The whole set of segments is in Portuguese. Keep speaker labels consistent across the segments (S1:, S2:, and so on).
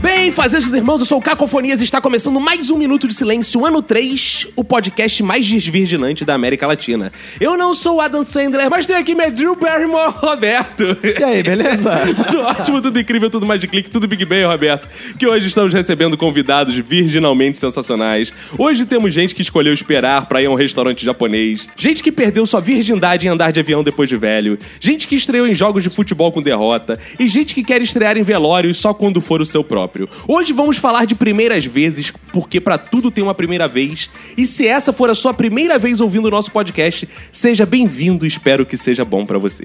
S1: Bem, fazejos irmãos, eu sou o Cacofonias e está começando mais um Minuto de Silêncio, ano 3, o podcast mais desvirginante da América Latina. Eu não sou o Adam Sandler, mas tenho aqui meu Drew Barrymore Roberto.
S2: E aí, beleza?
S1: Tudo ótimo, tudo incrível, tudo mais de clique, tudo Big Bang, Roberto. Que hoje estamos recebendo convidados virginalmente sensacionais. Hoje temos gente que escolheu esperar pra ir a um restaurante japonês. Gente que perdeu sua virgindade em andar de avião depois de velho. Gente que estreou em jogos de futebol com derrota. E gente que quer estrear em velórios só quando for o seu próprio. Hoje vamos falar de primeiras vezes, porque pra tudo tem uma primeira vez. E se essa for a sua primeira vez ouvindo o nosso podcast, seja bem-vindo e espero que seja bom pra você.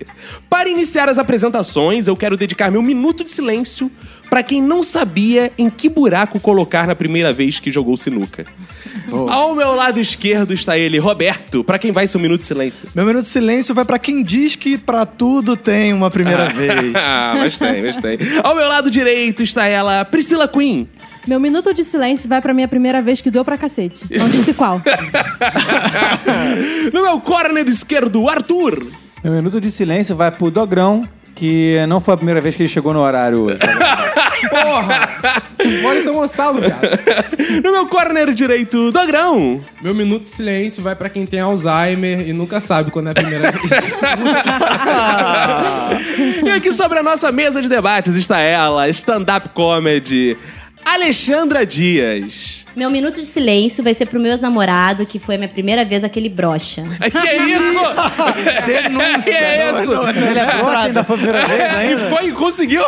S1: Para iniciar as apresentações, eu quero dedicar meu minuto de silêncio pra quem não sabia em que buraco colocar na primeira vez que jogou sinuca. Ao meu lado esquerdo está ele, Roberto, Pra quem vai ser um minuto de silêncio.
S2: Meu minuto de silêncio vai pra quem diz que pra tudo tem uma primeira vez.
S1: Ah, mas tem, mas tem. Ao meu lado direito está ela, Priscila Queen.
S3: Meu minuto de silêncio vai pra minha primeira vez que deu pra cacete. Não disse qual.
S1: No meu corner esquerdo, Arthur.
S4: Meu minuto de silêncio vai pro Dogrão, que não foi a primeira vez que ele chegou no horário. hoje.
S5: Mora em
S2: um
S5: São Gonçalo, cara.
S1: No meu corner direito, Dogrão.
S5: Meu minuto de silêncio vai pra quem tem Alzheimer e nunca sabe quando é a primeira vez.
S1: E aqui sobre a nossa mesa de debates está ela, stand-up comedy, Alexandra Dias.
S6: Meu minuto de silêncio vai ser pro meu ex-namorado, que foi a minha primeira vez aquele brocha.
S1: Que é isso? Denúncia. Que é isso?
S4: Ele é trouxa, ainda foi a primeira vez,
S1: E
S2: né?
S4: ainda.
S1: foi, conseguiu.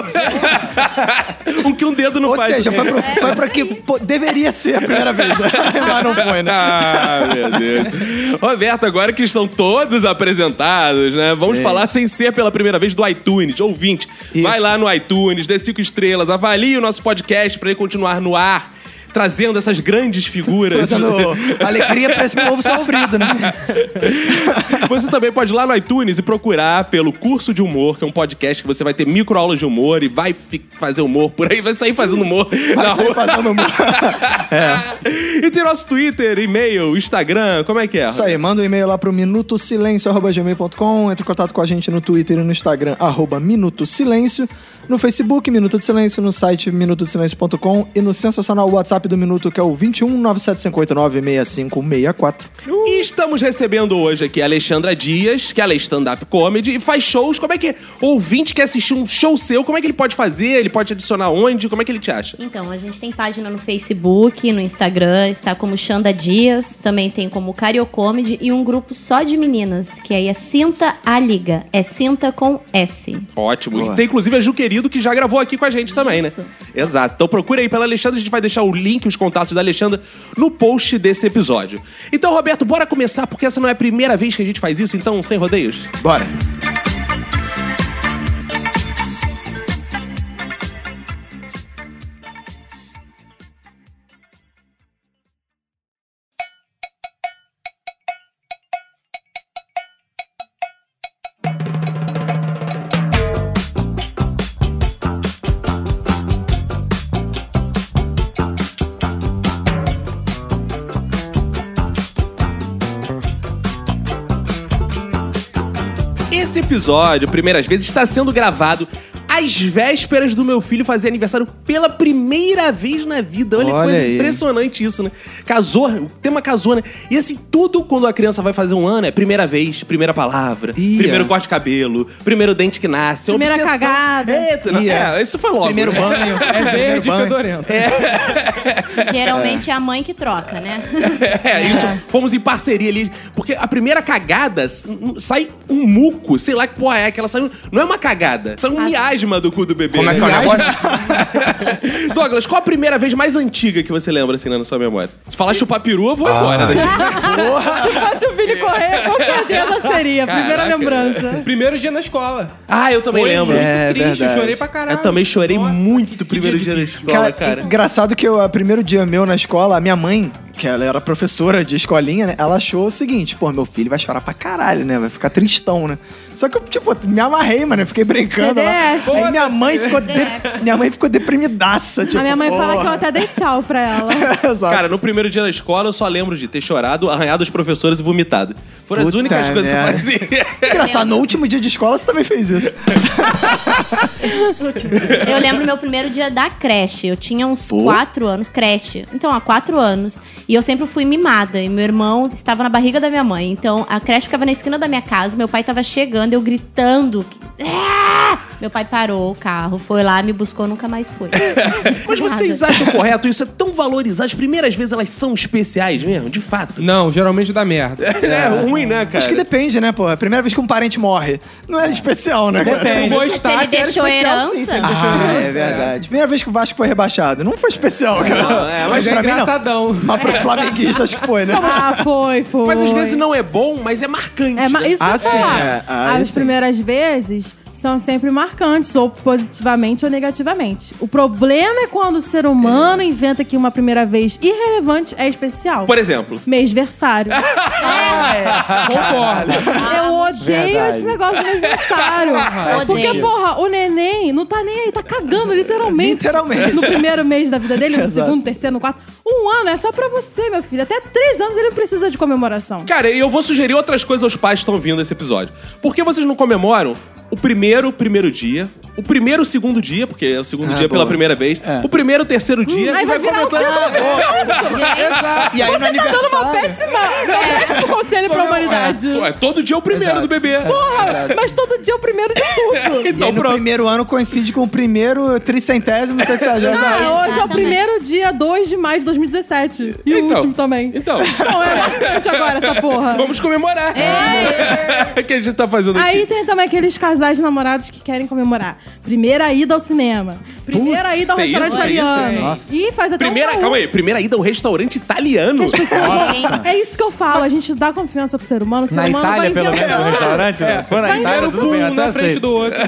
S1: o que um dedo não
S2: Ou
S1: faz.
S2: seja,
S5: é.
S2: foi pra, foi pra que pô, deveria ser a primeira vez, né? mas não foi, né?
S1: Ah, meu Deus. Roberto, agora que estão todos apresentados, né? Vamos falar sem ser pela primeira vez do iTunes, ouvinte. Vai lá no iTunes, dê cinco estrelas, avalie o nosso podcast pra ele continuar no ar, trazendo essas grandes figuras.
S2: Fazendo alegria pra esse povo sofrido, né?
S1: Você também pode ir lá no iTunes e procurar pelo Curso de Humor, que é um podcast que você vai ter microaulas de humor e vai fi- fazer humor por aí, vai sair fazendo humor na
S2: Mas aí
S1: rua.
S2: fazendo um-
S1: É. E tem nosso Twitter, e-mail, Instagram, como é que é?
S2: Isso aí, manda um e-mail lá pro minutosilencio.gmail.com, entra em contato com a gente no Twitter e no Instagram, arroba Minuto Silêncio, no Facebook Minuto de Silêncio, no site minutosilencio.com e no sensacional WhatsApp do Minuto, que é o 21 975896564.
S1: E estamos recebendo hoje aqui a Alexandra Dias, que ela é stand-up comedy e faz shows. Como é que o ouvinte quer assistir um show seu? Como é que ele pode fazer? Ele pode adicionar onde? Como é que ele te acha?
S6: Então, a gente tem página no Facebook, no Instagram, está como Xanda Dias, também tem como Cariocomedy e um grupo só de meninas, que aí é Cinta a Liga, é Cinta com S.
S1: Ótimo. E tem inclusive a Ju Querido, que já gravou aqui com a gente também, né?
S6: Isso.
S1: Exato. Então procura aí pela Alexandra, a gente vai deixar o link, os contatos da Alexandra no post desse episódio. Então, Roberto, bora começar, porque essa não é a primeira vez que a gente faz isso, então sem rodeios.
S2: Bora!
S1: Esse episódio, primeiras vezes, está sendo gravado às vésperas do meu filho fazer aniversário pela primeira vez na vida. Olha, que
S2: Olha
S1: coisa
S2: aí.
S1: impressionante isso, né? Casou, o tema casou, né? E assim, tudo quando a criança vai fazer um ano é primeira vez, primeira palavra,
S2: Ia.
S1: primeiro corte de cabelo, primeiro dente que nasce, é uma
S3: Primeira
S1: obsessão.
S3: cagada.
S1: É, tu-
S2: Ia.
S1: é, isso foi logo.
S2: Primeiro
S1: né?
S2: banho.
S5: É
S2: primeiro
S5: verde e
S2: banho.
S5: fedorento.
S6: Geralmente é a mãe que troca, né?
S1: É, isso. Fomos em parceria ali. Porque a primeira cagada s- n- sai um muco, sei lá que porra
S3: Ah, tá.
S1: é aquela. Sai um- não é uma cagada, sai um miasma do cu do bebê.
S7: Como é que é o
S1: né?
S7: negócio?
S1: Douglas, qual a primeira vez mais antiga que você lembra, assim, na sua memória? Se falar chupar perua, eu vou embora né? daqui.
S3: Se fosse o Vini correr, com certeza seria. a Primeira
S1: Caraca.
S3: lembrança.
S8: Primeiro dia na escola.
S1: Ah, eu também lembro.
S8: muito
S2: É,
S8: triste,
S2: verdade.
S8: eu chorei pra caralho.
S1: Eu também chorei
S8: Nossa,
S1: muito
S8: que-
S1: o primeiro
S8: que
S1: dia, da
S8: difícil.
S1: escola, cara.
S2: Engraçado que o primeiro dia meu na escola, a minha mãe, que ela era professora de escolinha, né? Ela achou o seguinte, pô, meu filho vai chorar pra caralho, né? Vai ficar tristão, né? Só que eu, tipo, me amarrei, mano. Eu fiquei brincando
S3: CDF.
S2: lá. Aí minha mãe ficou, de-
S6: CDF.
S2: minha mãe ficou deprimidaça, tipo.
S3: a minha mãe fala que eu até dei tchau pra ela.
S2: que eu...
S1: Cara, no primeiro dia da escola, eu só lembro de ter chorado, arranhado os professores e vomitado. Foram as
S2: Puta
S1: únicas coisas que
S2: merda.
S1: eu fazia.
S2: Engraçado, no último dia de escola você também fez isso.
S6: Eu lembro meu primeiro dia da creche. Eu tinha uns quatro anos, creche. Então, há quatro anos. E eu sempre fui mimada. E meu irmão estava na barriga da minha mãe. Então, a creche ficava na esquina da minha casa. Meu pai estava chegando, eu gritando. "Ah!" Meu pai parou o carro, foi lá, me buscou, nunca mais foi.
S1: Mas vocês acham correto isso? É tão valorizado. As primeiras vezes, elas são especiais mesmo, de fato.
S8: Não, geralmente dá merda.
S1: É, ruim, né, cara?
S2: Acho que depende, né, pô? É a primeira vez que um parente morre. Não é especial, né? cara?
S8: Se não
S6: Se ele
S8: gostasse, era especial,
S6: deixou
S8: sim,
S5: assim,
S6: herança?
S8: se ele deixou
S2: Ah,
S8: herança,
S2: é verdade. Primeira vez que o Vasco foi rebaixado. Não foi especial, cara.
S1: Não, é,
S8: Mas é
S2: pra mim, não.
S8: engraçadão.
S2: Mas
S4: É.
S2: pro flamenguista acho que foi, né?
S3: Ah, foi, foi.
S1: Mas às vezes não é bom, mas é marcante.
S3: É, ma-
S1: né?
S3: isso
S2: Ah,
S3: que eu
S2: sim,
S3: ia falar.
S2: é. Ah,
S3: As
S2: sim.
S3: primeiras vezes são sempre marcantes, ou positivamente ou negativamente. O problema é quando o ser humano inventa que uma primeira vez irrelevante é especial.
S1: Por exemplo,
S3: Mêsversário.
S2: Ah, é.
S8: Concordo.
S3: Eu odeio
S4: Verdade.
S3: esse negócio de mêsversário.
S6: Faz
S3: Porque,
S6: sentido.
S3: porra, o neném não tá nem aí, tá cagando, literalmente.
S2: Literalmente.
S3: No primeiro mês da vida dele, no
S2: Exato.
S3: segundo, terceiro, no quarto. Um ano é só pra você, meu filho. Até três anos ele não precisa de comemoração.
S1: Cara, e eu vou sugerir outras coisas aos pais que estão vindo esse episódio. Por que vocês não comemoram o primeiro, primeiro dia, o primeiro, segundo dia, porque é o segundo dia pela primeira vez, o primeiro, terceiro dia,
S3: Aí
S1: e
S3: vai virar um
S4: Tá
S2: E aí no
S3: Tá dando uma péssima, um péssimo conselho pra humanidade.
S1: To- é, todo dia é o primeiro
S2: Exato.
S1: do bebê.
S3: Porra, mas todo dia é o primeiro de tudo.
S2: E aí
S1: Então,
S2: no
S1: pronto.
S2: primeiro ano coincide com o primeiro tricentésimo sexagésimo.
S3: Ah, hoje é o
S6: Exatamente.
S3: primeiro dia 2 de maio de 2017. E o
S1: Então.
S3: último também.
S1: Então,
S3: Não, é marcante agora essa porra.
S1: vamos comemorar. É. que a gente tá fazendo aqui.
S3: Aí tem também aqueles casais de namorados que querem comemorar. Primeira ida ao cinema. Primeira ida ao
S1: tem
S3: restaurante
S1: é isso, tem isso,
S3: italiano.
S1: hein?
S4: Nossa.
S3: e faz até
S1: Primeira,
S3: um baú.
S1: calma aí, primeira ida ao restaurante italiano.
S3: É isso que eu falo. A gente dá confiança pro ser humano. O ser
S4: Na
S3: humano
S4: Itália,
S3: vai
S4: pelo menos,
S1: É.
S3: inventando.
S4: no restaurante, né? Se for na
S1: Tá,
S4: Itália,
S8: Primeiro
S4: tudo bem,
S8: pum,
S4: eu
S8: um
S4: até
S8: na frente
S4: aceito.
S8: do outro.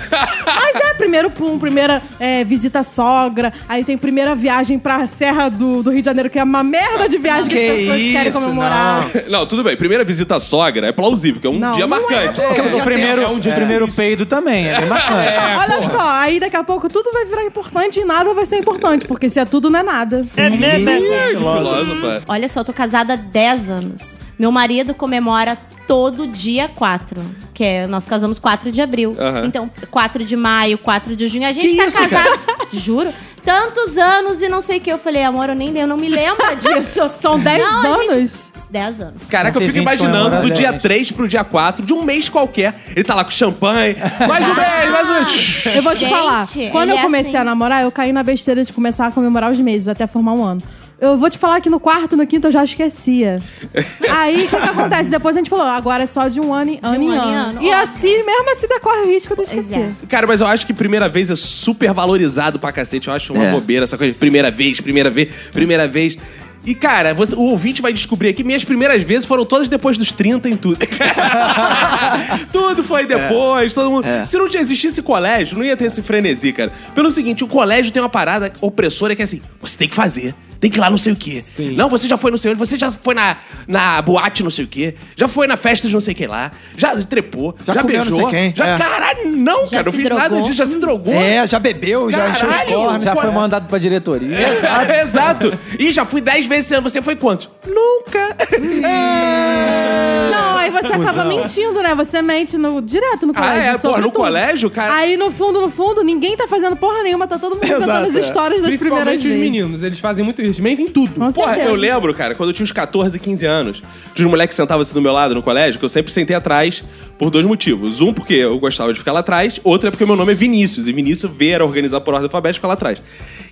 S3: Mas é, primeiro pum, primeira é, visita à sogra, aí tem primeira viagem pra Serra do, do Rio de Janeiro, que é uma merda de viagem que,
S2: Que
S3: as pessoas querem
S2: isso,
S3: comemorar.
S2: não.
S1: Não, tudo bem. Primeira visita à sogra é plausível, que é um
S3: Não,
S1: dia
S3: não é,
S1: marcante.
S4: O primeiro,
S1: é
S4: o primeiro peido também, é bem bacana.
S3: Olha só, aí daqui a pouco tudo vai virar importante e nada vai ser importante, porque se é tudo, não é nada.
S4: né,
S1: Filósofa.
S6: Olha só, eu tô casada há 10 anos. Meu marido comemora todo dia 4. Que é, nós casamos 4 de abril.
S1: Aham.
S6: Então, 4 de maio, 4 de junho. A gente
S1: Que
S6: tá
S1: isso,
S6: casado, juro, tantos anos e não sei o que. Eu falei, amor, eu nem lembro, eu não me lembro disso.
S3: São 10
S6: Não, a gente-
S3: anos.
S6: 10 anos.
S1: Caraca, eu fico
S4: 120
S1: imaginando do
S4: comemorações.
S1: dia 3 pro dia 4, de um mês qualquer. Ele tá lá com champanhe. Mais um mês, mais um mês.
S3: Eu vou te
S6: Gente,
S3: falar. Quando
S6: ele
S3: eu
S6: é
S3: comecei
S6: assim.
S3: a namorar, eu caí na besteira de começar a comemorar os meses até formar um ano. Eu vou te falar que no quarto, no quinto, eu já esquecia. Aí, o que, que acontece? Depois a gente falou, agora é só de um ano em ano.
S6: um
S3: em
S6: ano em
S3: ano.
S6: ano,
S3: E
S6: ó.
S3: assim, mesmo assim, decorre o risco de
S6: Pois
S3: esquecer.
S1: Cara, mas eu acho que primeira vez é super valorizado pra cacete. Eu acho uma
S2: É.
S1: bobeira essa coisa de primeira vez, primeira vez, primeira vez. E, cara, você- o ouvinte vai descobrir aqui, minhas primeiras vezes foram todas depois dos 30 em tudo. tudo foi
S2: É.
S1: depois, todo mundo... Se não existisse colégio, não ia ter esse frenesi, cara. Pelo seguinte, o colégio tem uma parada opressora que é assim, você tem que fazer. Tem que ir lá não sei o quê. Não, você já foi não sei onde, você já foi na, na boate não sei o quê, já foi na festa de não sei quem lá, já trepou, já,
S2: Já comeu não
S1: beijou,
S2: sei quem,
S1: já...
S2: é.
S1: Caralho, não,
S6: Já
S1: cara, eu
S6: se
S1: fiz nada
S6: drogou.
S1: disso, já se drogou.
S2: É, já bebeu, já encheu os
S1: Caralho!
S2: cornos.
S4: Já foi mandado pra diretoria.
S1: Exato. Exato. E já fui dez vezes esse ano. Você foi quanto? Nunca.
S6: é.
S3: Não, aí você acaba mentindo, né? Você mente no, direto no colégio.
S1: é,
S3: sobre
S1: porra, no
S3: tudo.
S1: colégio, cara.
S3: Aí no fundo, no fundo, ninguém tá fazendo porra nenhuma, tá todo mundo
S2: Exato,
S3: contando as
S2: é.
S3: histórias das primeiras
S8: Principalmente os
S3: vezes.
S8: meninos, eles fazem muito isso. Mentem em tudo.
S3: Com
S1: Porra,
S3: certeza.
S1: eu lembro, cara, quando eu tinha uns 14, 15 anos, tinha um moleque que sentava assim do meu lado no colégio, que eu sempre sentei atrás por dois motivos. Um, porque eu gostava de ficar lá atrás, outro é porque meu nome é Vinícius, e Vinícius V era organizado por ordem alfabética e ficar lá atrás.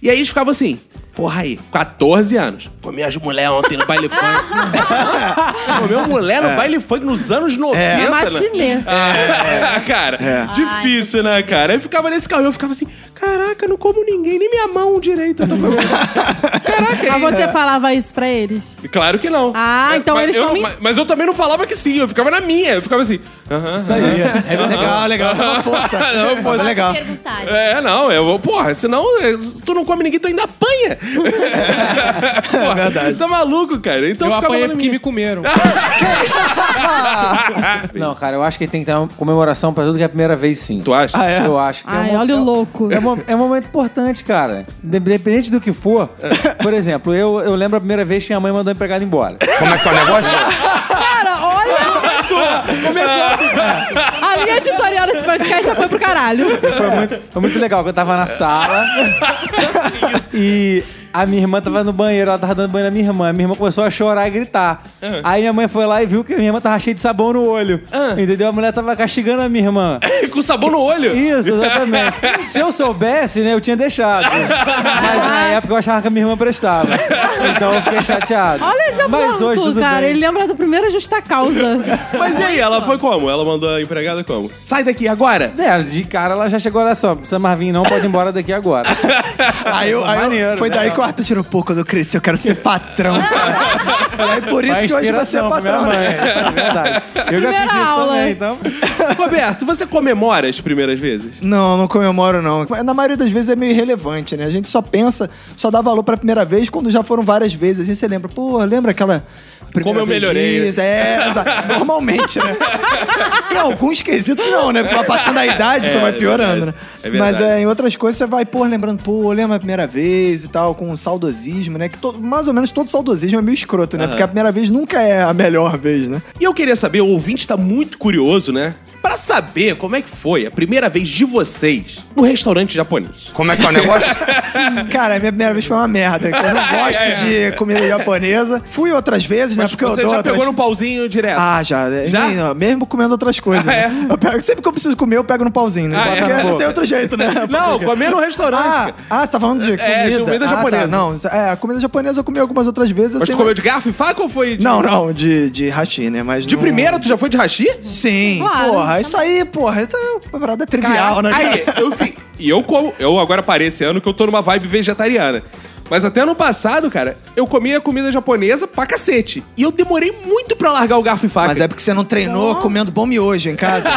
S1: E aí eles ficavam assim: Porra aí, 14 anos. Comi as mulher ontem no baile funk. Comeu mulher
S8: É.
S1: no baile funk nos anos 90. né?
S3: É Matinê.
S1: Ah, cara, difícil, né, cara? Aí ficava nesse carro e eu ficava assim: caraca, não como ninguém, nem minha mão direita. eu Tô comendo. caraca,
S3: Mas
S1: aí-
S3: você falava isso pra eles?
S1: Claro que não.
S3: Ah,
S1: É,
S3: então
S1: mas
S3: eles
S1: eu,
S3: tão me-
S1: mas, mas eu também não falava que sim, eu ficava na minha. Eu ficava assim. aham,
S4: Isso aí.
S2: É legal, legal. Dá uma força.
S1: Não, eu posso-
S2: Mas legal.
S6: Perguntar.
S1: É, não, eu vou. Porra, senão é, se tu não come ninguém, tu ainda apanha. é verdade. Tá maluco, cara? Então
S8: Eu
S1: ficava
S8: apanhei
S1: na
S8: é porque
S1: minha.
S8: me comeram.
S1: É,
S4: Não, cara, eu acho que tem que ter uma comemoração pra tudo que é a primeira vez, sim.
S1: Tu acha?
S4: Eu acho que
S3: Ai,
S4: é uma-
S3: olha o louco.
S4: É, mo- é um momento importante, cara. Independente do que for.
S1: É.
S4: Por exemplo, eu, eu lembro a primeira vez que minha mãe mandou o empregado embora.
S9: Como é que é o negócio?
S3: Cara, olha! assim. A linha editorial desse podcast já foi pro caralho.
S4: Foi muito, foi muito legal, que eu tava na sala. e a minha irmã tava no banheiro, ela tava dando banho na minha irmã. A minha irmã começou a chorar e gritar. Aí minha mãe foi lá e viu que a minha irmã tava cheia de sabão no olho. Entendeu? A mulher tava castigando a minha irmã.
S1: Com sabor no olho.
S4: Isso, exatamente. Se eu soubesse, né, eu tinha deixado. Mas é na
S3: Ah.
S4: época eu achava que a minha irmã prestava. Então eu fiquei chateado.
S3: Olha esse
S4: Mas hoje
S3: ponto,
S4: tudo
S3: cara.
S4: bem.
S3: Ele lembra do primeiro Justa Causa.
S1: Mas e aí, ela foi como? Ela mandou a empregada como? Sai daqui agora!
S4: É, de cara ela já chegou, olha só, não precisa mais vir não, pode ir embora daqui agora.
S2: Aí, eu, aí eu-
S4: Maneiro,
S2: foi
S4: né?
S2: daí que o Arthur tirou um pô, quando eu cresci, eu quero ser patrão. é por isso
S4: Vai
S2: que hoje você é
S4: inspiração pra minha
S2: patrão.
S4: mãe.
S2: Né?
S4: É verdade. Eu já
S3: Primeira
S4: fiz isso
S3: aula.
S4: também, então.
S1: Roberto, você comemora as primeiras vezes?
S2: Não, não comemoro, não. Na maioria das vezes é meio irrelevante, né? A gente só pensa, só dá valor pra primeira vez quando já foram várias vezes. Assim você lembra, pô, lembra aquela. primeira
S1: Como eu
S2: vez
S1: melhorei.
S2: disso? É, exato. normalmente, né? Em alguns quesitos, não, né? Porque vai passando a idade, você vai piorando, né?
S1: verdade. É verdade.
S2: Mas é, em outras coisas você vai, pô, lembrando, pô, lembra a primeira vez e tal, com um saudosismo, né? Que todo, mais ou menos todo saudosismo é meio escroto, né? Porque a primeira vez nunca é a melhor vez, né?
S1: E eu queria saber, o ouvinte tá muito curioso, né? Pra saber como é que foi a primeira vez de vocês no restaurante japonês.
S9: Como é que é o negócio?
S2: Cara, a minha primeira vez foi uma merda. que Eu não
S1: É,
S2: gosto de comida japonesa. Fui outras vezes, né? Porque eu
S1: você
S2: dou
S1: já
S2: outras...
S1: pegou no pauzinho direto.
S2: Ah, já.
S1: Já?
S2: Nem- não, mesmo comendo outras coisas.
S1: Ah, é?
S2: né? Eu pego, sempre que eu preciso comer, eu pego no pauzinho, né?
S1: Ah, é?
S2: Porque não tem outro jeito, né?
S1: não,
S2: Porque-
S1: comer no restaurante.
S2: Ah, ah, você tá falando de comida?
S1: É, de comida
S2: Ah, tá.
S1: japonesa.
S2: Não, é, a comida japonesa eu comi algumas outras vezes.
S1: Mas
S2: assim,
S1: tu comeu de garfo e faca ou foi de...
S2: Não, não, de, de hashi, né? Mas
S1: De
S2: não-
S1: primeira, tu já foi de hashi?
S2: Sim,
S3: Claro.
S2: porra. Isso aí, porra. Isso é uma parada trivial, né? cara?
S1: Aí, eu fi... E eu como. Eu agora parei esse ano que eu tô numa vibe vegetariana. Mas até ano passado, cara, eu comia comida japonesa pra cacete. E eu demorei muito pra largar o garfo e faca.
S2: Mas é porque você não treinou comendo bom miojo em casa.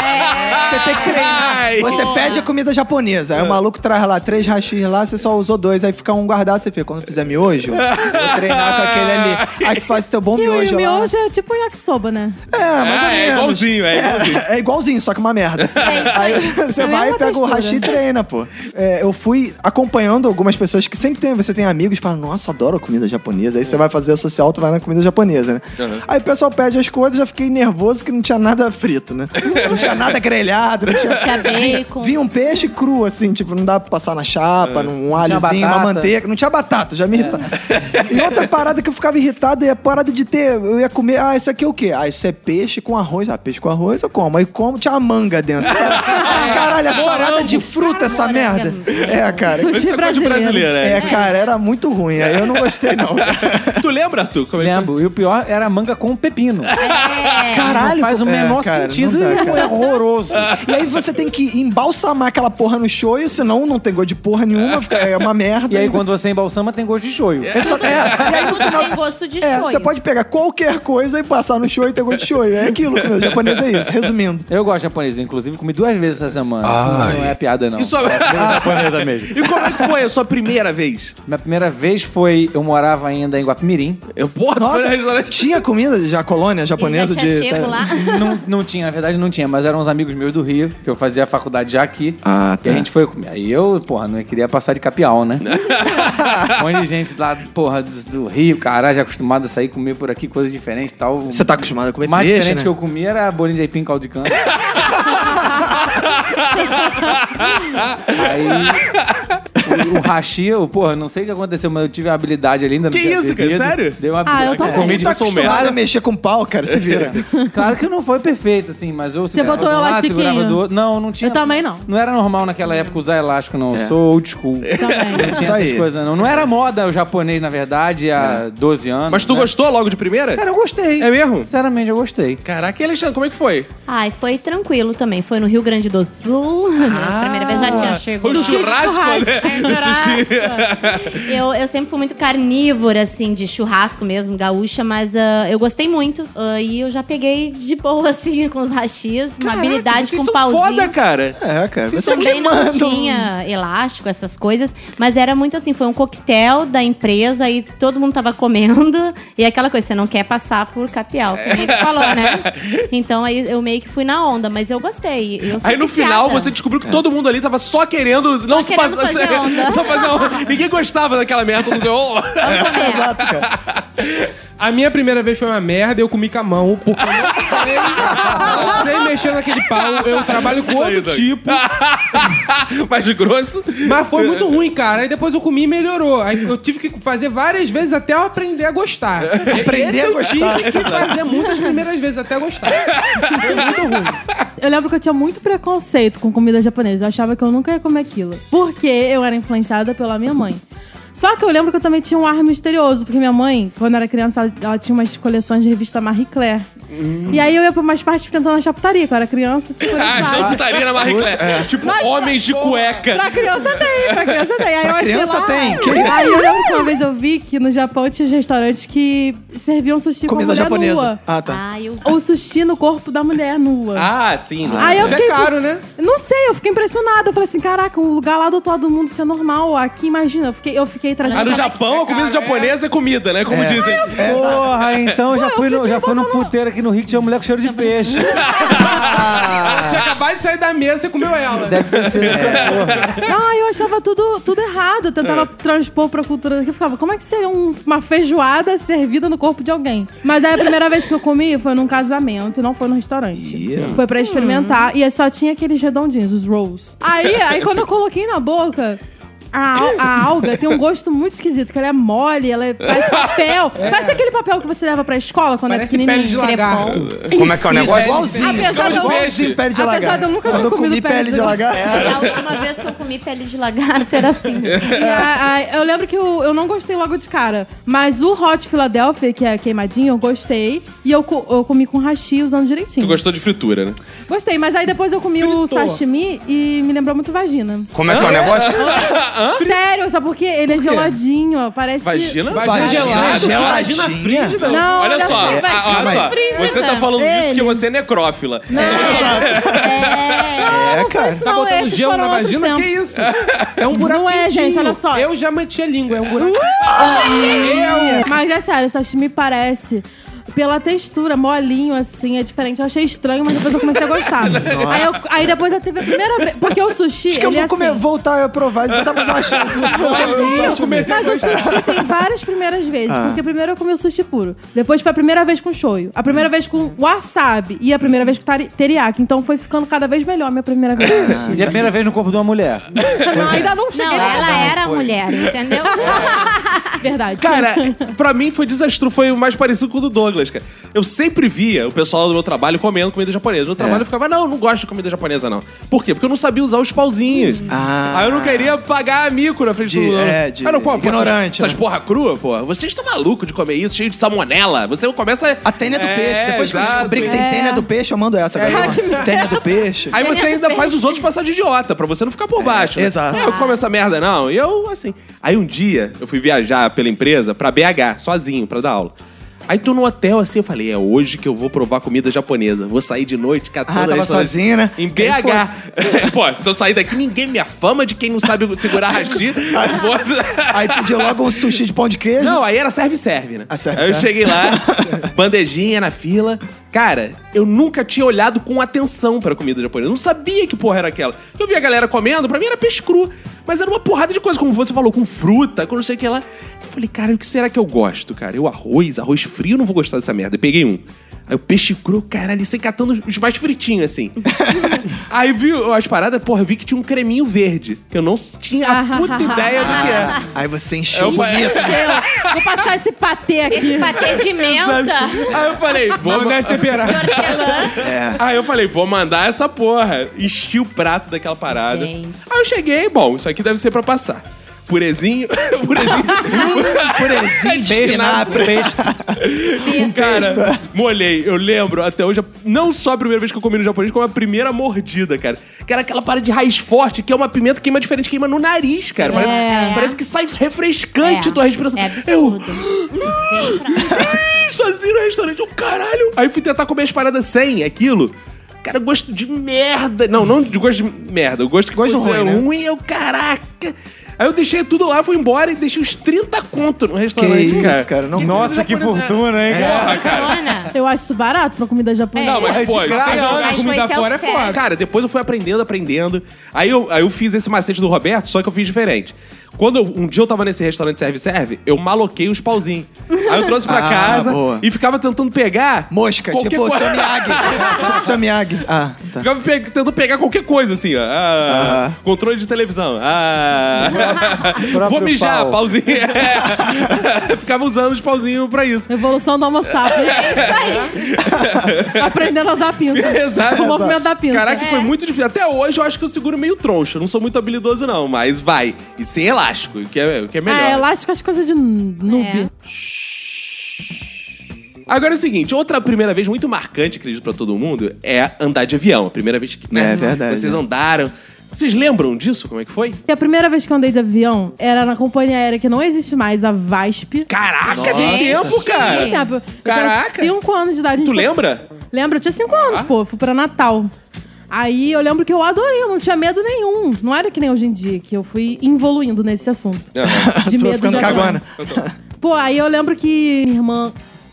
S2: Você tem que treinar.
S1: Ai. É.
S2: Você pede a comida japonesa. Aí o maluco traz lá três rachis lá, você só usou dois. Aí fica um guardado, você fica. Quando fizer miojo, vou treinar com aquele ali. Aí tu faz o teu bom
S3: E o
S2: miojo, lá.
S3: miojo é tipo um yakisoba, né?
S2: É, mais ou
S1: Ah, é
S2: menos.
S1: igualzinho, é igualzinho.
S2: É igualzinho, só que uma merda. Aí você
S3: É a
S2: vai,
S3: mesma
S2: pega o
S3: textura.
S2: hashi e treina, pô. É, eu fui acompanhando algumas pessoas que sempre tem, você tem amigos que falam, nossa, adoro comida japonesa. Aí você vai fazer a social, tu vai na comida japonesa, né? Aí o pessoal pede as coisas, já fiquei nervoso que não tinha nada frito, né?
S3: Uhum.
S2: Não tinha nada grelhado, não tinha...
S6: Tinha bacon.
S2: Vinha um peixe cru, assim, tipo, não dá pra passar na chapa, num alhozinho, uma
S4: É. batata.
S2: manteiga. Não tinha batata, já me irritava. E outra parada que eu ficava irritado é a parada de ter. Eu ia comer, ah, isso aqui é o quê? Ah, isso é peixe com arroz. Ah, peixe com arroz eu como. Aí como, tinha a manga dentro.
S4: É.
S2: Caralho, a salada de fruta, essa merda. É, cara.
S3: Sushi
S1: Isso é coisa de
S3: brasileiro.
S1: brasileiro, né?
S2: É, cara, era muito ruim. Aí eu não gostei, não.
S1: Tu lembra, Arthur? Como é que
S4: Lembro. E o pior era a manga com pepino.
S6: é.
S2: Caralho,
S4: Não faz o
S2: é,
S4: menor
S2: cara, não
S4: sentido.
S2: dá, cara.
S4: é horroroso.
S2: E aí você tem que embalsamar aquela porra no shoyu, senão não tem gosto de porra nenhuma, fica- é uma merda.
S4: E aí
S2: você-
S4: quando você embalsama, tem gosto de shoyu.
S2: É só- é, e aí no final.
S6: Tem gosto de
S2: É,
S6: shoyu.
S2: você pode pegar qualquer coisa e passar no shoyu e ter gosto de shoyu. É aquilo, meu japonês é isso. Resumindo.
S4: Eu gosto de japonês, inclusive comi duas vezes essa semana. Não é piada, não.
S1: Isso é-
S4: é comida japonesa mesmo.
S1: foi? E como é que foi a sua primeira vez?
S4: Minha primeira vez foi... Eu morava ainda em Guapimirim.
S1: Eu, porra, tu foi no
S2: Nossa,
S1: restaurante.
S2: tinha comida já colônia
S6: Ele
S2: japonesa
S6: já tinha
S2: de.
S6: chego lá.
S4: Não, não tinha, na verdade não tinha, mas eram uns amigos meus do Rio, que eu fazia a faculdade já aqui.
S2: Ah,
S4: E
S2: tá.
S4: a gente foi comer. Aí eu, porra, não queria passar de capial, né? um monte de gente lá, porra, do, do Rio, caralho, já acostumado a sair comer por aqui, coisas diferentes e tal.
S2: Você tá acostumado a comer
S4: O mais
S2: tá peixe,
S4: diferente
S2: né?
S4: que eu comi era bolinho de aipim caldo de cana. Aí. O, o hashi, eu, porra, não sei o que aconteceu, mas eu tive uma habilidade ali ainda. não
S1: Que
S4: tinha
S1: isso, cara?
S4: bebido.
S1: Sério?
S4: Dei uma
S3: Ah, eu
S4: habilidade.
S3: também.
S1: Comi de
S2: tá
S1: sou
S2: acostumado
S1: merda.
S2: a mexer com pau, cara, se vira.
S4: Claro que não foi perfeito, assim, mas eu segurava
S3: botou
S4: de um
S3: o
S4: lado,
S3: elastiquinho?
S4: segurava do outro. Não, não tinha.
S3: Eu também não.
S4: Não era normal naquela época usar elástico, não.
S8: É.
S4: Eu sou old school.
S3: Também.
S4: Não tinha
S2: Isso aí.
S4: essas coisas, não. Não era moda o japonês, na verdade, há
S8: É.
S4: 12 anos.
S1: Mas tu
S4: né?
S1: gostou logo de primeira?
S4: Cara, eu gostei.
S1: É mesmo?
S4: Sinceramente, eu gostei.
S1: Caraca, e Alexandre, como é que foi?
S6: Ai, foi tranquilo também. Foi no Rio Grande do Sul. A primeira vez já tinha
S1: Ah, Foi um
S6: chegado.
S1: churrasco, né?
S6: É, churrasco. eu, eu sempre fui muito carnívora, assim, de churrasco mesmo, gaúcha, mas ah, eu gostei muito. ah, e eu já peguei de boa, assim, com os rachis, uma habilidade com
S1: Vocês são
S6: pauzinho.
S1: foda, cara.
S2: É, cara. Você
S6: Também não
S2: manda um-
S6: tinha elástico, essas coisas, mas era muito assim, foi um coquetel da empresa e todo mundo tava comendo. E aquela coisa, você não quer passar por capial, que nem tu
S3: É.
S6: falou, né? Então aí eu meio que fui na onda, mas eu gostei. Eu sou
S1: Aí no
S6: é viciada.
S1: final você descobriu que todo mundo ali tava só querendo não se
S6: querendo
S1: passar.
S6: fazer onda.
S1: Só fazer onda. Ninguém gostava daquela merda. Não sei. Oh.
S6: É.
S2: Exato, cara.
S8: A minha primeira vez foi uma merda, eu comi com a mão, porque eu não sei, não sei mexer naquele pau, eu trabalho com
S1: Isso aí,
S8: outro
S1: Doug.
S8: tipo,
S1: tipo. Mais de grosso.
S8: mas foi muito ruim, cara. Aí depois eu comi e melhorou. Aí eu tive que fazer várias vezes até eu aprender a gostar.
S4: É.
S2: Aprender
S8: Esse
S2: a
S8: eu
S2: gostar.
S8: tive que fazer muitas primeiras vezes até gostar. Foi muito ruim.
S3: Eu lembro que eu tinha muito preconceito com comida japonesa. Eu achava que eu nunca ia comer aquilo. Porque eu era influenciada pela minha mãe. Só que eu lembro que eu também tinha um ar misterioso, porque minha mãe, quando era criança, ela, ela tinha umas coleções de revista Marie Claire.
S2: Hum.
S3: E aí eu ia pra umas partes tentando achar putaria, quando eu era criança. Tipo,
S1: Ah,
S3: sabe?
S1: Achando putaria na Marie Claire. Tipo, homens de cueca.
S3: Pra criança tem, pra criança tem. Aí eu achei
S2: criança
S3: lá- "Ah,
S2: tem, que-
S3: Aí eu lembro que uma vez eu vi que no Japão tinha restaurantes que serviam sushi com
S2: Comida
S3: a mulher
S2: japonesa.
S3: nua.
S2: Ah, tá.
S6: Ah, eu...
S3: Ou sushi no corpo da mulher nua.
S1: Ah, sim. né?
S3: Aí eu
S8: Isso
S3: fiquei
S8: é
S3: com-
S8: caro, né?
S3: Não sei, eu fiquei impressionada. Eu falei assim, caraca, um lugar lá do outro lado do mundo, isso é normal. Aqui, imagina, eu fiquei, eu fiquei trazendo...
S1: Ah, no Japão, a comida japonesa é comida, né? Como dizem.
S4: Porra, então já fui, no, já fui num puteiro aqui no Rio que tinha uma mulher com cheiro de peixe.
S8: Tinha acabado de sair da mesa e comeu ela.
S4: Deve ter sido
S8: É.
S4: essa porra.
S3: Ah, eu achava tudo, tudo errado. Eu tentava transpor pra cultura daqui. Eu ficava, como é que seria um- uma feijoada servida no corpo de alguém? Mas aí a primeira vez que eu comi foi num casamento, não foi no restaurante. Foi pra experimentar. E aí só tinha aqueles redondinhos, os rolls. Aí, aí quando eu coloquei na boca... A, al- a alga tem um gosto muito esquisito, que ela é mole, ela é, parece papel. Parece aquele papel que você leva pra escola quando
S8: É. Parece
S3: é pequenininho.
S8: pele de lagarto.
S2: Como é que é o negócio? Igualzinho.
S3: Ah, Apesar de eu-
S2: Igualzinho pele de
S3: Apesar de eu
S2: lagarto.
S3: nunca ter
S2: Quando eu
S3: comido
S2: comi pele de é, lagarto...
S6: A última vez que eu comi pele de lagarto era assim.
S3: E a- a- eu lembro que eu, eu não gostei logo de cara. Mas o Hot Philadelphia, que é queimadinho, eu gostei. E eu, co- eu comi com hashi usando direitinho.
S1: Tu gostou de fritura, né?
S3: Gostei, mas aí depois eu comi o sashimi e me lembrou muito vagina.
S7: Como é que é o negócio?
S3: Sério, só porque ele é geladinho, ó, parece...
S1: Vagina?
S8: Vagina gelada.
S2: Imagina frígida.
S3: Não,
S1: Olha só,
S3: só.
S1: ah, olha só. Você
S8: né?
S1: tá falando isso porque você é necrófila.
S6: É.
S2: É,
S3: Não,
S2: cara.
S3: isso
S8: Tá
S3: não,
S8: botando
S3: esses
S8: gelo
S3: foram
S8: na
S3: outros
S8: vagina? Que
S3: tempos.
S8: isso? É um buraco.
S3: Não é, gente, olha só.
S8: Eu já mantinha a língua, é um buraco.
S3: Mas é sério, sashimi parece. Pela textura, molinho, assim, é diferente. Eu achei estranho, mas depois eu comecei a gostar. aí, eu- aí depois eu teve a primeira vez. Porque o sushi.
S2: Acho que eu
S3: ele
S2: vou
S3: é
S2: comer,
S3: assim.
S2: voltar a provar, vou dar mais uma chance.
S3: Sim, mas o sushi tem várias primeiras vezes.
S2: Ah.
S3: Porque primeiro eu comi o sushi puro. Depois foi a primeira vez com shoyu. A primeira vez com wasabi. E a primeira vez com tari- teriyaki. Então foi ficando cada vez melhor a minha primeira vez com sushi.
S4: E a primeira vez no corpo de uma mulher.
S3: Não, ainda não
S6: É. Não,
S3: cheguei
S6: ela
S3: lá.
S6: era mulher, entendeu?
S2: Ah.
S3: Verdade.
S1: Cara, pra mim foi desastroso, foi o mais parecido com o do Douglas, cara. Eu sempre via o pessoal do meu trabalho comendo comida japonesa. No trabalho eu ficava, não, eu não gosto de comida japonesa, não. Por quê? Porque eu não sabia usar os pauzinhos.
S2: Ah.
S1: Aí eu não queria pagar a mico na frente
S2: De-
S1: do...
S2: é, de
S1: Aí eu, pô, pô,
S2: ignorante,
S1: Essas,
S2: né?
S1: essas porra crua, pô. Vocês estão malucos de comer isso, cheio de salmonela. Você começa...
S2: A tênia do
S1: É,
S2: peixe. Depois que eu descobri que tem tênia do peixe, eu mando essa, galera. Tênia do peixe.
S1: Aí você ainda faz os outros passar de idiota, pra você não ficar por baixo. né?
S2: É, exato.
S1: Ah, eu como essa merda, não. E eu, assim. Aí um dia, eu fui viajar pela empresa pra BH, sozinho, pra dar aula. Aí tô no hotel assim, eu falei, é hoje que eu vou provar comida japonesa. Vou sair de noite, é catando.
S2: Ah, tava
S1: restaurante.
S2: sozinho, né?
S1: Em BH. Pô, se eu sair daqui, ninguém me afama de quem não sabe segurar rachi. Aí foda
S2: Aí pediu logo um sushi de pão de queijo.
S1: não, aí era serve-serve, né?
S2: Ah, serve,
S1: aí eu
S2: serve.
S1: cheguei lá, bandejinha na fila. Cara, eu nunca tinha olhado com atenção pra comida japonesa. Eu não sabia que porra era aquela. Eu vi a galera comendo, pra mim era peixe cru. Mas era uma porrada de coisa, como você falou, com fruta, com não sei o que lá. Eu falei, cara, o que será que eu gosto, cara? Eu arroz, arroz frio, eu não vou gostar dessa merda. Eu peguei um. Aí o peixe cru, caralho, sem catando os mais fritinhos, assim. Aí vi as paradas, porra, vi que tinha um creminho verde. Que eu não tinha a puta ideia do que é? era.
S2: Ah, Aí você encheu
S1: Eu falei-
S2: isso.
S3: Eu Vou passar esse patê aqui.
S6: Esse patê de
S1: Sabe?
S6: menta.
S1: Aí eu falei, vou
S8: Vamos dar esse temperado.
S6: de hortelã.
S1: Aí eu falei, vou mandar essa porra. Enchi o prato daquela parada.
S6: Gente.
S1: Aí eu cheguei, bom, isso aqui deve ser pra passar. Purezinho, purezinho, purezinho, Um Cara, molhei. Eu lembro até hoje, não só a primeira vez que eu comi no japonês, como a primeira mordida, cara. Que era aquela parada de raiz forte, que é uma pimenta que queima diferente, queima no nariz, cara. Parece,
S6: É.
S1: parece que sai refrescante
S6: É.
S1: tua respiração.
S6: É
S1: eu,
S6: absurdo.
S1: Ih, sozinho no restaurante. Eu, caralho. Aí fui tentar comer as paradas sem aquilo. Cara, gosto de merda. Não, não de gosto de merda. Eu gosto que
S2: Gosto
S1: fosse
S2: ruim, né?
S1: ruim. Eu, caraca. Aí eu deixei tudo lá, fui embora e deixei uns 30 conto no restaurante,
S2: isso,
S1: cara.
S2: cara, não-
S4: Nossa, que fortuna, hein, cara?
S1: Porra, Ah, cara.
S6: Carona.
S3: Eu acho isso barato pra comida japonesa.
S1: Não, mas pô, isso
S4: graça,
S1: tem-
S6: Mas foi
S8: comida fora é
S6: self-service.
S8: foda.
S1: É Cara, depois eu fui aprendendo, aprendendo. Aí eu, aí eu fiz esse macete do Roberto, só que eu fiz diferente. Quando eu- um dia eu tava nesse restaurante serve-serve, eu maloquei os pauzinhos. Aí eu trouxe pra
S2: Ah,
S1: casa
S2: boa.
S1: e ficava tentando pegar.
S2: Mosca,
S1: qualquer
S2: tipo
S1: coisa.
S2: seu Miyagi. tipo seu Miyagi. Ah, tá.
S1: Ficava pe- tentando pegar qualquer coisa, assim, ó. Ah,
S2: Aham.
S1: Controle de televisão. Ah. Vou
S4: Próprio
S1: mijar,
S4: pau.
S1: pauzinho. É. Ficava usando os pauzinhos pra
S6: É.
S1: isso.
S3: Evolução do né? Homo sapiens. Aprendendo a usar a pinta.
S1: Exato.
S3: O movimento da pinta.
S1: Caraca,
S2: É.
S1: foi muito difícil. Até hoje eu acho que eu seguro meio troncho. Eu Não sou muito habilidoso, não, mas vai. E sem elástico, o que é, o que é melhor.
S3: Ah, elástico é as coisas de noob.
S1: Agora é o seguinte, outra primeira vez muito marcante, acredito, pra todo mundo, é andar de avião. A primeira vez que né,
S2: É verdade.
S1: vocês andaram. Vocês lembram disso? Como é que foi?
S3: E a primeira vez que eu andei de avião era na companhia aérea que não existe mais, a VASP.
S1: Caraca, que
S6: Nossa.
S1: tempo,
S3: Muito
S1: cara!
S3: tempo. Eu
S1: Caraca.
S3: tinha 5 anos de idade. a gente
S1: Tu
S3: foi-
S1: lembra? Ah.
S3: Lembra? Eu tinha 5 anos, pô. Fui pra Natal. Aí eu lembro que eu adorei, eu não tinha medo nenhum. Não era que nem hoje em dia, que eu fui evoluindo nesse assunto. De
S2: Tu vai
S3: medo de
S2: ficando
S3: avião.
S2: cagona.
S3: Pô, aí eu lembro que minha irmã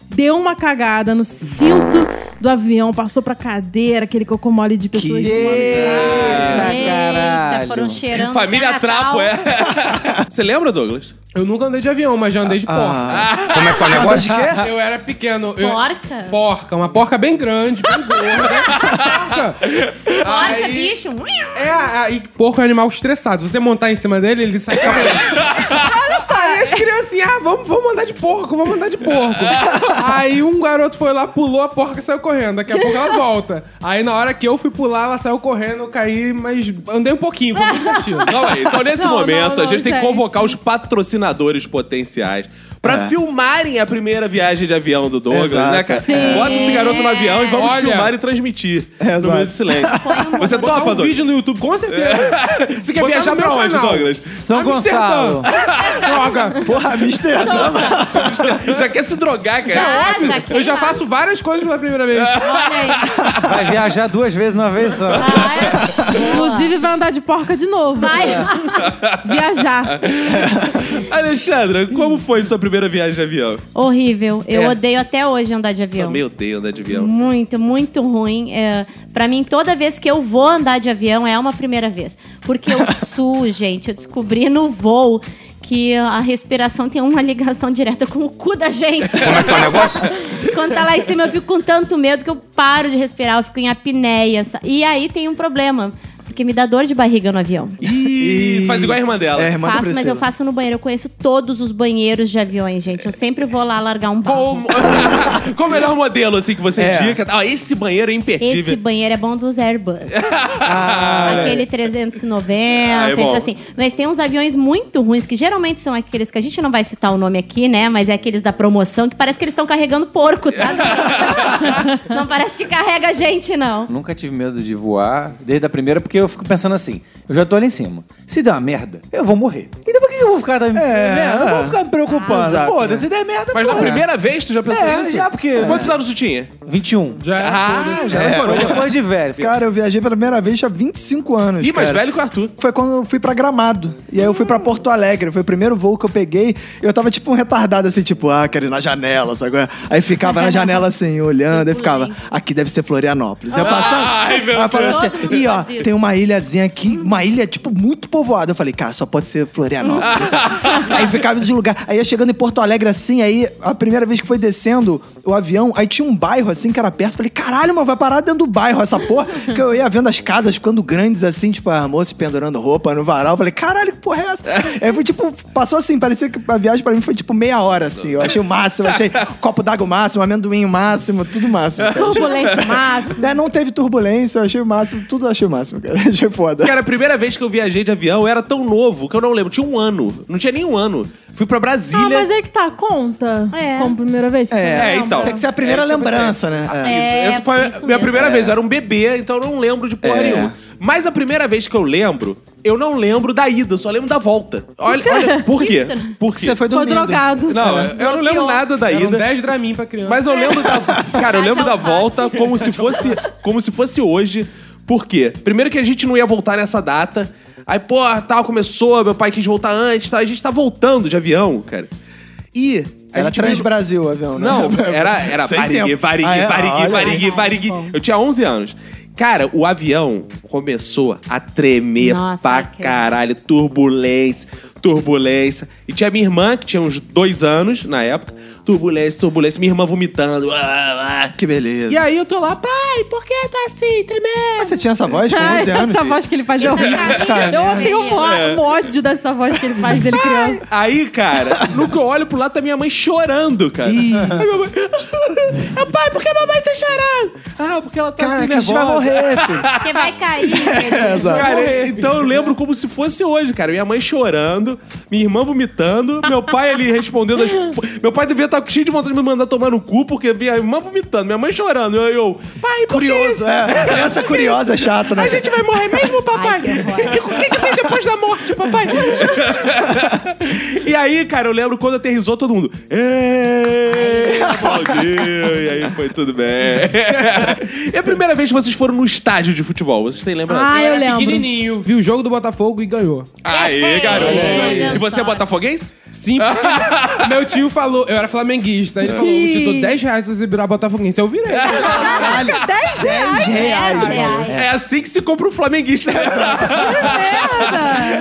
S3: deu uma cagada no cinto do avião, passou pra cadeira, aquele cocô mole de pessoas.
S6: Eita, foram cheirando.
S1: Família
S6: até
S1: Trapo,
S6: Natal.
S1: é. Você lembra, Douglas?
S8: Eu nunca andei de avião, mas já andei
S1: Ah.
S8: de porca.
S10: Como é
S2: Tá,
S10: que é o negócio?
S8: Eu era pequeno. eu-
S6: Porca?
S8: Porca, uma porca bem grande, bem gorda. porca.
S6: Porca,
S8: Aí-
S6: bicho.
S8: É, aí porco é um animal estressado. Se você montar em cima dele, ele sai caminhando. Olha só, aí as criancinhas, ah, vamos, vamos andar de porco, vamos andar de porco. aí um garoto foi lá, pulou, a porca saiu correndo. Daqui a pouco ela volta. Aí na hora que eu fui pular, ela saiu correndo, eu caí, mas andei um pouquinho, foi muito divertido.
S1: Calma aí. Então, nesse
S3: Não, não,
S1: momento, a
S3: não,
S1: gente tem que
S3: gente.
S1: convocar os patrocinadores potenciais
S8: É.
S1: pra filmarem a primeira viagem de avião do Douglas,
S2: Exato.
S1: né, cara?
S3: Sim.
S1: Bota esse garoto no avião e vamos
S8: Olha.
S1: filmar e transmitir no
S2: Exato.
S1: meio do silêncio. Você
S8: Botar
S1: topa,
S8: um
S1: Douglas?
S8: vídeo no YouTube, com certeza.
S1: Você quer
S8: Botar
S1: viajar
S8: no meu
S1: pra onde,
S8: canal.
S1: Douglas?
S4: São Gonçalo.
S8: Droga.
S2: Porra, Amsterdã.
S1: Já quer se drogar, cara.
S6: Ah, já
S8: Eu já
S6: queima.
S8: faço várias coisas pela primeira vez.
S1: É.
S6: Olha aí.
S4: Vai viajar duas vezes numa vez só.
S6: Ah, é?
S3: Inclusive, vai andar de porca de novo.
S6: Vai.
S3: viajar.
S1: Alexandra, como foi sua primeira viagem de avião?
S6: Horrível. Eu
S2: É.
S6: odeio até hoje andar de avião.
S1: Eu me odeio andar né, de avião.
S6: Muito, muito ruim. É, para mim, toda vez que eu vou andar de avião é uma primeira vez. Porque eu suo, gente. Eu descobri no voo que a respiração tem uma ligação direta com o cu da gente.
S10: Como é que é o negócio?
S6: Quando tá lá em cima, eu fico com tanto medo que eu paro de respirar, eu fico em apneia. sa- E aí tem um problema. Porque me dá dor de barriga no avião.
S1: Ih, faz igual a irmã dela.
S2: É, irmã da
S6: faço, mas eu
S2: Priscila.
S6: faço no banheiro. Eu conheço todos os banheiros de aviões, gente. Eu sempre vou lá largar um
S1: Qual,
S6: barro.
S1: o- qual o melhor modelo, assim, que você
S2: É.
S1: indica? Ah, esse banheiro é imperdível.
S6: Esse banheiro é bom dos Airbus. Ah, é. Aquele 390,
S1: Ah, é bom.
S6: esses assim. Mas tem uns aviões muito ruins, que geralmente são aqueles que a gente não vai citar o nome aqui, né? Mas é aqueles da promoção, que parece que eles estão carregando porco, tá? não parece que carrega gente, não.
S4: Nunca tive medo de voar, desde a primeira, porque eu fico pensando assim, eu já tô ali em cima. Se der uma merda, eu vou morrer. Então por que eu vou ficar da merda? Eu vou ficar me
S2: Ah,
S4: preocupando.
S2: exato,
S4: Foda,
S2: né?
S4: se der merda,
S1: Mas na
S4: foda-se.
S1: primeira vez tu já pensou
S4: É,
S1: nisso?
S4: já, porque-
S1: Quantos anos tu tinha?
S4: 21.
S8: Já era
S1: Ah,
S8: tudo.
S4: Já decorou, um. É, depois de velho. Fica-
S2: Cara, eu viajei pela primeira vez há 25 anos.
S1: Ih, mais
S2: cara.
S1: velho que o Arthur.
S2: Foi quando eu fui pra Gramado. E aí eu fui pra Porto Alegre. Foi o primeiro voo que eu peguei. Eu tava tipo um retardado, assim, tipo, ah, quero ir na janela, sabe? qual é? Aí ficava na janela, assim, olhando. Aí ficava, aqui deve ser Florianópolis. Eu passava.
S1: Ai, meu
S2: aí eu falava
S6: Deus.
S2: assim,
S6: Todo mundo
S2: e ó,
S6: faz isso.
S2: tem uma uma ilhazinha aqui, uma ilha, tipo, muito povoada. Eu falei, cara, só pode ser Florianópolis. aí ficava de lugar. Aí ia chegando em Porto Alegre assim, aí a primeira vez que foi descendo o avião, aí tinha um bairro assim que era perto. Eu Falei, caralho, mano, vai parar dentro do bairro essa porra. que eu ia vendo as casas ficando grandes assim, tipo, a moça pendurando roupa no varal. Eu Falei, caralho, que porra é essa? aí foi tipo, passou assim, parecia que a viagem pra mim foi tipo meia hora assim. Eu achei o máximo, achei copo d'água o máximo, amendoim o máximo, tudo máximo. cara.
S3: Turbulência máxima.
S2: Né, não teve turbulência, eu achei o máximo, tudo eu achei o máximo, cara. Achei foda.
S1: Cara, a primeira vez que eu viajei de avião eu era tão novo que eu não lembro. Tinha um ano. Não tinha nem um ano. Fui pra
S3: Ah,
S1: Brasília.
S3: mas aí que tá, conta.
S6: É.
S3: Como primeira vez. que
S2: É,
S3: você lembra.
S1: então.
S2: Tem que ser a primeira lembrança, né? É.
S6: É,
S1: Ah, Essa foi a
S6: isso
S1: minha
S6: mesmo.
S1: primeira vez. Eu era um bebê, então eu não lembro de porra nenhuma. Mas a primeira vez que eu lembro, eu não lembro da ida, eu só lembro da volta. Olha, olha por quê? Por quê?
S2: Você foi
S3: Foi
S2: dormindo.
S3: drogado.
S1: Não, eu não lembro
S6: Bloqueou.
S1: nada da
S8: Eram
S1: ida.
S8: 10 Dramin pra criança.
S1: Mas eu lembro da. Cara, eu lembro da
S6: alface.
S1: volta como se fosse, como se fosse hoje. Por quê? Primeiro que a gente não ia voltar nessa data. Aí, pô, tal, começou, meu pai quis voltar antes, tal. A gente tá voltando de avião, cara. E. a
S2: Era
S1: gente viu-
S2: Trans-Brasil o avião, né?
S1: Não, era, era
S2: Sem
S1: varigui,
S2: tempo.
S1: varigui,
S2: Ah, é?
S1: varigui,
S2: Olha.
S1: varigui, varigui. Eu tinha 11 anos. Cara, o avião começou a tremer
S6: Nossa,
S1: pra
S6: que-
S1: caralho. Turbulência, turbulência. E tinha minha irmã, que tinha uns dois anos na época. Turbulência, turbulência. Minha irmã vomitando. Ah, ah.
S2: Que beleza.
S1: E aí eu tô lá, pai, por que tá assim, tremendo?
S2: Ah, Você tinha essa voz com 11
S3: Ah,
S2: anos?
S3: essa voz que ele faz de horrível.
S6: Tá,
S3: eu
S6: né?
S3: tenho um ó-
S1: É.
S3: um ódio dessa voz que ele faz dele criança.
S1: Aí, cara, no que eu olho pro lado tá minha mãe chorando, cara. Aí minha mãe. Ah, pai, por que a mamãe tá chorando? Ah, porque ela tá assim
S2: Cara, que a gente
S1: nervosa.
S2: vai morrer, filho.
S6: Porque vai cair. querido.
S1: Cara, então eu lembro como se fosse hoje, cara. Minha mãe chorando, minha irmã vomitando, meu pai ali respondendo. As... Meu pai devia estar cheio de vontade de me mandar tomar no cu, porque minha irmã vomitando, minha mãe chorando. Eu, eu pai, por que isso?
S2: Curioso, é. Criança curiosa é chato, né?
S1: A
S2: cara?
S1: gente vai morrer mesmo,
S3: Tá
S1: papai?
S6: que horror.
S1: E o que, que tem depois da morte, papai? e aí, cara, eu lembro quando aterrissou todo mundo. "Ê, Aplaudiu, e aí foi tudo bem. é a primeira vez que vocês foram no estádio de futebol, vocês têm lembrança?
S3: Ah, eu
S8: Era
S3: lembro.
S8: pequenininho, viu o jogo do Botafogo e ganhou.
S1: Ah, é.
S11: Aê, garoto.
S6: Olha aí.
S11: E você é botafoguense?
S8: Sim, porque meu tio falou, eu era flamenguista, ele falou, eu te dou 10 reais se você virar Botafoguense. Eu virei.
S2: Caralho.
S3: 10 reais.
S2: Reais,
S6: É,
S2: mano.
S6: é.
S11: É assim que se compra um flamenguista.
S3: Merda!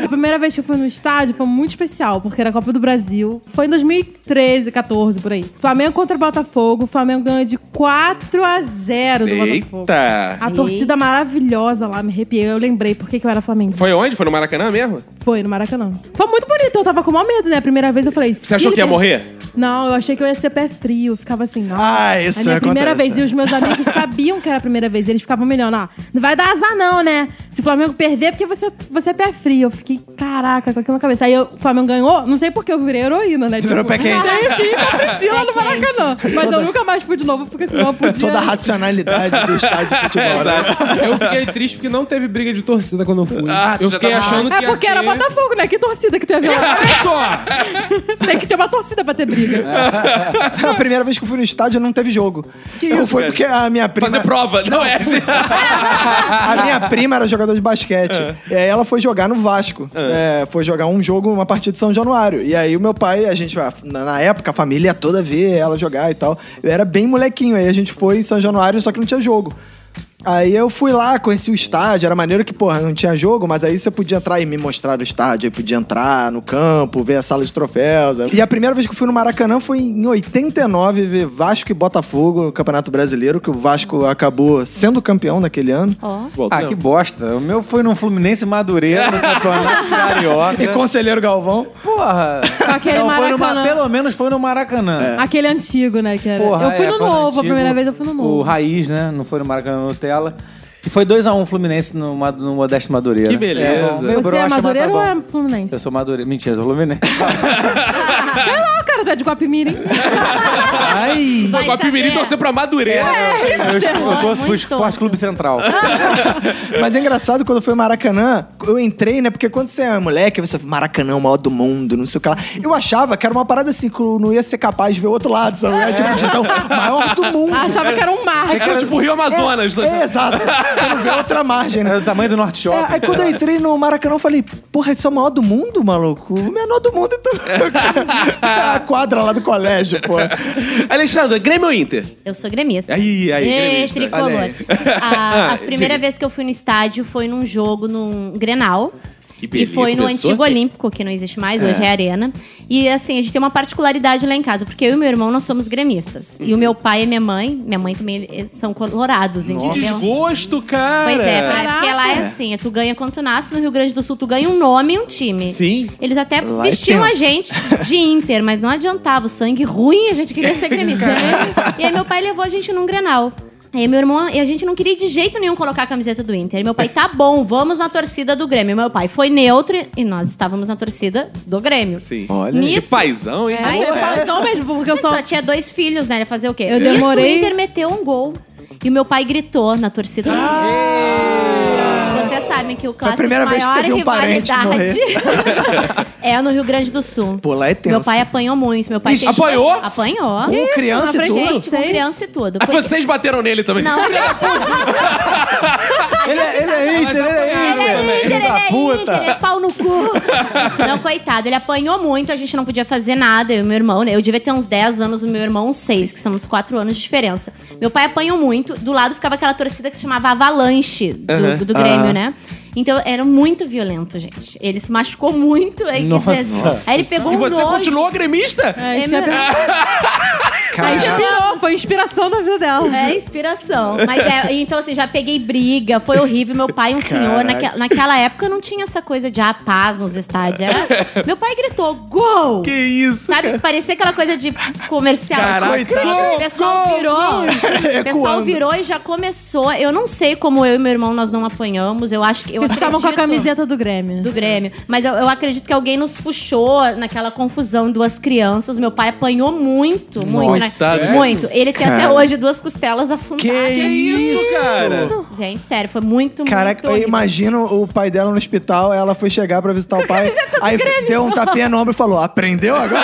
S3: A primeira vez que eu fui no estádio foi muito especial, porque era a Copa do Brasil. Foi em 2013, 14, por aí. Flamengo contra Botafogo. O Flamengo ganha de 4 a 0 do Botafogo.
S11: Eita.
S3: A torcida maravilhosa lá, me arrepiei. Eu lembrei por que que eu era Flamengo.
S11: Foi onde? Foi no Maracanã mesmo?
S3: Foi no Maracanã. Foi muito bonito, eu tava com o maior medo, né? A primeira vez eu falei.
S11: Você achou que ia morrer?
S3: Não, eu achei que eu ia ser pé frio. Eu Ficava assim, nossa.
S2: Ah, isso
S3: É a minha primeira
S2: acontece,
S3: vez. E os meus amigos sabiam que era a primeira vez. Eles ficavam melhor. Não, não vai dar azar, não, né? Se o Flamengo perder, é porque você, você é pé frio. Eu fiquei, caraca, com aquela cabeça. Aí eu- o Flamengo ganhou, não sei porque eu virei heroína, né?
S2: Virou pé quente.
S3: Aí eu fiquei com a Priscila
S6: Pé
S3: no Maracanã. Mas eu nunca mais fui de novo, porque senão eu podia.
S2: Toda a racionalidade do estádio de futebol. né?
S8: Eu fiquei triste porque não teve briga de torcida quando eu fui.
S11: Ah, tu
S8: eu
S11: já
S8: fiquei
S11: tava-
S8: achando que
S3: É
S8: ia
S3: porque era
S8: ter-
S3: Botafogo, né? Que torcida que tu ia ver lá. Tem que ter uma torcida pra ter
S2: É.
S3: briga.
S2: A primeira vez que eu fui no estádio não teve jogo. Que isso? Foi porque a minha prima.
S11: Fazer prova. Não, é. gente.
S2: A minha prima era jogadora de basquete. E aí ela foi jogar no Vasco. É, foi jogar um jogo, uma partida de São Januário. E aí o meu pai, a gente, ah, na na época, a família toda vê ela jogar e tal. Eu era bem molequinho. Aí a gente foi em São Januário, só que não tinha jogo. Aí eu fui lá, conheci o estádio, era maneiro que, porra, não tinha jogo, mas aí você podia entrar e me mostrar o estádio, aí podia entrar no campo, ver a sala de troféus. E a primeira vez que eu fui no Maracanã foi em 89, ver Vasco e Botafogo no Campeonato Brasileiro, que o Vasco acabou sendo campeão naquele ano.
S6: Ó.
S4: Ah, que bosta. O meu foi num Fluminense Madureira, no Campeonato
S2: E
S4: Carioca.
S2: Conselheiro Galvão.
S4: Porra!
S3: Aquele
S4: Não, foi no Ma-
S3: Maracanã.
S4: Pelo menos foi no Maracanã.
S3: Aquele antigo, né? Que era.
S4: Porra,
S3: eu fui
S4: é,
S3: no
S4: foi
S3: novo,
S4: antigo,
S3: a primeira vez eu fui no novo.
S4: O Raiz, né? Não foi no Maracanã, no Tela. E foi 2x1 Fluminense no, Ma- no Modesto Madureira.
S11: Que beleza.
S4: meu
S3: Você
S4: bro
S3: é
S4: acha, mas tá
S3: madureiro ou é
S4: bom.
S3: fluminense?
S4: Eu sou Madureira. Mentira, eu sou Fluminense.
S3: Sei lá, o cara tá de Guapimirim.
S2: Ai!
S6: Vai
S11: Com a Pimirim
S6: saber.
S11: torcer pra Madureira.
S2: É.
S4: Eu, eu, eu torço pro
S6: Muito
S4: Esporte
S6: torto.
S4: Clube Central.
S2: Mas é engraçado, quando foi o Maracanã, eu entrei, né? Porque quando você é moleque, você fala, Maracanã, é o maior do mundo, não sei o que lá. Eu achava que era uma parada assim, que eu não ia ser capaz de ver o outro lado, sabe? É. Tipo, de, então, maior do mundo.
S3: Achava que era um mar.
S1: Era tipo Rio Amazonas. né?
S2: É, exato. Você não vê outra margem, né?
S4: Era do tamanho do Norte Shopping.
S2: É, aí quando eu entrei no Maracanã, eu falei, porra, esse é o maior do mundo, maluco? O menor do mundo, então. Tá a quadra lá do colégio, pô.
S1: Alexandre, é Grêmio ou Inter?
S6: Eu sou gremista.
S1: Aí, aí,
S6: Ê,
S1: gremista. Ah,
S6: tricolor. A, a primeira vez que eu fui no estádio foi num jogo num Grenal.
S1: Que
S6: E
S1: beleza,
S6: foi no
S1: começou
S6: antigo
S1: aqui.
S6: Olímpico, que não existe mais, hoje é Arena. E assim, a gente tem uma particularidade lá em casa, porque eu e meu irmão nós somos gremistas.
S1: Uhum.
S6: E o meu pai e minha mãe, minha mãe também eles são colorados,
S1: Que
S6: entendeu?
S1: desgosto, cara.
S6: Pois é, pra- porque
S3: Caraca.
S6: lá é assim, tu ganha quando tu nasce no Rio Grande do Sul, tu ganha um nome e um time.
S1: Sim.
S6: Eles até
S2: Lá é
S6: vestiam a
S2: tenso.
S6: gente de Inter, mas não adiantava. O sangue ruim, a gente queria ser gremista. e aí meu pai levou a gente num Grenal. Aí meu irmão, e a gente não queria de jeito nenhum colocar a camiseta do Inter. E Meu pai, tá bom, vamos na torcida do Grêmio. Meu pai foi neutro e nós estávamos na torcida do Grêmio.
S1: Sim.
S2: Olha.
S1: Que
S6: Nisso,
S1: paizão,
S6: É.
S1: hein?
S3: Aí É, eu falo só mesmo, porque eu só.
S6: só tinha dois filhos, né? Ele fazia o quê?
S3: Eu
S6: Nisso,
S3: demorei.
S6: o Inter meteu um gol. E o meu pai gritou na torcida do
S3: Ah,
S6: Grêmio. Vocês sabem que o
S2: a
S6: clássico de
S2: primeira
S6: maior
S2: vez que você viu um parente
S6: rivalidade é no Rio Grande do Sul.
S2: Pô, lá é tenso.
S6: Meu pai apanhou muito. Meu pai
S1: Ixi,
S6: tem-
S1: apanhou?
S6: Apanhou.
S2: Com
S3: na
S2: criança e
S3: frente
S2: tudo.
S3: de
S6: Gente, com
S3: Vocês?
S6: criança e tudo.
S1: Ah, Vocês bateram nele também.
S6: Não, ele
S4: Ele é, ele é Inter, ele é Inter.
S6: é Inter, ele
S2: da
S6: é
S2: puta.
S6: Inter, ele é pau no cu. Não, coitado, ele apanhou muito, a gente não podia fazer nada. Eu e meu irmão, né? Eu devia ter uns 10 anos, o meu irmão uns 6, que somos 4 anos de diferença. Meu pai apanhou muito, do lado ficava aquela torcida que se chamava Avalanche do, do Grêmio, né? Então era muito violento, gente. Ele se machucou muito. Aí,
S4: Nossa.
S6: aí ele pegou
S1: E
S6: um
S1: você
S6: nojo.
S1: continuou gremista?
S3: É, isso que
S6: É,
S3: eu ia
S6: meu-
S3: perguntar. Aí inspirou, foi inspiração da vida dela.
S6: É inspiração. Mas é, então assim, já peguei briga, foi horrível. Meu pai, um senhor, naque- naquela época não tinha essa coisa de ah, paz nos estádios. Era, meu pai gritou, gol!
S1: Que isso?
S6: Sabe, parecia aquela coisa de comercial.
S1: Gol,
S6: O pessoal
S1: gol, É
S6: virou. O pessoal virou e já começou. Eu não sei como eu e meu irmão nós não apanhamos. Eu acho que eu
S3: Vocês estavam com a
S6: acredito-
S3: camiseta do Grêmio.
S1: Uhum.
S6: do Grêmio. Mas eu, eu acredito que alguém nos puxou naquela confusão, duas crianças. Meu pai apanhou muito, muito. né?
S1: Coitado.
S6: Muito. Ele tem até
S2: Cara.
S6: hoje duas costelas afundadas.
S1: isso, cara?
S6: Gente, sério, foi muito, muito
S2: Caraca, eu
S6: horrível.
S2: imagino o pai dela no hospital, ela foi chegar pra visitar o pai, aí deu um tapinha no ombro e falou, aprendeu agora?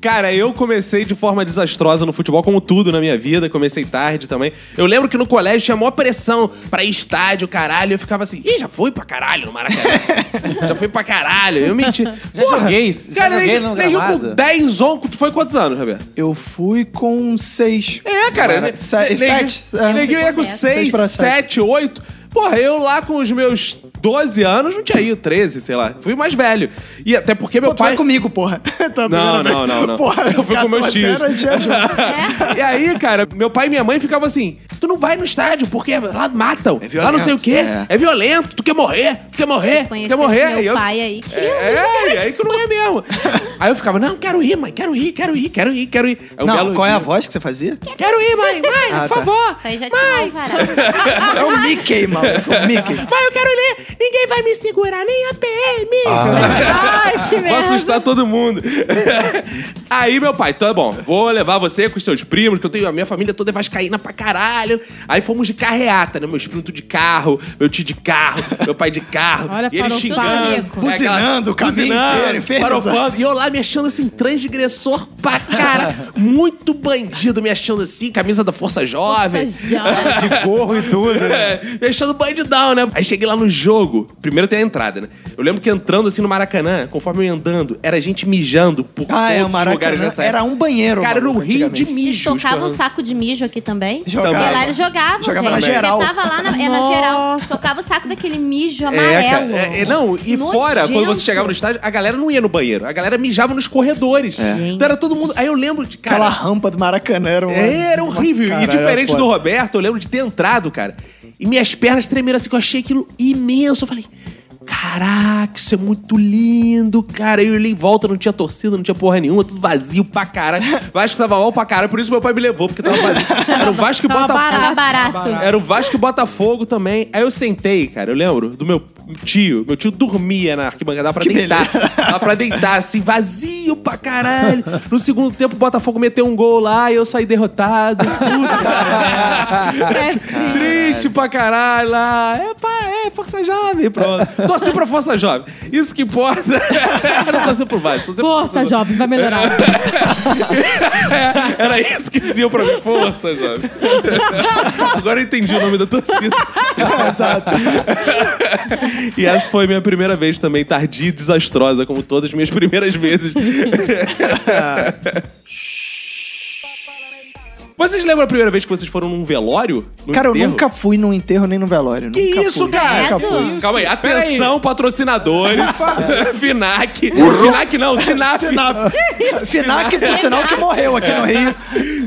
S1: Cara, eu comecei de forma desastrosa no futebol, como tudo na minha vida. Comecei tarde também. Eu lembro que no colégio tinha maior pressão pra ir estádio, caralho. Eu ficava assim, ih, já fui pra caralho no Maracanã. já fui pra caralho. Eu menti.
S4: Já joguei, já
S1: Cara, nem,
S4: joguei no
S1: nem eu com
S4: gramado.
S1: 10 on... Tu foi quantos anos, Roberto?
S2: Eu fui com um seis.
S1: É, cara.
S2: Mara-
S1: ne-
S2: se-
S1: ne-
S2: sete,
S1: neguinho-
S2: é.
S1: Neguinho ia com
S6: Seis
S1: 6,
S2: pra sete.
S1: 7, 8. Porra, eu lá com os meus 12 anos, não tinha ido, 13, sei lá. Fui mais velho. E até porque meu
S2: Pô, tu
S1: pai...
S2: vai comigo, porra. Tá
S1: Não,
S2: vendo?
S1: não, não, não.
S2: Porra,
S1: Eu fui com meus
S2: 14
S1: tios.
S2: anos, tinha junto.
S6: É.
S1: E aí, cara, meu pai e minha mãe ficavam assim: tu não vai no estádio porque lá matam, lá não sei o quê, é. violento, tu quer morrer, tu quer morrer, tu quer
S6: Conhecesse
S1: morrer.
S6: meu
S1: E eu-
S6: pai aí que-
S1: É, é, aí que não é mesmo. aí eu ficava: não, quero ir, mãe, quero ir, quero ir, quero ir, quero ir. Aí um belo
S2: Não, qual é a
S1: dia,
S2: voz que você fazia?
S1: Quero ir, mãe, mãe,
S2: Ah,
S1: por
S2: tá.
S1: favor.
S6: Isso aí já tinha
S1: mãe,
S6: alvará.
S2: É o Mickey, maluco, o Mickey.
S1: mãe, eu quero ler, ninguém vai me segurar, nem a PM.
S3: Ai, que
S1: Vou
S3: merda.
S1: assustar todo mundo. Aí, meu pai, então é bom, vou levar você com os seus primos, que eu tenho a minha família toda é vascaína pra caralho. Aí fomos de carreata, né? Meus primos tudo de carro, meu tio de carro, meu pai de carro.
S3: Olha,
S1: e ele
S3: farofando.
S1: xingando.
S6: Buzinando
S1: É, aquela-
S2: o caminho
S1: buzinando,
S2: inteiro, infernizando.
S1: farofando. E eu lá me achando assim, transgressor pra cara. Muito bandido me achando assim, camisa da Força Jovem.
S6: Já.
S4: De gorro e tudo.
S1: É, deixando bandidão, né? Aí cheguei lá no jogo. Primeiro tem a entrada, né? Eu lembro que entrando assim no Maracanã, conforme eu ia andando, era gente mijando por
S2: Ah,
S1: todos
S2: é, o
S1: os lugares
S2: Maracanã
S1: nessa época.
S2: era um banheiro.
S1: Cara, era um
S2: maluco,
S1: rio de
S2: antigamente.
S6: Eles
S1: mijo. tipo,
S6: tocavam um
S1: escorrendo.
S6: saco de mijo aqui também.
S2: Jogava.
S6: E lá eles jogavam,
S2: Jogava
S6: gente.
S2: na geral.
S6: Você tava lá na, é, na
S3: Nossa.
S6: geral. Tocava o saco daquele mijo amarelo.
S1: É, cara, é, é, não, e
S6: Nojento.
S1: fora, quando você chegava no estádio, a galera não ia no banheiro. A galera mijava nos corredores. Então era todo mundo. Aí eu lembro de. Cara,
S2: É. Aquela rampa do Maracanã era um...
S1: É, era horrível.
S2: Caralho,
S1: e diferente
S2: era
S1: do
S2: foda.
S1: Roberto, eu lembro de ter entrado, cara. E minhas pernas tremeram assim, que eu achei aquilo imenso. Eu falei, caraca, isso é muito lindo, cara. Aí eu olhei em volta, não tinha torcida, não tinha porra nenhuma, tudo vazio pra caralho. Vasco tava mal pra caralho, por isso meu pai me levou, porque tava vazio. Era o Vasco e
S3: Tava
S1: Botafogo.
S6: Tava barato.
S1: Era o Vasco e Botafogo também. Aí eu sentei, cara, eu lembro do meu tio. Meu tio dormia na arquibancada, dava pra deitar. Dava pra deitar, assim, vazio pra caralho. No segundo tempo, o Botafogo meteu um gol lá e eu saí derrotado. Puta. Triste pra caralho lá. É, pá, é
S4: Força Jovem, pronto.
S1: Pronto. Torci pra Força Jovem. Isso que importa. Não torci pro Vasco. torci pro-
S3: Força, jovem, vai
S4: É,
S3: melhorar.
S1: Era isso que diziam pra mim. Força, jovem. Agora eu entendi o nome da torcida.
S2: Exato.
S1: E essa foi minha primeira vez também, tardia e desastrosa, como todas as minhas primeiras vezes. Vocês lembram a primeira vez que vocês foram num velório? Num
S2: Cara, eu
S1: enterro?
S2: nunca fui num enterro nem no velório.
S1: Que
S2: nunca
S1: isso,
S2: fui.
S1: cara?
S2: Nunca fui.
S6: Credo.
S1: Calma aí, atenção, patrocinadores. Finac. Finac não, Sinap. Sinap.
S2: Finac, por sinal que morreu aqui no Rio.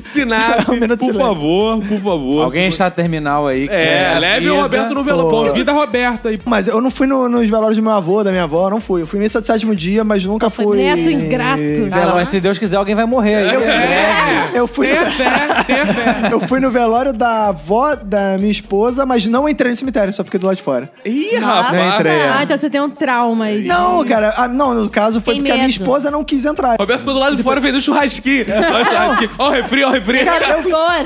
S1: Sinap.
S2: Um minuto de
S1: Por
S2: silêncio.
S1: favor, por favor.
S4: Alguém está terminal aí. que
S1: É, leve o
S4: avisa.
S1: Roberto no velório.
S2: Pô.
S1: Convida
S8: Vida Roberta aí.
S2: Mas eu não fui no- nos velórios do meu avô, da minha avó, não fui. Eu fui missa de sétimo dia, mas nunca
S3: foi
S2: fui.
S3: neto ingrato.
S2: em
S4: Ah, não,
S2: velório.
S4: mas se Deus quiser, alguém vai morrer aí.
S2: É, Eu fui,
S8: Tenha
S2: no,
S8: fé, tenha fé.
S2: eu fui no velório da avó da minha esposa, mas não entrei no cemitério, só fiquei do lado de fora.
S1: Ih, rapaz.
S2: Nem entrei. é.
S3: Ah, então você tem um trauma aí.
S2: Não, cara, ah, não, no caso foi
S6: Tem
S2: porque a minha
S6: medo.
S2: esposa não quis entrar.
S1: Roberto ficou do lado de fora vendendo churrasquinho. Ó, o churrasquinho. Ó, o refri, ó, o refri.
S2: Cara, eu,
S6: Flor.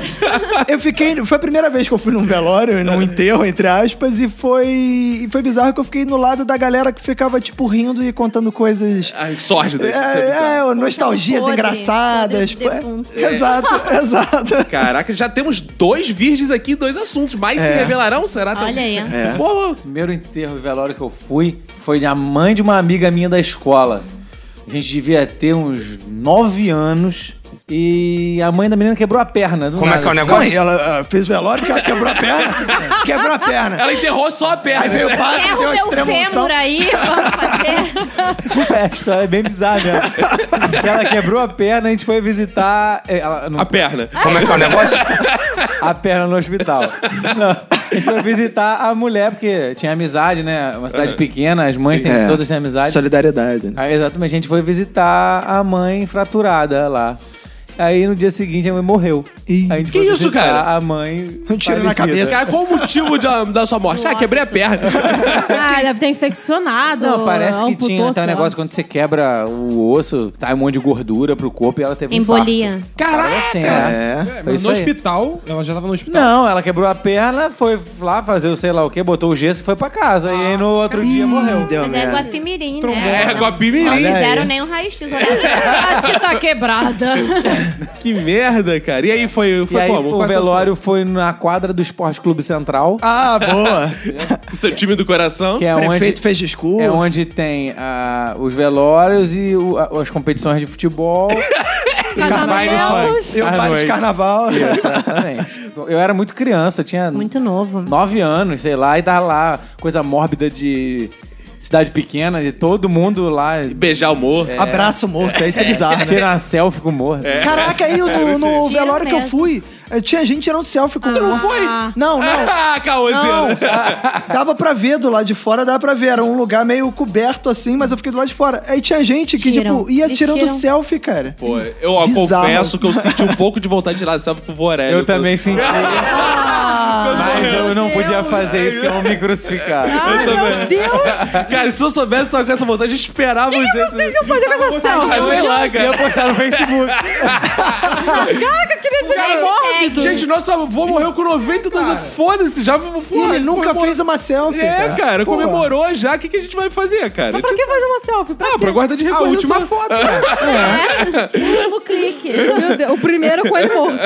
S2: eu fiquei. Foi a primeira vez que eu fui num velório, e num enterro, entre aspas, e foi. e foi bizarro que eu fiquei no lado da galera que ficava, tipo, rindo e contando coisas.
S1: Ai, sórdida.
S2: É, é, nostalgias
S6: Podre,
S2: engraçadas.
S6: podre do
S2: pô, é.
S6: defunto.
S2: Exato, exato.
S1: Caraca, já temos dois virgens aqui, dois assuntos. Mais se
S2: É.
S1: revelarão, será?
S6: Olha aí.
S2: É.
S1: Pô,
S4: O primeiro enterro e velório que eu fui foi da mãe de uma amiga minha da escola. A gente devia ter uns nove anos e a mãe da menina quebrou a perna.
S12: Como é que é o
S4: negócio?
S2: Calma aí,
S12: negócio?
S2: ela ah, fez o velório, que ela quebrou a perna. quebrou a perna. É.
S1: ela enterrou só a perna.
S2: Aí veio o padre,
S6: Ferra o
S2: deu a
S6: meu
S2: extrema unção.
S6: fêmur aí, vamos fazer.
S4: É, a história é bem bizarra mesmo. ela quebrou a perna, a gente foi visitar é, ela- não-
S1: A perna.
S12: Como é que é o negócio?
S4: a perna no hospital. Não, a gente foi visitar a mulher, porque tinha amizade, né? Uma
S12: É.
S4: cidade pequena, as Ah. mães têm,
S2: É.
S4: todas têm amizade.
S2: Solidariedade. né?
S4: Aí, exatamente, a gente foi visitar a mãe fraturada lá. Aí no dia seguinte a mãe morreu.
S2: Ih.
S4: A gente
S1: Que
S4: foi
S1: isso,
S4: visitar
S1: cara?
S4: A mãe.
S2: Um tiro
S4: falecida.
S2: na cabeça.
S1: Cara, qual o motivo da, da sua morte? Ah, quebrei a perna.
S3: Ah, deve ter infeccionado.
S4: Não, parece que
S3: amputou,
S4: tinha até
S3: sei
S4: um
S3: lá.
S4: negócio quando você quebra o osso, tá um monte de gordura pro corpo e ela teve um
S6: Embolia.
S4: infarto. Parada assim, é.
S2: É.
S8: É,
S4: Foi
S8: mas
S4: isso
S8: no
S4: aí.
S8: hospital, ela já tava no hospital.
S4: Não, ela quebrou a perna, foi lá fazer o sei lá o que, botou o gesso e foi pra casa. e aí no outro dia morreu.
S2: deu
S6: Mas é
S2: merda.
S6: Guapimirim, né?
S1: É,
S6: Não-
S1: com a
S6: Não
S1: pimirim.
S6: fizeram nenhum raiz X, olha. Acho que tá quebrada.
S1: Que merda, cara. E aí foi,
S4: E
S1: foi
S4: aí
S1: como?
S4: o
S1: Qual a
S4: velório foi na quadra do Esporte Clube Central,
S2: assim. Ah, boa.
S1: sensação? Seu time do coração.
S4: que é
S2: o prefeito
S4: onde
S2: fez discurso.
S4: É onde tem ah, os velórios e o- a- as competições de futebol.
S3: Tá Casamentos.
S2: E o
S4: à
S2: baile
S4: noite.
S2: de carnaval.
S4: Exatamente. Eu era muito criança, eu tinha
S6: Muito novo.
S4: nove anos, sei lá, e tava lá, coisa mórbida de cidade pequena, de todo mundo lá.
S1: Beijar o morro.
S2: Abraço morto, isso é bizarro, né?
S4: Tirar uma selfie com o morto.
S2: Caraca, aí no, no
S6: Tira
S2: velório que eu
S6: mesmo. Ah.
S2: fui, eh, tinha gente tirando selfie com...
S3: não foi?
S2: Não, não.
S1: Ah,
S2: Não, Ah,
S1: caôzinho.
S2: dava pra ver do lado de fora, dava pra ver. Era um lugar meio coberto assim, mas eu fiquei do lado de fora. Aí tinha gente que,
S6: Tiram.
S2: tipo, ia
S6: Eles
S2: tirando
S6: tiram.
S2: selfie, cara.
S1: Pô, eu ó,
S2: Bizarro.
S1: confesso que eu senti um pouco de vontade de tirar selfie com o Vorelli.
S4: Eu também senti.
S2: Ah,
S4: Mas eu não podia fazer isso, que eu vou me crucificar.
S3: Ai, meu Deus.
S1: Cara, se eu soubesse que tava com essa vontade, eu esperava o jeito.
S3: Vocês não fazem com essa
S1: Ah,
S3: selfie.
S1: sei lá,
S4: Eu ia
S1: cara.
S4: postar no Facebook.
S3: Caraca, que desejo
S6: Hashtag.
S3: mórbido.
S1: Gente, nosso avô morreu com 92 anos. Foda-se, já. Porra,
S2: Ele nunca
S1: comemorou.
S2: fez uma selfie.
S1: É, cara,
S2: Pô.
S1: comemorou já. O que, que a gente vai fazer, cara?
S3: Mas pra é que fazer uma selfie? Pra
S1: Ah,
S3: quê?
S1: pra guarda de
S8: A
S1: recordação.
S8: última foto.
S6: É, último clique.
S3: Meu Deus, o primeiro com ele morto.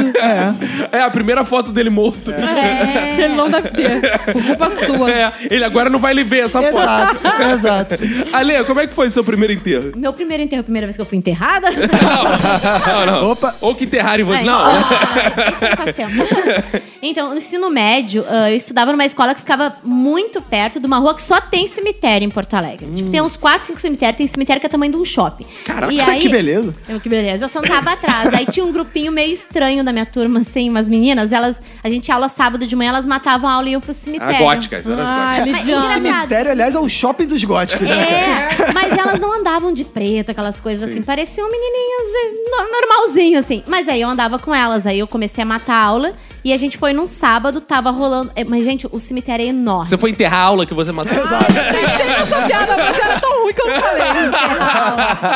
S1: É, a primeira foto dele morto. É.
S3: Que ele não deve ter. Por culpa sua.
S1: ele agora não vai lhe ver essa foto.
S2: Exato, exato.
S1: Ale, como é que foi seu primeiro enterro?
S6: Meu primeiro enterro, a primeira vez que eu fui enterrada.
S1: Não, não.
S2: Opa.
S1: Ou que enterraram você.
S6: Ai,
S1: Não.
S6: ah, isso faz tempo. então, no ensino médio, ah, eu estudava numa escola que ficava muito perto de uma rua que só tem cemitério em Porto Alegre. Tipo, tem uns 4, 5 cemitérios. Tem cemitério que é tamanho de um shopping. Caraca, e aí,
S2: Que beleza.
S6: Eu, que beleza. Eu sentava atrás. Aí tinha um grupinho meio estranho da minha turma, assim, umas meninas. Elas, a gente tinha aula sábado de manhã, elas matavam a aula e iam pro
S1: Ah,
S6: cemitério.
S1: góticas, eram as góticas.
S3: Ah,
S6: Mas
S3: Lidiana.
S6: engraçado.
S2: Cemitério, aliás, é o shopping dos góticos. né?
S6: Então, É, mas elas não andavam de preto, aquelas coisas assim. Pareciam menininhas de- no- normalzinho, assim. Mas aí eu andava com elas. casa. Aí eu comecei a matar a aula e a gente foi num sábado, tava rolando. é, Mas, gente, o cemitério é enorme.
S1: Você foi enterrar a aula que você matou.
S3: Essa piada, mas era tão ruim que eu não falei.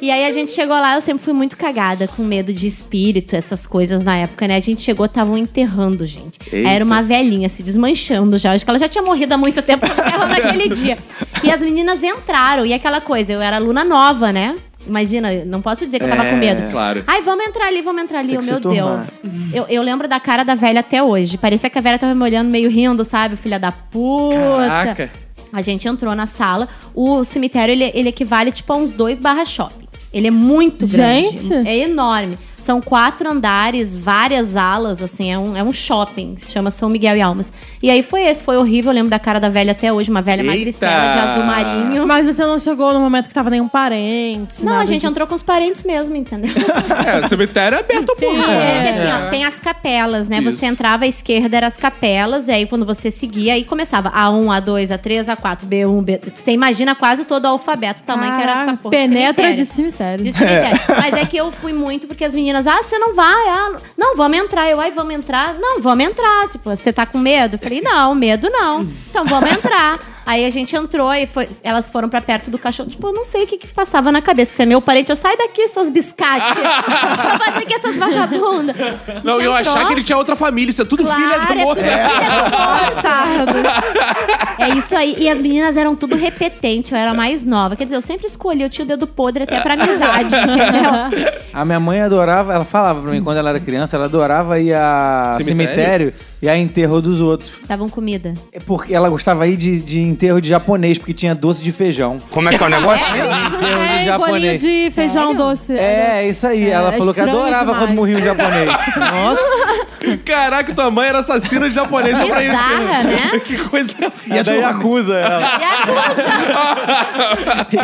S6: E aí a gente chegou lá, eu sempre fui muito cagada, com medo de espírito, essas coisas na época, né? A gente chegou, estavam enterrando, gente. Era uma velhinha se desmanchando já. Acho que ela já tinha morrido há muito tempo ela naquele dia. E as meninas entraram, e aquela coisa, eu era aluna nova, né? Imagina, eu não posso dizer que eu tava com medo.
S1: Claro.
S6: Ai, vamos entrar ali, vamos entrar ali.
S2: É. Tem
S6: Oh,
S2: que
S6: meu
S2: se turmar.
S6: Deus. Eu, eu lembro da cara da velha até hoje. Parecia que a velha tava me olhando meio rindo, sabe? Filha da puta.
S1: Caraca.
S6: A gente entrou na sala. O cemitério, ele, ele equivale, tipo, a uns dois barra shoppings. Ele é muito
S3: Gente!
S6: grande. É enorme. São quatro andares, várias alas, assim. É um, é um shopping. Se chama São Miguel e Almas. E aí foi esse. Foi horrível. Eu lembro da cara da velha até hoje. Uma velha
S1: Eita!
S6: magricela de azul marinho.
S3: Mas você não chegou no momento que tava nenhum parente.
S6: Não,
S3: nada
S6: a gente
S3: disso.
S6: entrou com os parentes mesmo, entendeu?
S1: É, o cemitério é aberto ao público.
S6: É, que assim, ó, tem as capelas, né? Você entrava à esquerda, eram as capelas, e aí quando você seguia, aí começava A1, A2, A3, A4, B1, B. Você imagina quase todo o alfabeto, o tamanho que era essa
S3: Caraca,
S6: porra.
S3: Ah, Penetra de
S6: cima.
S3: cemitério.
S6: De cemitério. Mas é que eu fui muito porque as meninas, ah, você não vai, ah, não, vamos entrar. Eu, ai, vamos entrar. Não, vamos entrar. Tipo, você tá com medo? Eu falei, não, medo não. Então vamos entrar. Aí a gente entrou e foi- elas foram pra perto do caixão. Tipo, eu não sei o que, que passava na cabeça. Você é meu parente, eu saio daqui, suas biscates. Você não vai daqui, essas vagabundas.
S1: Não, eu achar que ele tinha outra família. Isso é tudo
S6: Claro,
S1: filha do
S6: é
S1: morto.
S6: tudo filha do morto. É isso aí. E as meninas eram tudo repetente, eu era mais nova. Quer dizer, eu sempre escolhi, eu tinha o dedo podre até pra amizade, entendeu?
S4: A minha mãe adorava, ela falava pra mim quando ela era criança, ela adorava ir a
S1: Cemitério?
S4: cemitério, e a enterro dos outros.
S6: Davam comida.
S4: É porque ela gostava aí de, de enterro de japonês, porque tinha doce de feijão.
S12: Como é que é o negócio?
S4: Enterro
S3: É,
S4: de
S3: e bolinho
S4: japonês.
S3: de feijão doce.
S4: É, isso aí.
S3: É,
S4: ela
S3: é
S4: falou que
S3: estranho
S4: adorava
S3: demais.
S4: quando morria um japonês. Nossa.
S1: É, Caraca, tua mãe era assassina de japonesa pra ele.
S6: Bizarra, né?
S1: Que coisa.
S4: E daí acusa ela.
S6: E a-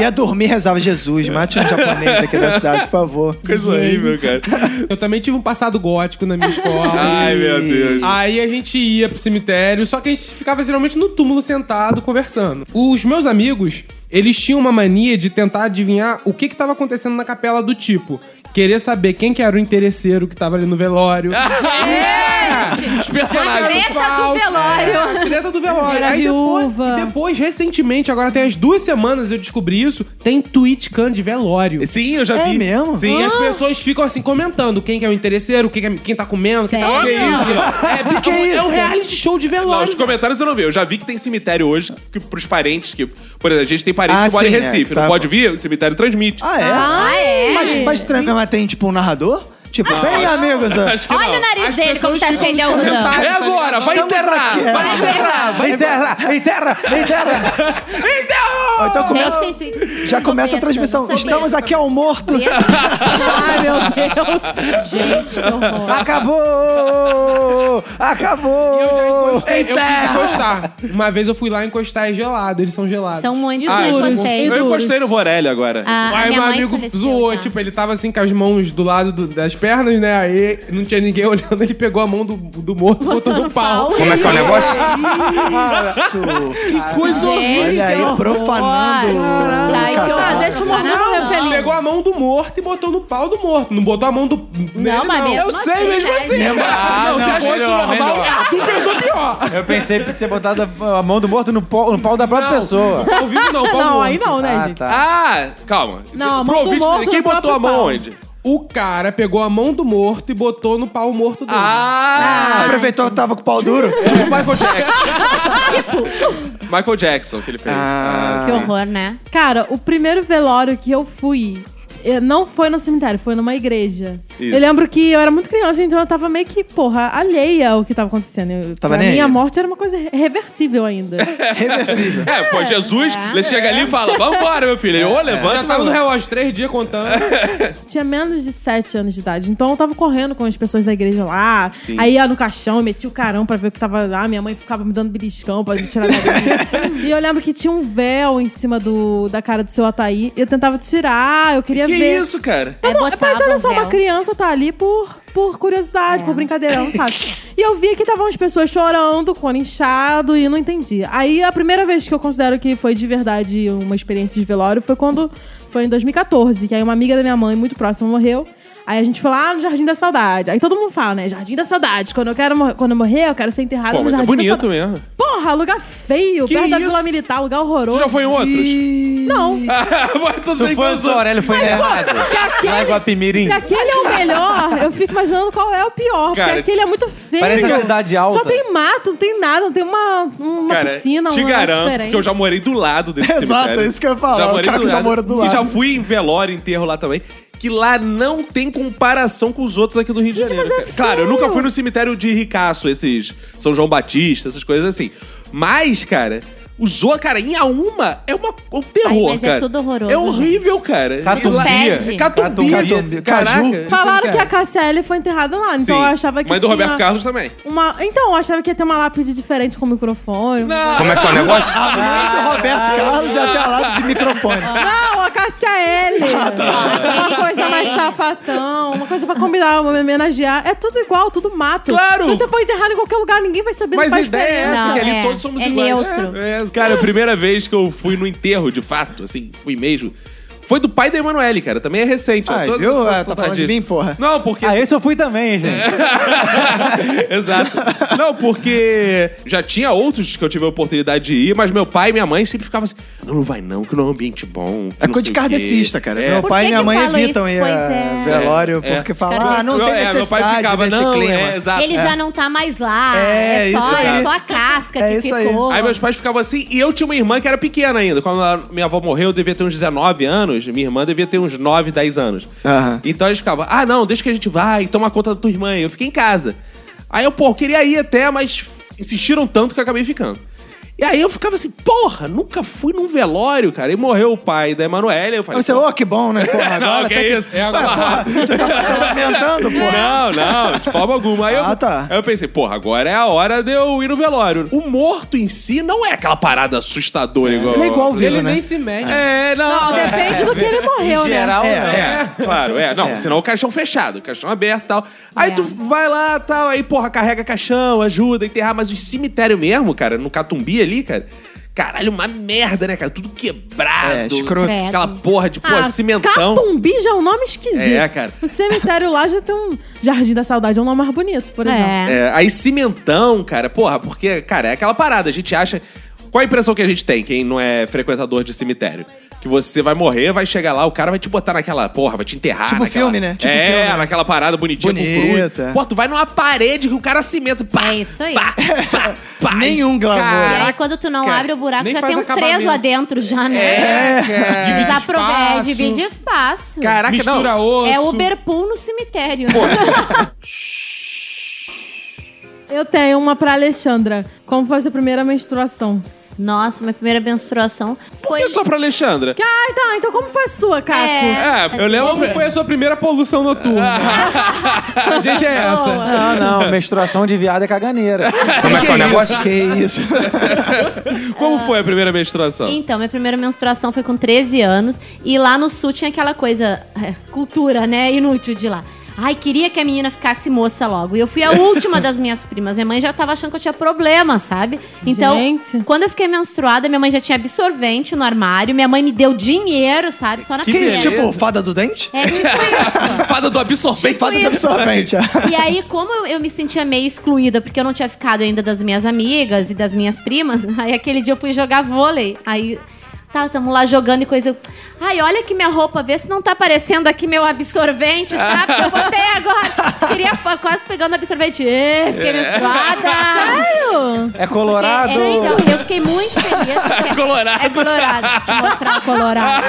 S2: Ia dormir e rezava, Jesus, mate um japonês aqui da cidade, por favor.
S1: Coisa horrível, cara.
S8: Eu também tive um passado gótico na minha escola.
S1: Ai, meu Deus.
S8: Aí a gente ia pro cemitério, só que a gente ficava geralmente no túmulo sentado, conversando. Os meus amigos, eles tinham uma mania de tentar adivinhar o que que tava acontecendo na capela do tipo. Querer saber quem que era o interesseiro que tava ali no velório.
S1: Os personagens.
S6: Treta do velório.
S8: É, treta do velório.
S3: Era
S8: Aí depois,
S3: viúva.
S8: e depois, recentemente, agora tem as duas semanas eu descobri isso, tem tweet can de velório.
S1: Sim, eu já vi.
S2: É mesmo?
S8: Sim, as pessoas ficam assim comentando quem que é o interesseiro, quem, que é- quem tá comendo, quem tá
S6: Sério?
S8: É, é, um- é um reality show de
S1: Não,
S8: velório.
S1: os comentários eu não vi. Eu já vi que tem cemitério hoje que, pros parentes que. Por exemplo, a gente tem parente
S2: Ah,
S1: que mora em
S2: sim, é,
S1: Recife.
S2: que
S1: Não
S2: tá-
S1: pode vir, o cemitério transmite.
S2: Ah, é?
S6: Ah, é?
S2: Mas, mas, estranho, mas tem tipo um narrador? Tipo, bem amigos da...
S1: Acho que
S6: Olha o
S1: não.
S6: nariz
S8: As
S6: dele, como
S8: pessoas
S6: tá
S8: ficam
S6: cheio de
S8: nos
S6: algodão.
S8: comentários,
S1: É
S8: tá ligado?
S1: agora, vai
S2: Estamos
S1: enterrar!
S2: aqui, é.
S1: Vai enterrar! Vai
S4: Enterra! Enterra! Enterra!
S2: Ou então começa-
S6: Gente, tem tweet.
S2: já começa a transmissão.
S6: Não sabia.
S2: Estamos aqui ao morto.
S6: Ai, meu
S3: então.
S6: Deus. Gente, que horror.
S4: Acabou! Acabou!
S8: Eu já encostei, É, eu quis encostar. Uma vez eu fui lá encostar e gelado, eles são gelados.
S6: São muito
S8: Ah,
S6: duros
S8: eu-
S6: vocês.
S1: Eu encostei no Vorelli agora.
S6: Ah, a
S8: Aí
S6: minha
S8: meu
S6: mãe
S8: amigo
S6: faleceu
S8: zoou,
S6: já.
S8: tipo, ele tava assim com as mãos do lado do- das pernas, né? Aí não tinha ninguém olhando, ele pegou a mão do, do morto e botou no pau.
S12: Como é que é o negócio?
S2: Isso.
S8: Coisa
S2: Olha aí, profanando. o
S6: Sai que eu-
S2: cadáver.
S3: Ah, deixa o Morgão
S6: Não, não.
S3: refeliz.
S8: Pegou a mão do morto e botou no pau do morto. Não botou a mão do.
S6: Não, mas mesmo
S8: Eu sei
S6: assim,
S8: mesmo
S6: né,
S8: assim.
S6: gente?
S8: não, você achou isso
S4: melhor,
S8: normal?
S4: melhor.
S8: Ah, tu pensou pior.
S4: Eu pensei que você botado a a mão do morto no pau, no pau da própria pessoa.
S8: Ao vivo Tá não, pau
S3: Não,
S8: morto.
S3: aí não, né, gente?
S4: tá.
S1: Ah, calma.
S3: Não,
S1: Pro
S3: mão do
S1: ouvinte,
S3: morto
S1: quem
S3: no
S1: botou
S3: próprio
S1: a mão
S3: pau.
S1: onde?
S8: O cara pegou a mão do morto e botou no pau morto dele.
S1: Ah!
S2: Aproveitou que tava com o pau duro.
S1: Tipo Michael Jackson. tipo. Michael Jackson que ele fez. Ah,
S6: Que horror, né?
S3: Cara, o primeiro velório que eu fui. eh, Não foi no cemitério, foi numa igreja.
S1: Isso.
S3: Eu lembro que eu era muito criança, então eu tava meio que, porra, alheia ao que tava acontecendo. Eu,
S2: Tava
S3: pra
S2: nem
S3: minha
S2: aí.
S3: morte era uma coisa re- reversível ainda.
S2: Reversível.
S1: É, pô, Jesus, ele chega ali e fala: vambora, meu filho. Ele,
S2: É.
S1: ô,
S8: Já
S1: levanta.
S8: tava no
S1: meu-
S8: relógio, três dias contando.
S3: Tinha menos de 7 anos de idade, então eu tava correndo com as pessoas da igreja lá. Aí ia no caixão, metia o carão pra ver o que tava lá. Minha mãe ficava me dando beliscão pra me tirar da igreja. E eu lembro que tinha um véu em cima do, da cara do seu Ataí. Eu tentava tirar, eu queria
S1: Que
S3: ver.
S1: isso, cara?
S6: É
S3: Não, mas olha só,
S6: botar É.
S3: uma criança tá ali por, por curiosidade, por brincadeirão, sabe? E eu vi que estavam as pessoas chorando, com o olho inchado, e não entendi. Aí a primeira vez que eu considero que foi de verdade uma experiência de velório foi quando. Foi em 2014, que aí uma amiga da minha mãe, muito próxima, morreu. Aí a gente foi lá no Jardim da Saudade. Aí todo mundo fala, né? Jardim da Saudade. Quando eu, quero mor- quando eu morrer, eu quero ser enterrado
S1: Pô,
S3: no
S1: mas é
S3: Jardim da
S1: bonito
S3: Saudade.
S1: mesmo.
S3: Porra, lugar feio,
S1: Que
S3: perto da
S1: isso?
S3: Vila Militar, lugar horroroso.
S1: Tu já foi em outros?
S3: Não.
S1: Tudo bem
S4: Tu
S1: que
S4: foi
S1: eu
S4: o
S1: sou-
S4: seu Aurélio, foi errado.
S3: Se
S4: Lá em
S3: aquele,
S4: Guapimirim.
S3: se aquele é o melhor, eu fico imaginando qual é o pior.
S1: Cara,
S3: porque aquele é muito feio.
S4: Parece a cidade alta.
S3: Só tem mato, não tem nada, não tem uma, uma
S1: Cara,
S3: piscina,
S1: te
S3: um negócio
S1: garanto
S3: diferente.
S1: que eu já morei do lado desse
S2: Exato,
S1: cemitério.
S2: é isso que eu ia falar, o cara que já morou do
S1: E
S2: lado.
S1: já fui em velório, enterro lá também. Que lá não tem comparação com os outros aqui do Rio de Janeiro. cara. Claro, eu nunca fui no cemitério de Ricaço, esses São João Batista, essas coisas assim. Mas, cara, os outros, cara, em a uma é uma, um terror,
S6: Ai, mas é
S1: cara.
S6: tudo horroroso.
S1: É horrível, cara.
S4: Catumbia.
S6: Fede.
S1: Catumbia.
S2: Catumbia.
S1: Caraca.
S2: Caju.
S3: Falaram que a Cassiele foi enterrada lá, então eu achava que
S1: Mas do
S3: tinha
S1: Roberto Carlos também.
S3: uma... Então, eu achava que ia ter uma lápide diferente com microfone. Não,
S12: Como é que é o negócio?
S2: Ah, do Roberto Carlos e até a lápide de microfone.
S6: Ah.
S3: a Cassiele.
S1: Ah, tá.
S3: Uma coisa mais sapatão, uma coisa pra combinar, uma homenagear. É tudo igual, tudo mato.
S1: Claro.
S3: Se você for enterrado em qualquer lugar, ninguém vai saber,
S1: Mas
S3: não
S1: a
S3: faz
S1: ideia é
S3: diferença.
S1: essa,
S6: Não,
S1: que ali
S6: é.
S1: todos somos
S6: É
S1: iguais.
S6: neutro.
S1: É, é, cara, a primeira vez que eu fui no enterro, de fato, assim, fui mesmo, foi do pai da Emanuele, cara. Também é recente. ó.
S2: Ai,
S1: Tô-
S2: viu?
S1: tô
S2: Ah, tá falando de mim, porra.
S1: Não, porque...
S4: Ah, esse eu fui também, gente.
S1: Exato. Não, porque já tinha outros que eu tive a oportunidade de ir, mas meu pai e minha mãe sempre ficavam assim, não, não vai não, que não é um ambiente bom. que
S2: É
S1: não
S2: coisa
S1: sei
S2: de
S1: o quê."
S2: kardecista, cara.
S1: É.
S2: Meu
S6: Por
S2: pai
S6: que
S2: e minha
S6: que
S2: mãe
S6: falam isso?
S2: evitam ir
S6: Pois
S2: a
S6: é.
S2: velório
S1: É.
S2: porque falam, ah, não tem
S1: É, meu pai
S2: necessidade
S1: ficava,
S2: desse
S1: não,
S2: clima.
S1: é, exato.
S6: Ele já não tá mais lá.
S2: É,
S6: É, só,
S2: isso aí.
S6: é só a casca
S2: É
S6: que
S2: isso aí.
S6: ficou.
S1: Aí meus pais ficavam assim, e eu tinha uma irmã que era pequena ainda. Quando ela- minha avó morreu, eu devia ter uns 19 anos, minha irmã devia ter uns 9, 10 anos.
S2: Aham.
S1: Então eles ficavam, ah, não, deixa que a gente vai, toma conta da tua irmã. Eu fiquei em casa. Aí eu, pô, eu queria ir até, mas insistiram tanto que eu acabei ficando. E aí eu ficava assim, porra, nunca fui num velório, cara. E morreu o pai da Emanuela, eu falei...
S2: Aí você,
S1: pô,
S2: ô, que bom, né? Porra, agora
S1: não, que
S2: tem
S1: é isso? É agora.
S2: Tu tava se lamentando, porra.
S1: Não, não, de forma alguma. Aí eu,
S2: Ah, tá.
S1: aí eu pensei, porra, agora é a hora de eu ir no velório. O morto em si não é aquela parada assustadora igual.
S2: Ele é igual vivo,
S8: Ele
S2: né?
S8: nem se mexe.
S1: É, não.
S3: Não, depende do que ele morreu,
S4: em
S3: né?
S4: geral,
S2: É,
S4: não.
S2: é.
S1: Claro, é. Não,
S2: É.
S1: senão o caixão fechado, caixão aberto e tal. Aí
S6: É.
S1: tu vai lá tal, aí, porra, carrega caixão, ajuda, enterrar. Mas o cemitério mesmo, cara, no Catumbi ali, cara. Caralho, uma merda, né, cara? Tudo quebrado.
S2: É, escroto.
S1: Aquela porra de, porra,
S3: Ah,
S1: cimentão.
S3: Catumbi já é um nome esquisito.
S1: É, cara.
S3: O cemitério lá já tem um Jardim da Saudade, é um nome mais bonito, por exemplo.
S6: É.
S1: É, aí cimentão, cara, porra, porque, cara, é aquela parada, a gente acha. Qual a impressão que a gente tem, quem não é frequentador de cemitério? Que você vai morrer, vai chegar lá, o cara vai te botar naquela porra, vai te enterrar.
S2: Tipo
S1: naquela-
S2: filme, né? Tipo
S1: é,
S2: filme, né?
S1: naquela parada bonitinha
S2: Bonito,
S1: com cruz.
S2: é.
S1: Pô, tu vai numa parede que o cara cimenta. Pá,
S6: É isso aí.
S1: Pá, pá, pá,
S2: Nenhum glamour.
S6: E
S1: Caraca,
S6: aí, quando tu não abre o buraco,
S8: nem
S6: já
S8: faz
S6: tem uns três
S8: acabamento.
S6: lá dentro, já, né?
S1: é, cara.
S6: Desaprove-
S8: espaço.
S6: É, divide espaço.
S1: Caraca,
S8: Mistura
S1: não.
S8: osso.
S6: É Uber Pool no cemitério. né?
S3: Eu tenho uma pra Alexandra. Como foi a sua primeira menstruação?
S6: Nossa, minha primeira menstruação
S1: Por
S6: foi.
S1: que é só pra Alexandra?
S3: Que- Ah, então, então como foi a sua, Caco?
S6: É. Ah.
S1: É, eu
S8: Como
S1: lembro.
S8: foi a sua primeira poluição noturna? a gente é essa.
S4: Não, não, menstruação de viado é caganeira.
S12: Como é que é o negócio?
S2: Que isso.
S1: Como foi a primeira menstruação?
S6: Então, minha primeira menstruação foi com 13 anos. E lá no sul tinha aquela coisa, é, cultura, né? Inútil de lá. Ai, queria que a menina ficasse moça logo. E eu fui a última das minhas primas. Minha mãe já tava achando que eu tinha problema, sabe? Então,
S3: Gente.
S6: quando eu fiquei menstruada, minha mãe já tinha absorvente no armário. Minha mãe me deu dinheiro, sabe? Só na
S2: Que isso,
S6: primeira.
S2: tipo, fada do dente?
S6: É tipo isso.
S1: Fada do absorvente.
S2: Fada do
S6: Tipo isso.
S2: absorvente. é.
S6: E aí, como eu, eu me sentia meio excluída, porque eu não tinha ficado ainda das minhas amigas e das minhas primas, aí aquele dia eu fui jogar vôlei. Aí, tá, tamo lá jogando e coisa. eu, Ai, olha aqui minha roupa, vê se não tá aparecendo aqui meu absorvente, tá? Porque eu botei agora. Queria fa- quase pegando absorvente. Ê, fiquei menstruada. Sério?
S4: É colorado.
S6: eu fiquei muito feliz. porque-
S1: Colorado.
S6: É colorado. Deixa eu mostrar o colorado.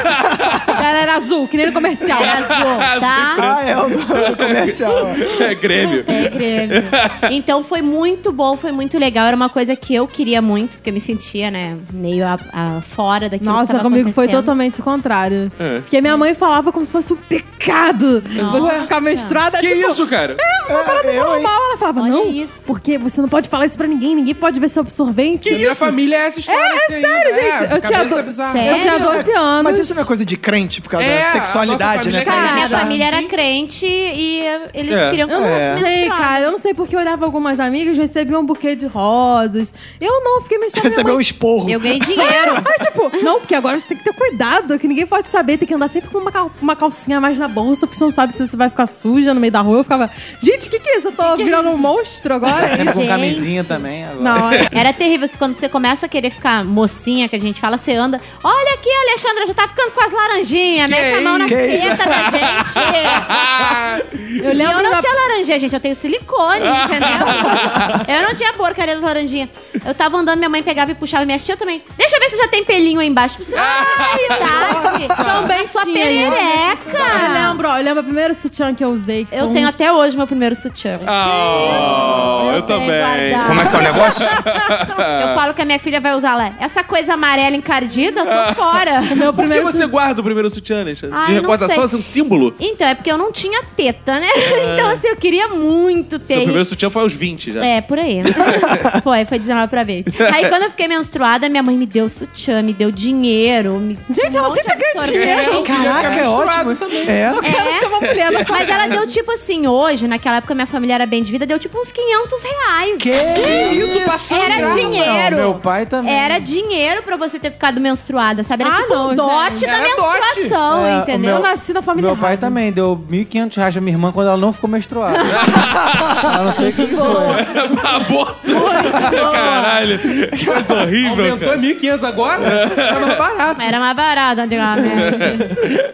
S3: Ela era é azul, que nem no comercial.
S6: Era É azul, tá?
S2: Ah, é o do do comercial.
S1: É Grêmio.
S6: É, Grêmio. Então foi muito bom, foi muito legal. Era uma coisa que eu queria muito, porque eu me sentia, né, meio a, a- fora daquilo que
S3: Nossa,
S6: tava
S3: comigo foi
S6: acontecendo.
S3: totalmente o contrário.
S1: É.
S3: Porque minha mãe falava como se fosse um pecado você ficar menstruada.
S1: Que
S3: tipo,
S1: isso, cara?
S2: É, eu, hein?
S3: normal, ela falava,
S6: Olha
S3: não,
S6: isso.
S3: porque você não pode falar isso pra ninguém, ninguém pode ver seu absorvente.
S8: Que minha família é essa história.
S3: É, é
S8: assim,
S3: sério,
S8: é,
S3: gente. Eu tinha
S8: cabeça
S3: do-
S8: bizarra.
S6: Sério?
S3: Eu tinha
S2: Isso não é-
S3: 12 anos.
S2: Mas isso não é coisa de crente por causa
S8: É,
S2: da
S8: a nossa
S2: sexualidade,
S8: família
S2: né?
S8: é
S2: Cara,
S6: Cara, minha
S2: já-
S6: família era crente e eh, eles
S11: É.
S6: queriam que
S3: Eu não
S6: fosse
S3: sei,
S6: menstruada.
S3: cara. Eu não sei porque eu olhava algumas amigas e recebia um buquê de rosas. Eu não, fiquei me chamando.
S2: Recebeu um esporro.
S6: Eu ganhei dinheiro.
S3: É, tipo, não, porque agora você tem que ter cuidado, que ninguém pode saber, tem que andar sempre com uma, cal- uma calcinha a mais na bolsa, porque você não sabe se você vai ficar suja no meio da rua. Eu ficava, gente, o que, que é isso? Eu tô virando um monstro agora?
S6: Gente.
S4: É Com camisinha também agora.
S3: Não, é-
S6: Era terrível que quando você começa a querer ficar mocinha, que a gente fala, você anda. Olha aqui, Alexandra, já tá ficando com as laranjinhas. Mete a mão na teta da gente.
S3: eu
S6: E eu
S3: lembro
S6: não
S3: da...
S6: tinha laranjinha, gente. Eu tenho silicone, entendeu? eu não tinha porcaria das laranjinhas. Eu tava andando, minha mãe pegava e puxava. Minha tia também. Deixa eu ver se já tem pelinho aí embaixo. Você, Ai, idade.
S3: Também
S6: Na sua
S3: tinha isso. Eu
S6: perereca.
S3: lembro, ó, eu lembro o primeiro sutiã que Ah, eu usei. que foi
S6: Eu
S3: um-
S6: tenho até hoje meu primeiro sutiã.
S11: Ah, eu também.
S6: Como é que é o negócio? Eu falo que a minha filha vai usar lá. Essa coisa amarela encardida, eu tô fora.
S3: Meu
S1: Por que
S3: primeiro
S1: você guarda o primeiro sutiã, Alexandre?
S6: Ai,
S1: De
S6: não
S1: recordação,
S6: sei.
S1: assim, um símbolo.
S6: Então, é porque eu não tinha teta, né?
S3: É.
S6: Então, assim, eu queria muito ter.
S1: Seu primeiro sutiã foi aos 20 já.
S6: É, por aí. foi, foi 19 pra ver. Aí, quando eu fiquei menstruada, minha mãe me deu sutiã, me deu dinheiro. Me...
S3: Gente, ela sempre é ganha dinheiro.
S2: Caraca, é ótimo. É.
S3: Eu quero ser uma mulher nessa
S6: Mas ela deu, tipo assim, hoje, naquela época minha família era bem de vida, deu tipo uns 500 reais.
S2: Que É. isso, passou
S6: Era dinheiro.
S4: Meu pai também.
S6: Era dinheiro pra você ter ficado menstruada, sabe? Era
S3: Ah,
S6: tipo um
S3: não,
S6: dote
S3: gente.
S6: da
S8: Era dote.
S6: menstruação,
S4: É, o
S6: entendeu?
S3: Eu nasci na família
S4: Meu pai
S3: errada.
S4: também deu 1.500 reais pra minha irmã quando ela não ficou menstruada. ela não sei o que, que foi.
S11: Aborto. Caralho. Que coisa horrível,
S8: Aumentou
S11: cara.
S8: em 1.500 agora? Tá mais barato.
S6: Era uma barata, antigamente.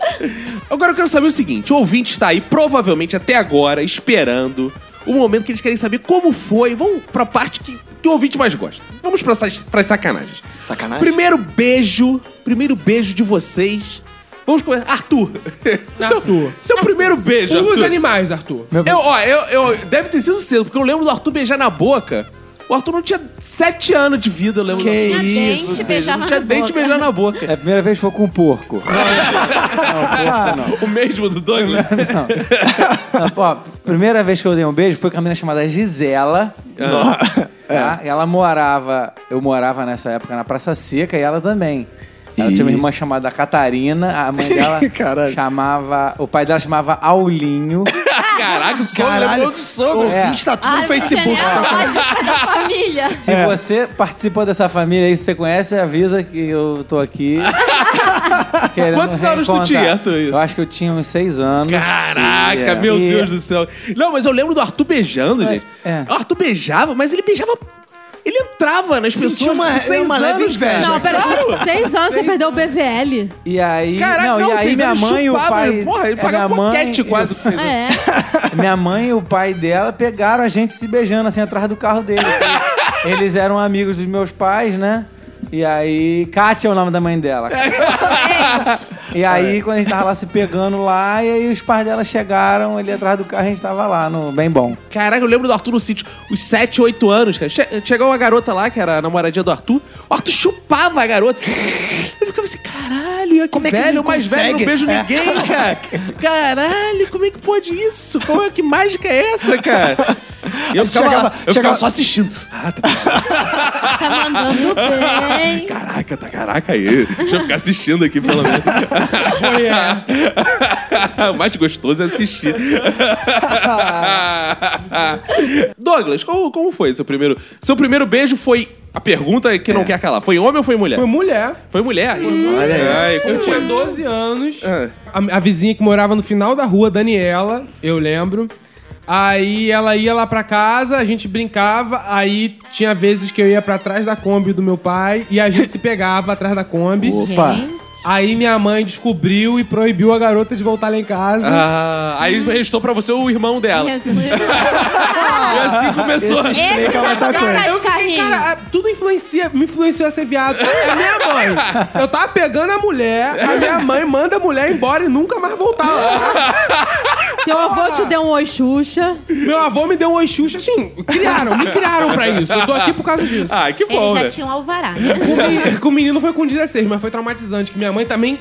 S1: Agora eu quero saber o seguinte: o ouvinte está aí, provavelmente até agora, esperando o momento que eles querem saber como foi. Vamos pra parte que, que o ouvinte mais gosta. Vamos pra, sa- pras sacanagens.
S2: Sacanagem.
S1: Primeiro beijo, primeiro beijo de vocês. Vamos começar. Arthur. Seu,
S8: Arthur.
S1: seu primeiro beijo,
S8: Os
S1: Arthur.
S8: animais, Arthur.
S1: Eu, ó, eu, eu- deve ter sido cedo, porque eu lembro do Arthur beijar na boca. O Arthur não tinha sete anos de vida, eu lembro.
S2: Que
S8: É
S1: do Arthur.
S2: isso.
S6: dente,
S1: Beijo,
S6: beijava
S1: não tinha
S6: na
S1: dente
S6: boca.
S1: beijar na boca.
S4: É a primeira vez que foi com um porco. Ah,
S1: O mesmo do Douglas?
S4: Não, pô, a primeira vez que eu dei um beijo foi com a menina chamada Gisela.
S1: Ah.
S4: Tá?
S1: É.
S4: Ela morava, eu morava nessa época na Praça Seca e ela também. Ela tinha uma irmã chamada Catarina, a mãe dela
S2: Caralho.
S4: chamava. O pai dela chamava Aulinho.
S1: Caraca, o
S8: é
S1: sogro lembrou
S2: Caralho,
S1: de
S2: o
S1: sogro.
S2: ouvinte tá tudo
S6: Ai,
S2: no Facebook.
S6: genealógica da família.
S4: Se
S1: É.
S4: você participou dessa família aí, se você conhece, avisa que eu tô aqui. querendo
S1: Quantos anos tu
S4: reencontrar.
S1: tinha, Arthur, isso?
S4: Eu acho que eu tinha uns seis anos.
S1: Caraca,
S4: Yeah.
S1: meu
S4: E-
S1: Deus do céu. Não, mas eu lembro do Arthur beijando, gente.
S4: é.
S1: O Arthur beijava, mas ele beijava. Ele entrava nas
S2: Sentia
S1: pessoas.
S4: é
S2: uma-
S1: com seis
S2: uma
S1: anos,
S2: leve inveja.
S1: cara.
S3: Não, peraí, com seis anos você perdeu o BVL.
S4: E aí,
S1: Caraca,
S4: não,
S1: não,
S4: e aí
S1: seis
S4: minha
S1: anos
S4: mãe e o
S1: chupava,
S4: pai.
S1: porra, ele
S4: é,
S1: pagava
S4: minha mãe-
S1: boquete quase com seis anos.
S6: É.
S4: Minha mãe e o pai dela pegaram a gente se beijando assim atrás do carro dele. Eles eram amigos dos meus pais, né? E aí, Kátia é o nome da mãe dela. e aí, quando a gente tava lá se pegando lá, e aí os pais dela chegaram ali atrás do carro, a gente tava lá no Bem Bom.
S1: Caraca, eu lembro do Arthur no sítio, os 7, 8 anos, cara. Che- Chegou uma garota lá, que era a namoradinha do Arthur. O Arthur chupava a garota. Eu ficava assim, caralho,
S2: Como
S1: que
S2: é que
S1: velho,
S2: ele
S1: o mais
S2: consegue? É.
S1: velho, não beijo ninguém, cara. Caralho, como é que pode isso? Como é que mágica é essa, cara? E eu ficava,
S2: Chegava-
S1: lá, eu ficava
S2: chegava-
S1: só assistindo. Ah, tá
S6: Tá mandando bem.
S1: Caraca, tá caraca aí. Deixa eu ficar assistindo aqui, pelo menos. o mais gostoso é assistir. Douglas, como, como foi seu primeiro... Seu primeiro beijo foi... A pergunta é que não quer calar. Foi homem ou foi mulher?
S8: Foi
S1: Foi,
S8: mulher.
S1: mulher.
S2: Olha aí.
S1: Ai,
S8: Eu
S1: como
S8: tinha
S1: foi?
S8: 12 anos.
S1: Hum. Ah.
S8: A, a vizinha que morava no final da rua, Daniela, eu lembro. Aí ela ia lá pra casa, a gente brincava, aí tinha vezes que eu ia pra trás da Kombi do meu pai e a gente se pegava atrás da Kombi.
S4: Opa.
S8: Aí minha mãe descobriu e proibiu a garota de voltar lá em casa.
S1: Ah, aí restou pra você o irmão dela. E assim começou.
S6: Esse
S2: Explica outra
S6: tá
S2: coisa.
S6: de carrinho.
S8: Cara, ah, tudo influencia, me influenciou a ser viado. É minha mãe. Eu tava pegando a mulher, a minha mãe manda a mulher embora e nunca mais voltar lá.
S3: Teu avô te deu um oi, Xuxa.
S8: Meu avô me deu um oi Xuxa, assim, criaram, me criaram pra isso. Eu tô aqui por causa disso.
S1: Ah, que bom,
S6: Ele
S1: né?
S6: já tinha um alvará. né?
S8: O menino, o menino foi com 16, mas foi traumatizante, que minha mãe também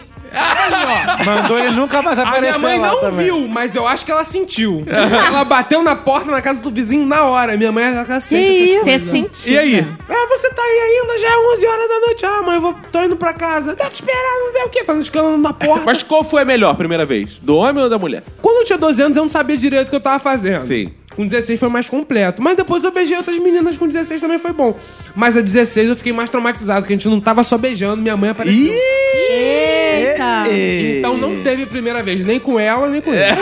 S4: Mandou ele nunca mais
S8: A
S4: aparecer
S8: minha mãe
S4: lá
S8: não
S4: também.
S8: viu, mas eu acho que ela sentiu. ela bateu na porta na casa do vizinho na hora. Minha mãe, ela
S3: Que
S8: sente. essas
S3: isso?
S6: Você
S8: coisas.
S6: sentiu.
S1: E aí?
S8: Ah, você tá aí ainda? Já é 11 horas da noite. Ah, mãe, eu vou, tô indo pra casa. Tá te esperando, não sei o quê. Fazendo escândalo na porta.
S1: Mas qual foi a melhor primeira vez? Do homem ou da mulher?
S8: Quando eu tinha 12 anos, eu não sabia direito o que eu tava fazendo.
S1: Sim.
S8: Com 16 foi mais completo. Mas depois eu beijei outras meninas com 16 também foi bom. Mas a 16 eu fiquei mais traumatizado, porque a gente não tava só beijando, minha mãe apareceu.
S3: Eita!
S8: Então não teve primeira vez, nem com ela, nem com
S1: É.
S8: ele.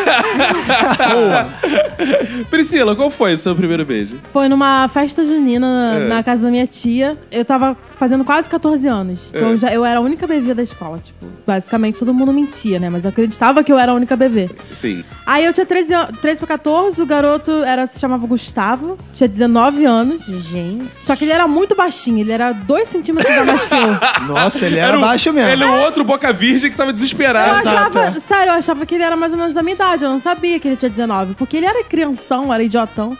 S1: Priscila, qual foi o seu primeiro beijo?
S3: Foi numa festa junina na casa da minha tia. Eu tava fazendo quase 14 anos. Então eu já, eu era a única bebê da escola, tipo. Basicamente todo mundo mentia, né? Mas eu acreditava que eu era a única bebê.
S1: Sim.
S3: Aí eu tinha 13, an- 13 pra 14, o garoto era, se chamava Gustavo, tinha 19 anos.
S6: Gente.
S3: Só que ele era muito baixinho, ele era 2 centímetros a mais que eu.
S2: Nossa, ele era, baixo mesmo.
S1: Ele é o outro boca virgem que tava
S3: Eu
S1: desesperado.
S2: Exato,
S3: achava, sério, eu achava que ele era mais ou menos da minha idade. Eu não sabia que ele tinha 19. Porque ele era crianção, era idiotão.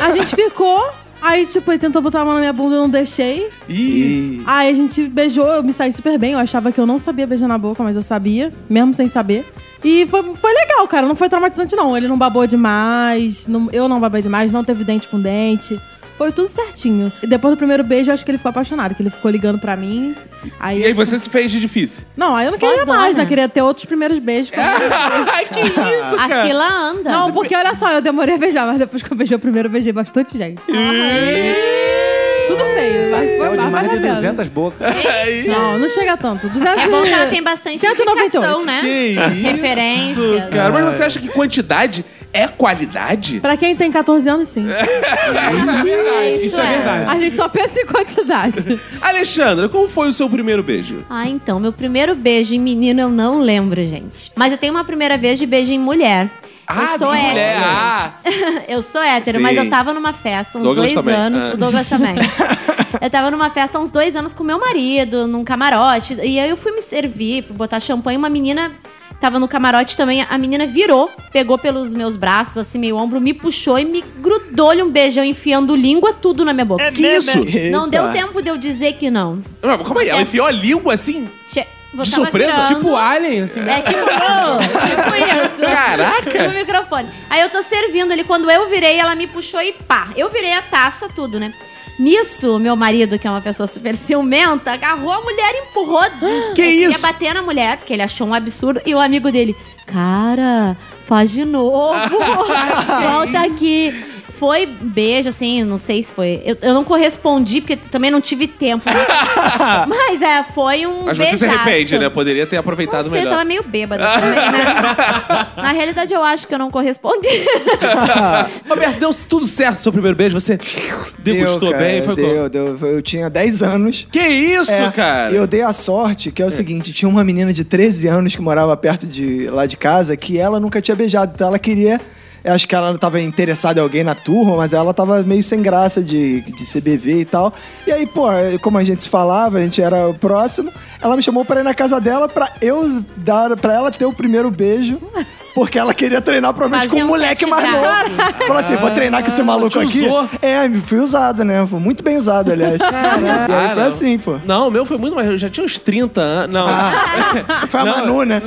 S3: A gente ficou. Aí, tipo, ele tentou botar a mão na minha bunda, eu não deixei.
S2: Ih.
S3: Aí a gente beijou, eu me saí super bem. Eu achava que eu não sabia beijar na boca, mas eu sabia, mesmo sem saber. E foi, foi legal, cara. Não foi traumatizante, não. Ele não babou demais, não- eu não babei demais, não teve dente com dente. Foi tudo certinho. E depois do primeiro beijo, eu acho que ele ficou apaixonado, que ele ficou ligando pra mim. Aí
S1: E aí você se fez de difícil.
S3: Não, aí eu não queria
S6: Fodona.
S3: mais, né? Queria ter outros primeiros beijos.
S1: Ai, que isso,
S6: A fila anda.
S3: Não, porque olha só, eu demorei a beijar, mas depois que eu beijei o primeiro, eu beijei bastante gente.
S6: é
S3: Tudo feio, mas foi
S4: Deu de
S3: mas
S4: mais de
S3: valeu a pena.
S4: 200 bocas.
S3: Não, não chega tanto. 200
S6: É bom que ela tem bastante
S3: 198.
S6: indicação, né? Referência.
S1: Cara, mas você acha que quantidade é qualidade?
S3: Pra quem tem 14 anos, sim.
S6: Isso, é verdade.
S3: A gente só pensa em quantidade.
S1: Alexandra, como foi o seu primeiro beijo?
S6: Ah, então, meu primeiro beijo em menino eu não lembro, gente. Mas eu tenho uma primeira vez de beijo em mulher. eu sou
S1: de mulher.
S6: hétero.
S1: Ah,
S6: eu sou hétero,
S1: Sim.
S6: mas eu tava numa festa uns
S1: Douglas
S6: dois
S1: também.
S6: anos.
S1: Ah.
S6: O Douglas também. eu tava numa festa uns dois anos com meu marido, num camarote. E aí eu fui me servir, fui botar champanhe. Uma menina tava no camarote também. A menina virou, pegou pelos meus braços, assim, meio ombro, me puxou e me grudou-lhe um beijão, enfiando língua tudo na minha boca.
S1: que isso?
S6: É Não
S2: Eita.
S6: deu tempo de eu dizer que não.
S1: Não, mas calma aí, ela enfiou a língua assim?
S6: Che- tá eu
S1: De
S6: tava
S1: surpresa?
S6: virando-
S8: Tipo Alien, assim.
S6: é tipo, tipo isso.
S1: né? Caraca!
S6: No microfone. Aí eu tô servindo ele. Quando eu virei, ela me puxou e pá. Eu virei a taça, tudo, né? Nisso, meu marido, que é uma pessoa super ciumenta, agarrou a mulher e empurrou. Que ele
S1: isso?
S6: Queria bater na mulher, porque ele achou um absurdo. E o amigo dele, cara, faz de novo. Volta aqui. Foi beijo, assim, não sei se foi. Eu, eu não correspondi, porque também não tive tempo. né? Mas é, foi um
S1: Mas você se
S6: beijaço.
S1: arrepende, né? Poderia ter aproveitado
S6: Não sei, eu
S1: melhor.
S6: tava meio bêbada também, né? Na realidade, eu acho que eu não correspondi.
S1: Roberto, deu tudo certo o seu primeiro beijo? Você degustou
S2: Deu, cara,
S1: bem? Foi como?
S2: deu, deu. Foi- Eu tinha 10 anos.
S1: Que isso,
S2: É,
S1: cara?
S2: E eu dei a sorte, que é o seguinte, tinha uma menina de 13 anos que morava perto de lá de casa, que ela nunca tinha beijado, então ela queria eu acho que ela tava interessada em alguém na turma, mas ela tava meio sem graça de, de ser bebê e tal. E aí, pô, como a gente se falava, a gente era próximo, ela me chamou pra ir na casa dela pra eu dar, pra ela ter o primeiro beijo, porque ela queria treinar provavelmente
S6: Fazer
S2: com um
S6: um
S2: moleque
S6: test
S2: mais
S6: drive.
S2: novo. Falou assim, vou treinar com esse maluco
S1: Ah, te
S2: aqui.
S1: usou?
S2: É, fui usado, né? Fui muito bem usado, aliás. E aí foi
S1: Caramba.
S2: assim, pô.
S1: Ah, Não, o meu foi muito mais. Eu já tinha uns 30 anos. Não.
S2: Foi a
S1: Não,
S2: Manu, né?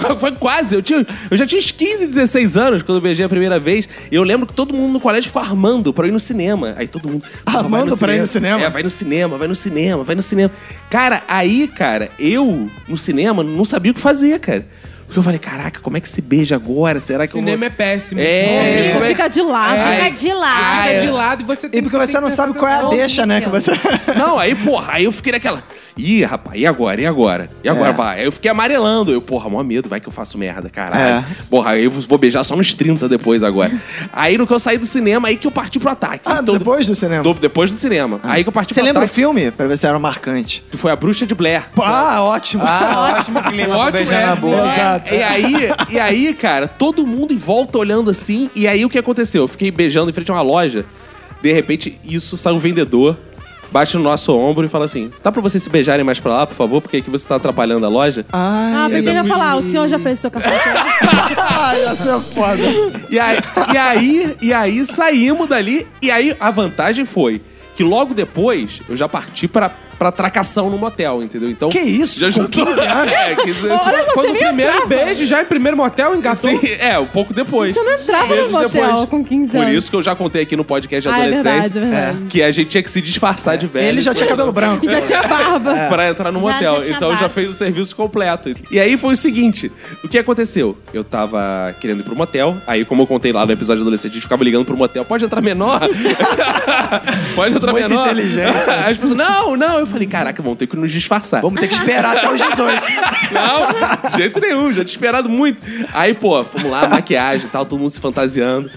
S1: Não, foi quase. Eu, tinha, eu já tinha uns 15, 16 anos quando eu beijei a primeira vez. E eu lembro que todo mundo no colégio ficou armando pra eu ir no cinema. Aí todo mundo. "Não, vai
S2: Armando pra ir no cinema?
S1: É, vai no cinema, vai no cinema, vai no cinema. Cara, aí, cara, eu no cinema não sabia o que fazer, cara. Porque eu falei, caraca, como é que se beija agora? Será que
S8: Cinema é
S1: eu
S8: péssimo.
S1: vou... É, como é que-
S3: Fica de lado.
S1: É.
S6: Fica de lado.
S8: Fica
S1: é.
S8: de lado e você tem
S2: E porque você não sabe qual é a
S6: Horrível.
S2: deixa, né? Que você...
S1: Não, aí, porra, aí eu fiquei naquela. Ih, rapaz, e agora? E agora? E agora
S2: É.
S1: vai? Aí eu fiquei amarelando. Eu, porra, mó medo, vai que eu faço merda, caralho.
S2: É.
S1: Porra, aí eu vou beijar só nos 30 depois agora. aí no que eu saí do cinema, aí que eu parti pro ataque.
S2: Ah,
S1: Então,
S2: depois do cinema.
S1: do- depois do cinema. Aí que eu parti
S2: Você
S1: pro
S2: lembra o
S1: ataque.
S2: filme? Pra ver se era marcante.
S1: que foi a bruxa de Blair.
S2: Ah, ótimo.
S4: ótimo clima
S8: pra beijar na boca.
S1: é,
S2: Exato.
S1: E aí, e aí, cara, todo mundo em volta olhando assim. E aí o que aconteceu? Eu fiquei beijando em frente a uma loja. De repente, isso sai um vendedor, bate no nosso ombro e fala assim: dá pra vocês se beijarem mais pra lá, por favor, porque aqui você tá atrapalhando a loja.
S3: Ah,
S2: Ai,
S3: pensei que ia falar, o senhor já fez seu café?
S2: ai, essa é foda.
S1: E aí, e aí, e aí saímos dali. E aí a vantagem foi que logo depois eu já parti pra pra atracação no motel, entendeu? Então.
S2: Que isso?
S1: Já já
S2: Com 15 anos?
S1: É, que isso- isso-
S3: Olha, você
S8: Quando o
S3: nem
S8: primeiro
S3: entrava.
S8: beijo, já em primeiro motel, engatou.
S1: Sim, é, um pouco depois.
S3: Você não entrava no
S1: Meses
S3: motel
S1: depois.
S3: com 15 anos.
S1: Por isso que eu já contei aqui no podcast de
S3: Ah, é
S1: adolescência
S3: verdade, é verdade.
S1: que a gente tinha que se disfarçar de velho.
S2: Ele já tinha É. cabelo branco.
S1: É.
S3: Já tinha barba.
S1: Pra entrar no
S6: Já-
S1: motel.
S6: já tinha
S1: então eu já
S6: vaga.
S1: fez o serviço completo. E aí foi o seguinte: o que aconteceu? Eu tava querendo ir pro motel. Aí, como eu contei lá no episódio de adolescente, a gente ficava ligando pro motel. Pode entrar menor? Pode entrar
S2: Muito
S1: menor.
S2: inteligente. né?
S1: Aí as pessoas, não, não. Eu falei, caraca, vão ter que nos disfarçar.
S2: Vamos ter que esperar até os 18.
S1: Não, de jeito nenhum, já tinha esperado muito. Aí, pô, fomos lá, maquiagem e tal, todo mundo se fantasiando.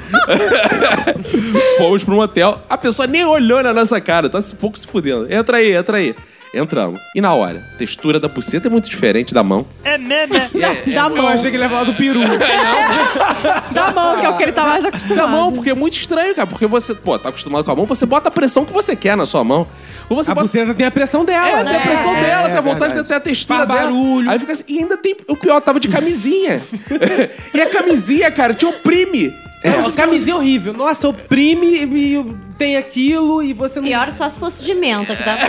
S1: fomos pro motel, a pessoa nem olhou na nossa cara, tá se pouco se fudendo. Entra aí, entra aí. Entramos. E na hora, a textura da buceta é muito diferente da mão.
S3: da
S8: Eu
S3: mão.
S8: achei que ele ia falar do peru.
S3: Da mão, que é o que ele tá mais acostumado.
S1: Da mão, porque é muito estranho, cara. Porque você, pô, tá acostumado com a mão, você bota a pressão que você quer na sua mão. Ou você
S8: A
S1: bota
S8: buceta tem a pressão dela. né?
S1: É, tem a pressão dela,
S2: é
S1: tem a vontade de
S2: verdade.
S1: ter a textura
S8: Faz
S1: dela.
S8: barulho.
S1: Aí fica assim, e ainda tem. O pior tava de camisinha. e a camisinha, cara, te oprime.
S8: Nossa, camisinha é horrível. Nossa, oprime e e tem aquilo e você não...
S6: Pior só se fosse de menta, que tava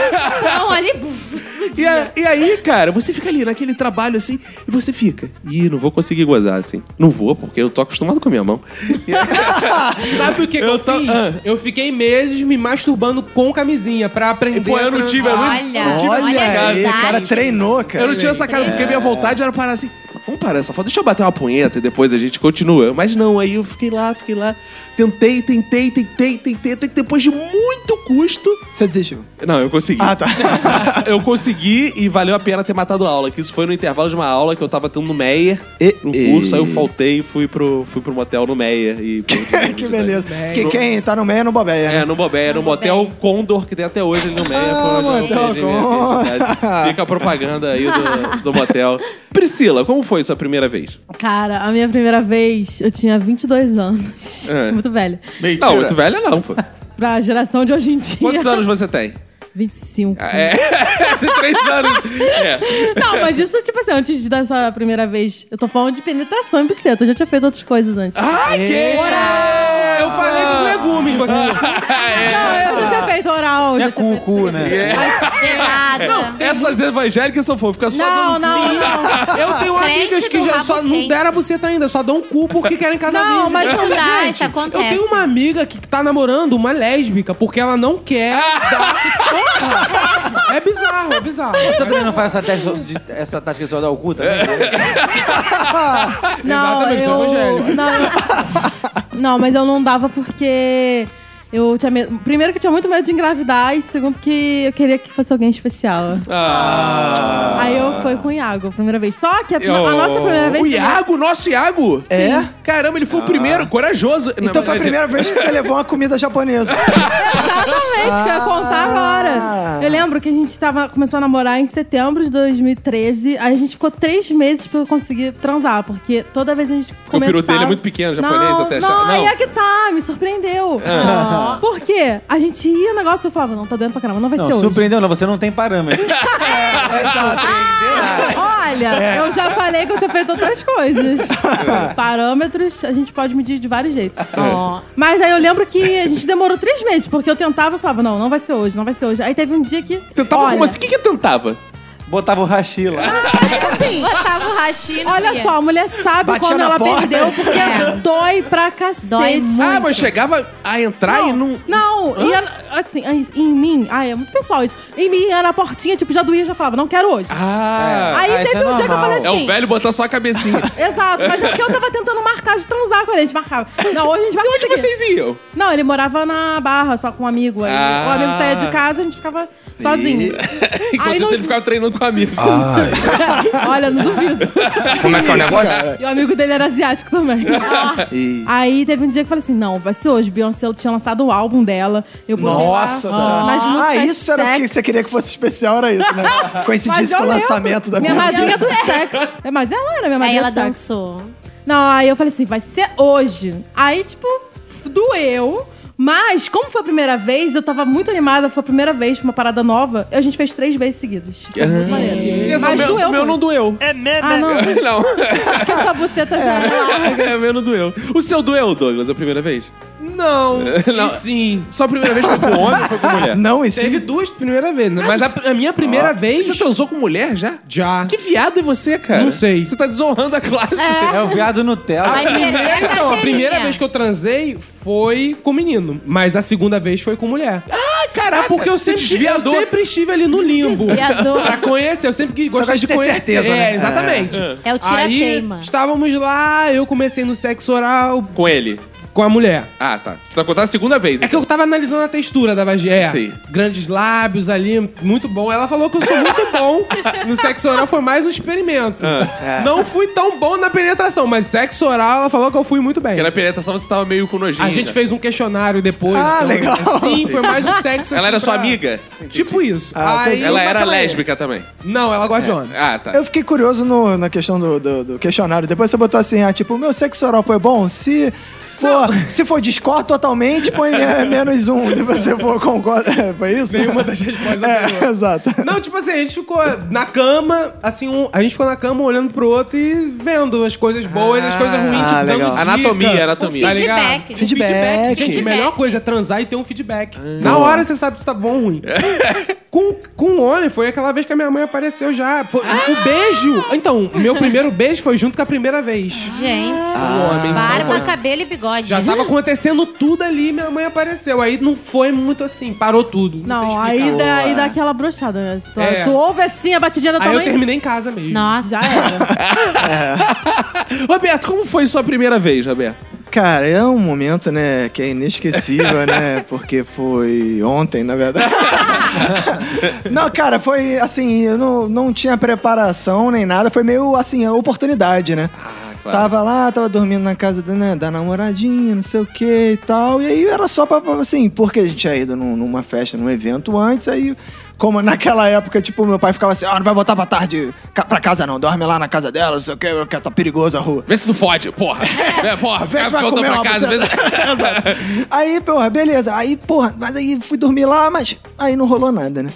S6: Então, ali. buf,
S1: E, a- e aí, cara, você fica ali naquele trabalho assim, e você fica. Ih, não vou conseguir gozar assim. Não vou, porque eu tô acostumado com a minha mão.
S8: Sabe o que, que eu,
S1: Eu tô-
S8: fiz?
S1: Ah.
S8: Eu fiquei meses me masturbando com camisinha pra aprender.
S1: Pô, eu não
S8: a
S1: tive, eu não-
S8: transar.
S6: Olha,
S2: Olha aí, o cara
S6: verdade.
S2: treinou, cara.
S1: Eu não tinha essa cara, porque minha vontade era parar assim. Vamos parar essa foto, deixa eu bater uma punheta e depois a gente continua. Mas não, aí eu fiquei lá, fiquei lá. Tentei, tentei, tentei, tentei, até que depois de muito custo.
S2: Você desistiu.
S1: Não, eu consegui.
S2: Ah, tá.
S1: eu consegui e valeu a pena ter matado a aula, que isso foi no intervalo de uma aula que eu tava tendo no Meyer,
S2: E-
S1: no
S2: e-
S1: curso, aí eu faltei e fui pro, fui pro motel no Meyer. E
S2: que beleza.
S8: Bem.
S2: Porque quem tá no meio é não bobeia, né?
S1: É, no Bobé, no
S6: No
S1: motel
S6: Bobé.
S1: Condor, que tem até hoje ali no é Meia.
S2: Ah,
S1: foi onde eu
S2: motel
S1: aprendi minha
S2: Condor.
S1: identidade. Fica a propaganda aí do, do motel. Priscila, como foi sua primeira vez?
S3: Cara, a minha primeira vez, eu tinha 22 anos.
S1: É.
S3: Muito velha.
S1: Não, muito velha não, pô.
S3: Pra geração de hoje em dia.
S1: Quantos anos você tem?
S3: 25.
S1: É, tem três anos. É.
S3: Não, mas isso, tipo assim, antes de dar essa primeira vez, eu tô falando de penetração em buceta. Eu já tinha feito outras coisas antes.
S1: Ai, que...
S8: Eu falei dos legumes, você não escutou.
S1: é?
S3: Não, eu já tinha feito oral.
S4: Tinha
S3: já tinha
S4: cu,
S3: feito-
S4: cu, né?
S6: Pelada.
S1: Essas evangélicas são fofas, fica só
S3: Não,
S1: dando- um
S3: não, não.
S8: Eu tenho
S6: Crente
S8: amigas que
S6: do
S8: já
S6: rabo
S8: só não
S6: quente.
S8: deram a buceta ainda, só dão um cu porque querem casar
S3: Não,
S8: virgem.
S3: mas isso
S8: Gente,
S6: dá, isso acontece.
S8: Eu tenho um uma amiga que tá namorando uma lésbica porque ela não quer
S1: Ah.
S8: dar... É bizarro, é bizarro.
S4: Você também não faz essa, teste de- essa tática de só dar o cu também?
S8: É.
S3: Não,
S8: Exatamente, sou evangélico.
S3: eu... Não, eu- não, mas eu não dava porque... Eu tinha medo... Primeiro que eu tinha muito medo de engravidar e segundo que eu queria que fosse alguém especial.
S1: Ah.
S3: Aí eu fui com o Iago, a primeira vez. Só que a, a nossa primeira vez...
S1: O Iago, nosso Iago?
S2: É?
S1: Caramba, ele foi o primeiro, corajoso.
S2: Então foi a primeira vez que você levou uma comida japonesa.
S3: Exatamente, que eu ia contar agora. Eu lembro que a gente tava, começou a namorar em setembro de 2013. Aí a gente ficou três meses pra eu conseguir transar, porque toda vez a gente
S1: o
S3: começava...
S1: peru dele é muito pequeno, japonês,
S3: não,
S1: até achar-
S3: Não, aí
S1: não. Ah.
S3: é que tá, me surpreendeu. Ah. Por quê? A gente ia, o negócio eu falava, não, tá doendo pra caramba, não vai
S4: Não,
S3: ser hoje.
S4: surpreendeu não, você não tem parâmetro.
S3: Olha, eu já falei que eu tinha feito outras coisas. Parâmetros a gente pode medir de vários jeitos.
S1: É.
S6: Ó.
S3: Mas aí eu lembro que a gente demorou três meses, porque eu tentava e falava, não, não vai ser hoje, não vai ser hoje. Aí teve um dia que.
S1: Tentava
S3: olha,
S1: como assim? O que que tentava?
S4: Botava o hashi lá.
S1: Assim,
S6: Botava o rachi no
S3: Olha
S6: pia.
S3: só, a mulher sabe
S2: Batia
S3: quando
S2: na
S3: ela
S2: porta.
S3: perdeu, porque
S6: É.
S3: dói pra cacete.
S6: Dói muito.
S1: Ah, mas chegava a entrar e não...
S3: Não, e era- assim, aí, em mim, ai, é muito pessoal isso. Em mim, era na portinha, tipo, já doía, já falava, não quero hoje.
S1: Ah...
S3: aí
S4: ah, isso
S3: teve
S4: é
S3: um dia que eu
S4: normal.
S3: falei assim.
S1: É o velho botar só a cabecinha.
S3: Exato, mas é porque eu tava tentando marcar de transar com ele, a gente marcava. Não, hoje a gente vai
S1: Onde
S3: conseguir.
S1: vocês iam?
S3: Não, ele morava na Barra, só com um amigo. Aí
S1: Ah.
S3: O amigo saía de casa, a gente ficava sozinho.
S1: Enquanto
S3: Aí
S1: isso,
S3: não-
S1: ele ficava treinando com a amiga.
S3: Olha, não duvido.
S12: Como é que é o negócio?
S3: E o amigo dele era asiático também.
S6: Ah.
S2: E-
S3: Aí teve um dia que eu falei assim: não, vai ser hoje. Beyoncé eu tinha lançado o álbum dela. Eu botei lá,
S2: Nossa!
S3: ah, nas
S2: Ah,
S3: músicas
S2: isso era o que
S3: sexy.
S2: você queria que fosse especial, era isso, né?
S3: Mas
S2: Coincidisse
S3: eu
S2: com o
S3: lembro.
S2: lançamento da
S3: Minha
S2: minha
S3: madrinha do sexo. É, Mas ela era minha
S6: Aí
S3: madrinha
S6: ela
S3: do sexo.
S6: dançou.
S3: Não, aí eu falei assim, vai ser hoje. Aí, tipo, f- doeu. Mas, como foi a primeira vez, eu tava muito animada, foi a primeira vez, uma parada nova, a gente fez três vezes seguidas. Foi muito maneiro. Mas
S1: é meu,
S3: doeu.
S1: meu não
S3: muito.
S1: doeu.
S12: É meme.
S3: Ah, não.
S1: Não.
S3: Porque sua buceta já era lá.
S1: É, meu não doeu. O seu doeu, Douglas, a primeira vez?
S8: Não,
S1: Não.
S8: E sim.
S1: Só a primeira vez foi com homem ou foi com mulher?
S2: Não, isso
S8: Teve duas primeira vez, né? Mas a, a minha primeira vez.
S1: Você transou com mulher já?
S8: Já.
S1: é Que viado é você, cara?
S8: Não sei.
S1: Você tá desonrando a classe.
S4: É
S3: "Ah,
S4: o viado Nutella.
S6: Vai perder a
S8: Então, a
S6: carteirinha.
S8: primeira vez que eu transei foi com menino, mas a segunda vez foi com mulher. Ah, caraca! Porque eu sempre,
S1: desviador.
S8: eu sempre estive ali no limbo.
S6: Desviador.
S8: Pra conhecer, eu sempre quis gostar
S2: gosta
S8: de
S2: de ter
S8: conhecer.
S2: certeza,
S8: é,
S2: né?
S8: exatamente.
S6: É o tira-queima.
S8: Aí, estávamos lá, eu comecei no sexo oral
S1: Com ele.
S8: com a mulher.
S1: Ah, tá. Você tá contando a segunda vez.
S8: É que eu tava analisando a textura da vagina. É,
S1: Sim.
S8: grandes lábios ali, muito bom. Ela falou que eu sou muito bom no sexo oral, foi mais um experimento. Não fui tão bom na penetração, mas sexo oral ela falou que eu fui muito bem.
S1: Porque na penetração você tava meio com nojinho.
S8: A gente fez um questionário depois. então,
S2: Ah, legal.
S8: Sim, foi mais um sexo.
S1: Ela
S8: assim,
S1: era sua
S8: pra-
S1: amiga?
S8: Tipo isso.
S2: Ah,
S8: Aí,
S1: Ela era
S8: bacana.
S1: lésbica também.
S8: Não, ela gosta de homem.
S1: Ah, tá.
S2: Eu fiquei curioso no- na questão do, do- do questionário. Depois você botou assim, ah, tipo, meu sexo oral foi bom? Se for, se for discordo totalmente, põe é, menos um. Se você for concorda. É, foi isso?
S8: Nenhuma das respostas
S2: É,
S8: anteriores.
S2: exato.
S8: Não, tipo assim, a gente ficou na cama, assim, um- a gente ficou na cama olhando pro outro e vendo as coisas boas e as coisas ruins,
S2: Ah,
S8: tipo, dando
S2: legal.
S8: dica.
S1: Anatomia,
S6: Um
S1: anatomia.
S8: Tá
S6: feed-
S8: ligado?
S6: Feedback.
S8: Um
S2: Feedback.
S8: Gente, a
S6: Feedback.
S8: melhor coisa é transar e ter um feedback. Na hora você sabe se tá bom ou ruim. com, com um homem, foi aquela vez que a minha mãe apareceu já. Foi- O beijo! Então, meu primeiro beijo foi junto com a primeira vez.
S6: Gente,
S8: homem,
S6: Ah.
S8: Então,
S6: barba, cabelo e bigode.
S8: Ah, Já
S6: né?
S8: tá- tava acontecendo tudo ali, minha mãe apareceu. Aí não foi muito assim, parou tudo. sei
S3: Não,
S8: explicar.
S3: aí, dá- aí dá aquela brochada. né? Tu,
S8: É.
S3: tu ouve assim a batidinha da tua
S8: Aí eu
S3: mãe.
S8: terminei em casa mesmo.
S6: Nossa.
S3: Já era.
S1: Roberto, como foi sua primeira vez, Roberto?
S2: Cara, é um momento, né, que é inesquecível, né? Porque foi ontem, na verdade. não, cara, foi assim, eu não, não tinha preparação nem nada, foi meio assim, a oportunidade, né?
S1: Ah,
S2: Tava lá, tava dormindo na casa da, né, da namoradinha, não sei o que e tal. E aí era só pra, pra, assim, porque a gente tinha ido num- numa festa, num evento antes, aí. Como naquela época, tipo, meu pai ficava assim, ah, não vai voltar pra tarde ca- pra casa não, dorme lá na casa dela, não sei o que, porque tá perigoso a rua.
S1: Vê se tu fode, porra. É, porra,
S2: Vê
S1: fica
S2: se vai
S1: volta
S2: comer
S1: pra
S2: uma
S1: casa. vê se- é
S2: Exato. Aí, porra, beleza. Aí, porra, mas aí fui dormir lá, mas aí não rolou nada, né?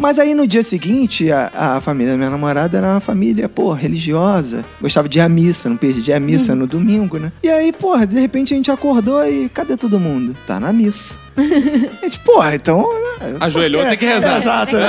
S2: Mas aí no dia seguinte, a, a família da minha namorada era uma família, pô, religiosa. Gostava de ir à missa, não perdia a missa no domingo, né? E aí, porra, de repente a gente acordou e cadê todo mundo? Tá na missa. a gente, porra, então. né,
S1: Ajoelhou, tem que rezar.
S2: Exato, né?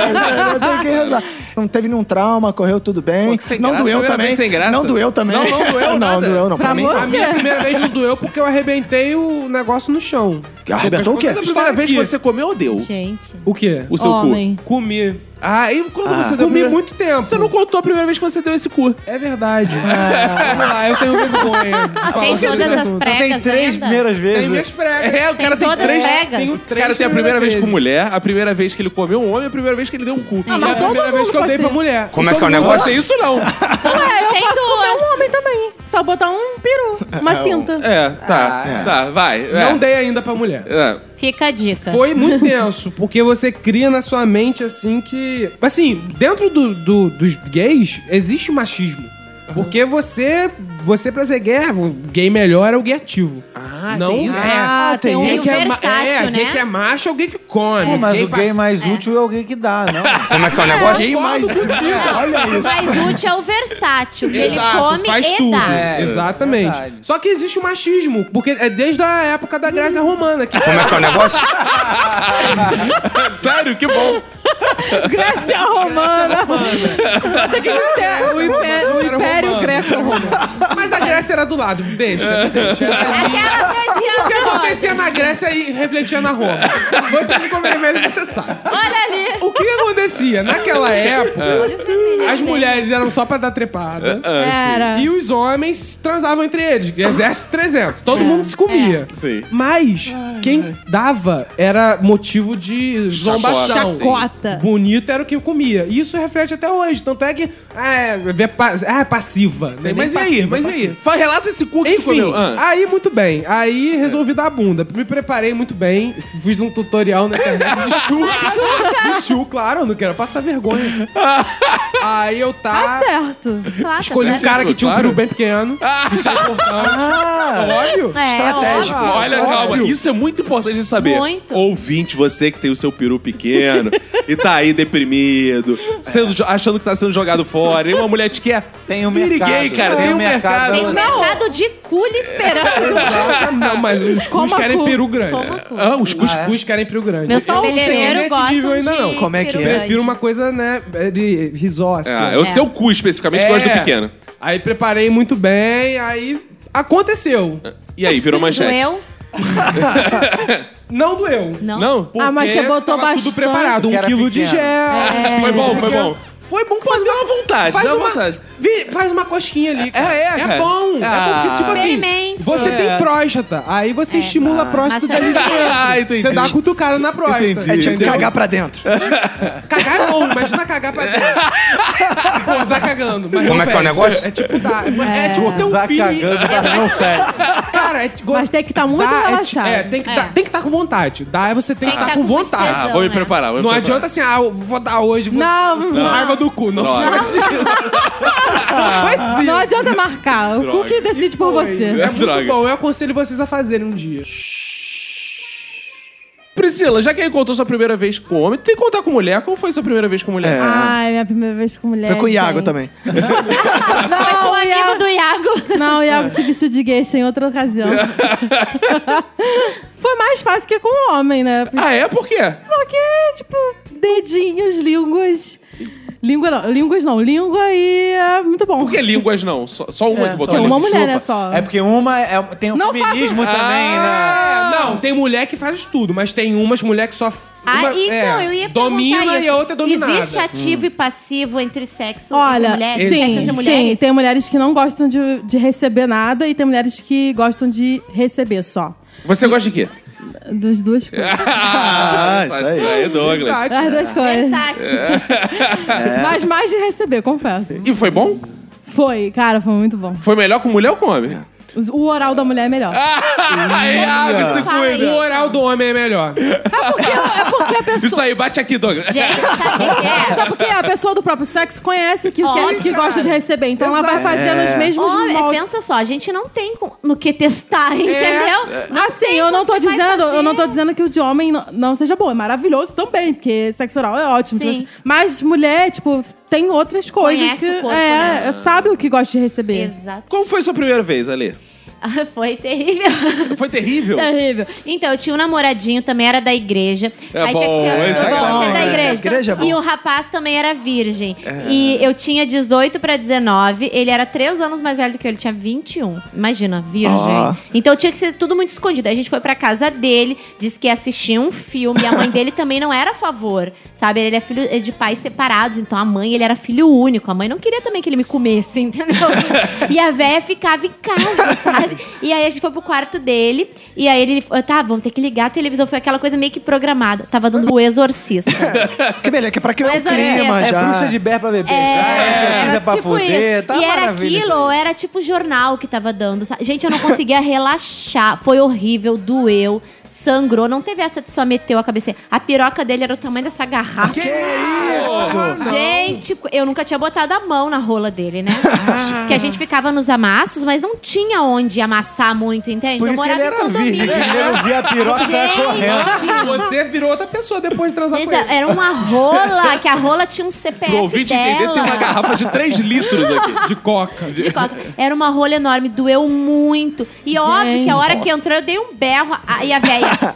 S2: tem que rezar. Não teve nenhum trauma, correu tudo bem.
S1: Pô, que sem
S2: não
S1: graça,
S2: doeu
S1: primeira
S2: também.
S1: vez sem graça.
S2: Não doeu também.
S1: Não, não doeu
S2: Não,
S1: nada.
S2: doeu não. Pra,
S3: Pra
S2: mim,
S3: você?
S8: A minha primeira vez não doeu porque eu arrebentei o negócio no chão.
S2: Arrebentou o quê?
S8: Mas
S1: Essa primeira vez que você comeu ou deu?
S6: Gente.
S8: O quê?
S1: O seu
S3: Homem.
S1: cu.
S8: Comi.
S1: Ah, e quando
S8: Você
S1: você deu a
S8: comi
S1: primeira-
S8: muito tempo.
S1: Você não contou a primeira vez que você deu esse cu.
S8: É verdade. Ah, Vamos lá, eu tenho vergonha. de falar
S6: Tem
S8: sobre
S6: todas
S8: esse
S6: as
S8: assunto.
S4: Tem
S6: pregas
S4: três
S6: ainda.
S4: primeiras
S8: Tem
S4: vezes.
S8: minhas pregas.
S1: É, o cara tem,
S6: Tem todas
S1: três.
S6: as pregas.
S8: Tenho
S1: O
S8: três
S1: cara tem a primeira vez com
S8: vezes.
S1: mulher, a primeira vez que ele comeu um homem, a primeira vez que ele deu um
S8: E
S1: cu.
S3: mas
S8: é a
S3: todo
S8: primeira vez
S3: mundo
S8: que eu dei pra
S3: pode ser.
S8: mulher.
S1: Como é que é o negócio? É isso não.
S3: Ué, eu
S6: Tem
S3: posso comer
S6: duas.
S3: um homem também. Só botar um peru, uma cinta.
S1: É, tá, tá, vai. é.
S8: Não dei ainda pra mulher.
S1: É.
S6: Fica a dica.
S8: Foi muito tenso, porque você cria na sua mente assim que. Assim, dentro do, do- dos gays, existe machismo. Porque você, você pra ser gay, ah, o gay melhor é o gay ativo. Ah, não
S1: tem
S8: isso.
S6: Ah, tem
S8: gay
S6: isso.
S8: que é, ma-
S6: Versátil,
S8: é, gay
S6: né?
S8: que é macho é o gay que come.
S4: Pô, mas o gay
S8: pass-
S4: mais útil é o gay que dá, né? não?
S13: Como é que é o negócio?
S2: Quem mais? Olha isso.
S6: O mais útil é o versátil, que ele
S8: Exato,
S6: come
S8: faz
S6: e
S8: tudo.
S6: dá.
S4: É,
S8: Exatamente.
S4: verdade.
S8: Só que existe o machismo, porque é desde a época da Grécia Romana. Que
S13: Como é que é o negócio?
S1: Sério, que bom.
S3: Grécia Romana. Você quis dizer É, o império, o
S8: Era
S3: império
S8: romano.
S3: greco-romano.
S4: é?
S8: Mas a Grécia era do lado. Deixa, deixa. É,
S6: Aquela é
S8: O que
S6: viadinha.
S8: acontecia na Grécia e refletia na Roma? Você ficou vermelho necessário.
S6: Olha ali.
S8: O que acontecia? Naquela época,
S6: Olha o
S4: É.
S6: vermelho
S8: as
S6: dele.
S8: mulheres eram só pra dar trepada.
S2: É,
S3: Era.
S8: E os homens transavam entre eles. Exército 300. Todo mundo se comia.
S4: É,
S1: Sim.
S8: Mas quem dava era motivo de zombação.
S3: Chacota.
S8: Bonito era o que comia. E isso reflete até hoje. Tanto é que. É, vê pa- é passiva. né?
S1: Tem
S8: Mas e
S1: bem
S8: aí?
S1: passiva,
S8: Mas e aí?
S1: passiva. Fa- relata esse cu que tu
S8: Enfim,
S1: comeu. Ah.
S8: aí muito bem. Aí resolvi dar a bunda. Me preparei muito bem. Fiz um tutorial na internet de chu. de chu, claro. falando que era passar vergonha. Aí eu
S3: Tá
S8: tava.
S3: certo.
S6: Claro,
S8: Escolhi um
S6: certo.
S8: cara que tinha um
S1: Claro.
S8: peru bem pequeno.
S3: Ah.
S8: Isso é importante.
S2: Ah,
S8: Óbvio.
S6: É,
S2: estratégico.
S6: óbvio.
S1: Olha,
S8: Óbvio.
S1: calma, isso é muito importante de saber.
S6: Muito.
S1: Ouvinte, você que tem o seu peru pequeno e tá aí deprimido, sendo jo- achando que tá sendo jogado fora, e uma mulher te quer.
S4: Tem um
S1: Vire
S4: mercado.
S1: gay, cara, tem um mercado.
S6: Tem um mercado de culha esperando.
S8: Não, mas os cus
S3: Coma
S8: querem
S3: cu.
S8: peru grande.
S6: Como cu.
S1: Ah, os cus...
S8: Os cus querem peru grande.
S6: Meu
S8: Eu não sei nesse
S6: cabeleireiro
S8: nível
S6: gosta de
S8: ainda não.
S2: Como é que
S6: peru
S2: é?
S6: grande.
S8: Prefiro uma coisa, né, de risócia.
S1: Ah, é o seu cu especificamente, que gosta do pequeno.
S8: Aí preparei muito bem, aí aconteceu.
S1: E aí, virou manchete.
S6: Doeu?
S8: Não doeu.
S6: Não.
S1: Não?
S8: Porque
S3: mas você botou
S8: tava tudo
S3: bastante.
S8: preparado. Um
S4: Era
S8: quilo de gel.
S4: pequeno.
S6: É.
S1: Foi bom, foi bom.
S8: Foi bom que faz
S1: Deu uma vontade,
S8: Faz
S1: deu uma
S8: uma,
S1: vontade.
S8: Vi- faz uma cosquinha ali. cara.
S1: É, é, cara.
S8: bom.
S1: Ah.
S8: É porque, tipo assim,
S6: Experimente.
S8: você tem próstata. Aí
S6: É,
S8: você estimula a
S6: tá.
S8: próstata
S6: Massagem.
S8: dali dentro.
S1: Ah, entendi.
S8: Você dá uma cutucada na próstata.
S2: é
S1: Entendi.
S2: tipo
S1: entendeu?
S2: cagar pra dentro.
S8: Cagar é bom, imagina cagar pra dentro. Gozar cagando. mas
S12: Como
S8: não
S12: é que é o
S8: fede.
S12: negócio?
S8: É tipo dar. É, tipo ter um
S4: Usar
S8: feeling.
S4: cagando, mas não fede.
S8: Cara, é, go-
S3: Mas tem que tá muito
S8: dar é ti-
S3: relaxado.
S8: É, tem que
S6: É.
S8: estar com vontade. Dar é você tem que
S6: Tem que
S8: estar
S6: tá
S8: com
S6: com muita
S8: vontade.
S1: Ah,
S6: tesão,
S1: vou me
S6: né?
S1: preparar. Vou me
S8: Não
S1: preparar.
S8: adianta assim, ah, eu vou dar hoje. Vou...
S3: Não, não.
S8: Larva do cu, não.
S1: Droga.
S8: faz isso. Não faz
S3: Não é
S8: isso.
S3: adianta marcar. O
S1: Droga.
S3: cu que decide por você.
S8: É muito
S1: Droga.
S8: bom, eu aconselho vocês a fazerem um dia.
S1: Priscila, já que ele contou sua primeira vez com homem, tem que contar com mulher. Como foi sua primeira vez com
S8: Ah,
S1: mulher?
S3: Ai, minha primeira vez com mulher.
S2: Foi com o Iago
S3: gente.
S2: também.
S6: Foi com
S3: Não,
S6: o
S3: o
S6: amigo
S3: Iago,
S6: do Iago.
S3: não, o Iago se vestiu de geisha em outra ocasião. Foi mais fácil que com o homem, né?
S1: Ah, é? Por quê?
S3: Porque, tipo, dedinhos, línguas. Língua não, línguas não, língua e é muito bom.
S1: Por que línguas não? Só, só uma que botou
S3: É, só
S1: ali.
S3: uma mulher,
S4: Chupa.
S3: né, só.
S4: É porque uma é- tem um
S3: Não
S4: feminismo
S3: faço-
S4: também, né?
S8: É, não, tem mulher que faz estudo, mas tem umas mulher que só. f-
S6: Ah,
S8: uma-
S6: então,
S8: é,
S6: eu ia perguntar
S8: Domina
S6: isso.
S8: e a outra é dominada.
S6: Existe ativo e passivo entre sexo
S3: Olha,
S6: de mulheres? sexo
S3: sim,
S6: entre
S3: sim,
S6: mulheres?
S3: tem mulheres que não gostam de, de receber nada e tem mulheres que gostam de receber só.
S1: Você gosta de quê?
S3: Dos duas coisas.
S1: Ah,
S2: isso aí.
S1: Douglas.
S6: Ah,
S3: Das duas coisas.
S6: Versátil.
S3: Mas mais de receber, confesso.
S1: E foi bom?
S3: Foi, cara, foi muito bom.
S1: Foi melhor com mulher ou com homem?
S3: Os- O oral da mulher é melhor.
S1: Aí, ah, se
S6: Fala
S1: cuida.
S6: aí.
S8: O oral do homem é melhor.
S1: Isso aí, bate aqui, Douglas.
S6: Gente, sabe o que é?
S3: Sabe por quê? A pessoa do próprio sexo conhece o que, é,
S6: Óbvio,
S3: que, que gosta de receber. Então ela vai fazendo os mesmos
S6: Homem,
S3: moldes.
S6: pensa só, a gente não tem com- no que
S8: É.
S6: testar, entendeu?
S3: Assim, eu não tô
S6: você vai
S3: dizendo, eu não tô
S6: fazer.
S3: dizendo que o de homem não, não seja bom, é maravilhoso também, porque sexo oral é ótimo.
S6: Sim.
S3: Mas mulher, tipo, tem outras coisas
S6: Conhece
S3: que
S6: o corpo,
S3: é,
S6: né?
S3: sabe o que gosta de receber.
S6: Exato.
S1: Como foi sua primeira vez, Ale?
S6: Ah, Foi terrível.
S1: Foi terrível?
S3: É,
S6: terrível. Então, eu tinha um namoradinho, também era da igreja.
S1: É
S6: Aí tinha
S1: bom,
S6: que ser,
S1: esse
S6: eu
S1: é
S6: gosto
S2: bom,
S6: de ser da
S2: é.
S6: igreja.
S2: Igreja é bom.
S6: E o rapaz também era virgem. E eu tinha 18 pra 19, ele era 3 anos mais velho do que eu, ele tinha 21. Imagina, virgem.
S2: Ó.
S6: Então tinha que ser tudo muito escondido. Aí a gente foi pra casa dele, disse que ia assistir um filme. E a mãe dele também não era a favor, sabe? Ele é filho de pais separados, então a mãe, ele era filho único. A mãe não queria também que ele me comesse, entendeu? e a véia ficava em casa, sabe? E aí a gente foi pro quarto dele. E aí ele falou, tá, vamos ter que ligar a televisão. Foi aquela coisa meio que programada. Tava dando o exorcista.
S2: Que beleza, que é pra criar um
S6: Mas olha,
S2: clima
S6: é
S4: É
S2: já.
S4: bruxa de berra pra beber. já, é
S6: era
S4: fetiza pra
S6: tipo
S4: fuder.
S6: isso.
S4: Tá
S6: e era
S4: maravilha isso
S6: aquilo, ou era tipo jornal que tava dando. sabe? Gente, eu não conseguia relaxar. Foi horrível, doeu, sangrou. Não teve essa de só meteu a cabeça. A piroca dele era o tamanho dessa garrafa. Ah, Gente, eu nunca tinha botado a mão na rola dele, né?
S4: Ah.
S6: Porque a gente ficava nos amassos, mas não tinha onde amassar muito, entende?
S4: Por
S6: eu
S4: isso que ele
S6: morava em
S4: era virgem. que
S6: condomínio.
S4: Ele não via a piroca e saia correndo.
S6: Gente,
S8: Você virou outra pessoa depois de transar com
S6: Gente,
S8: ele.
S6: era uma rola, que a rola tinha um CPF
S1: Pro ouvinte
S6: dela.
S3: é
S1: entender, tem uma garrafa de 3 litros aqui.
S8: De coca.
S6: de coca. Era uma rola enorme, doeu muito. E óbvio que a hora que entrou, eu dei um berro a- e a velha.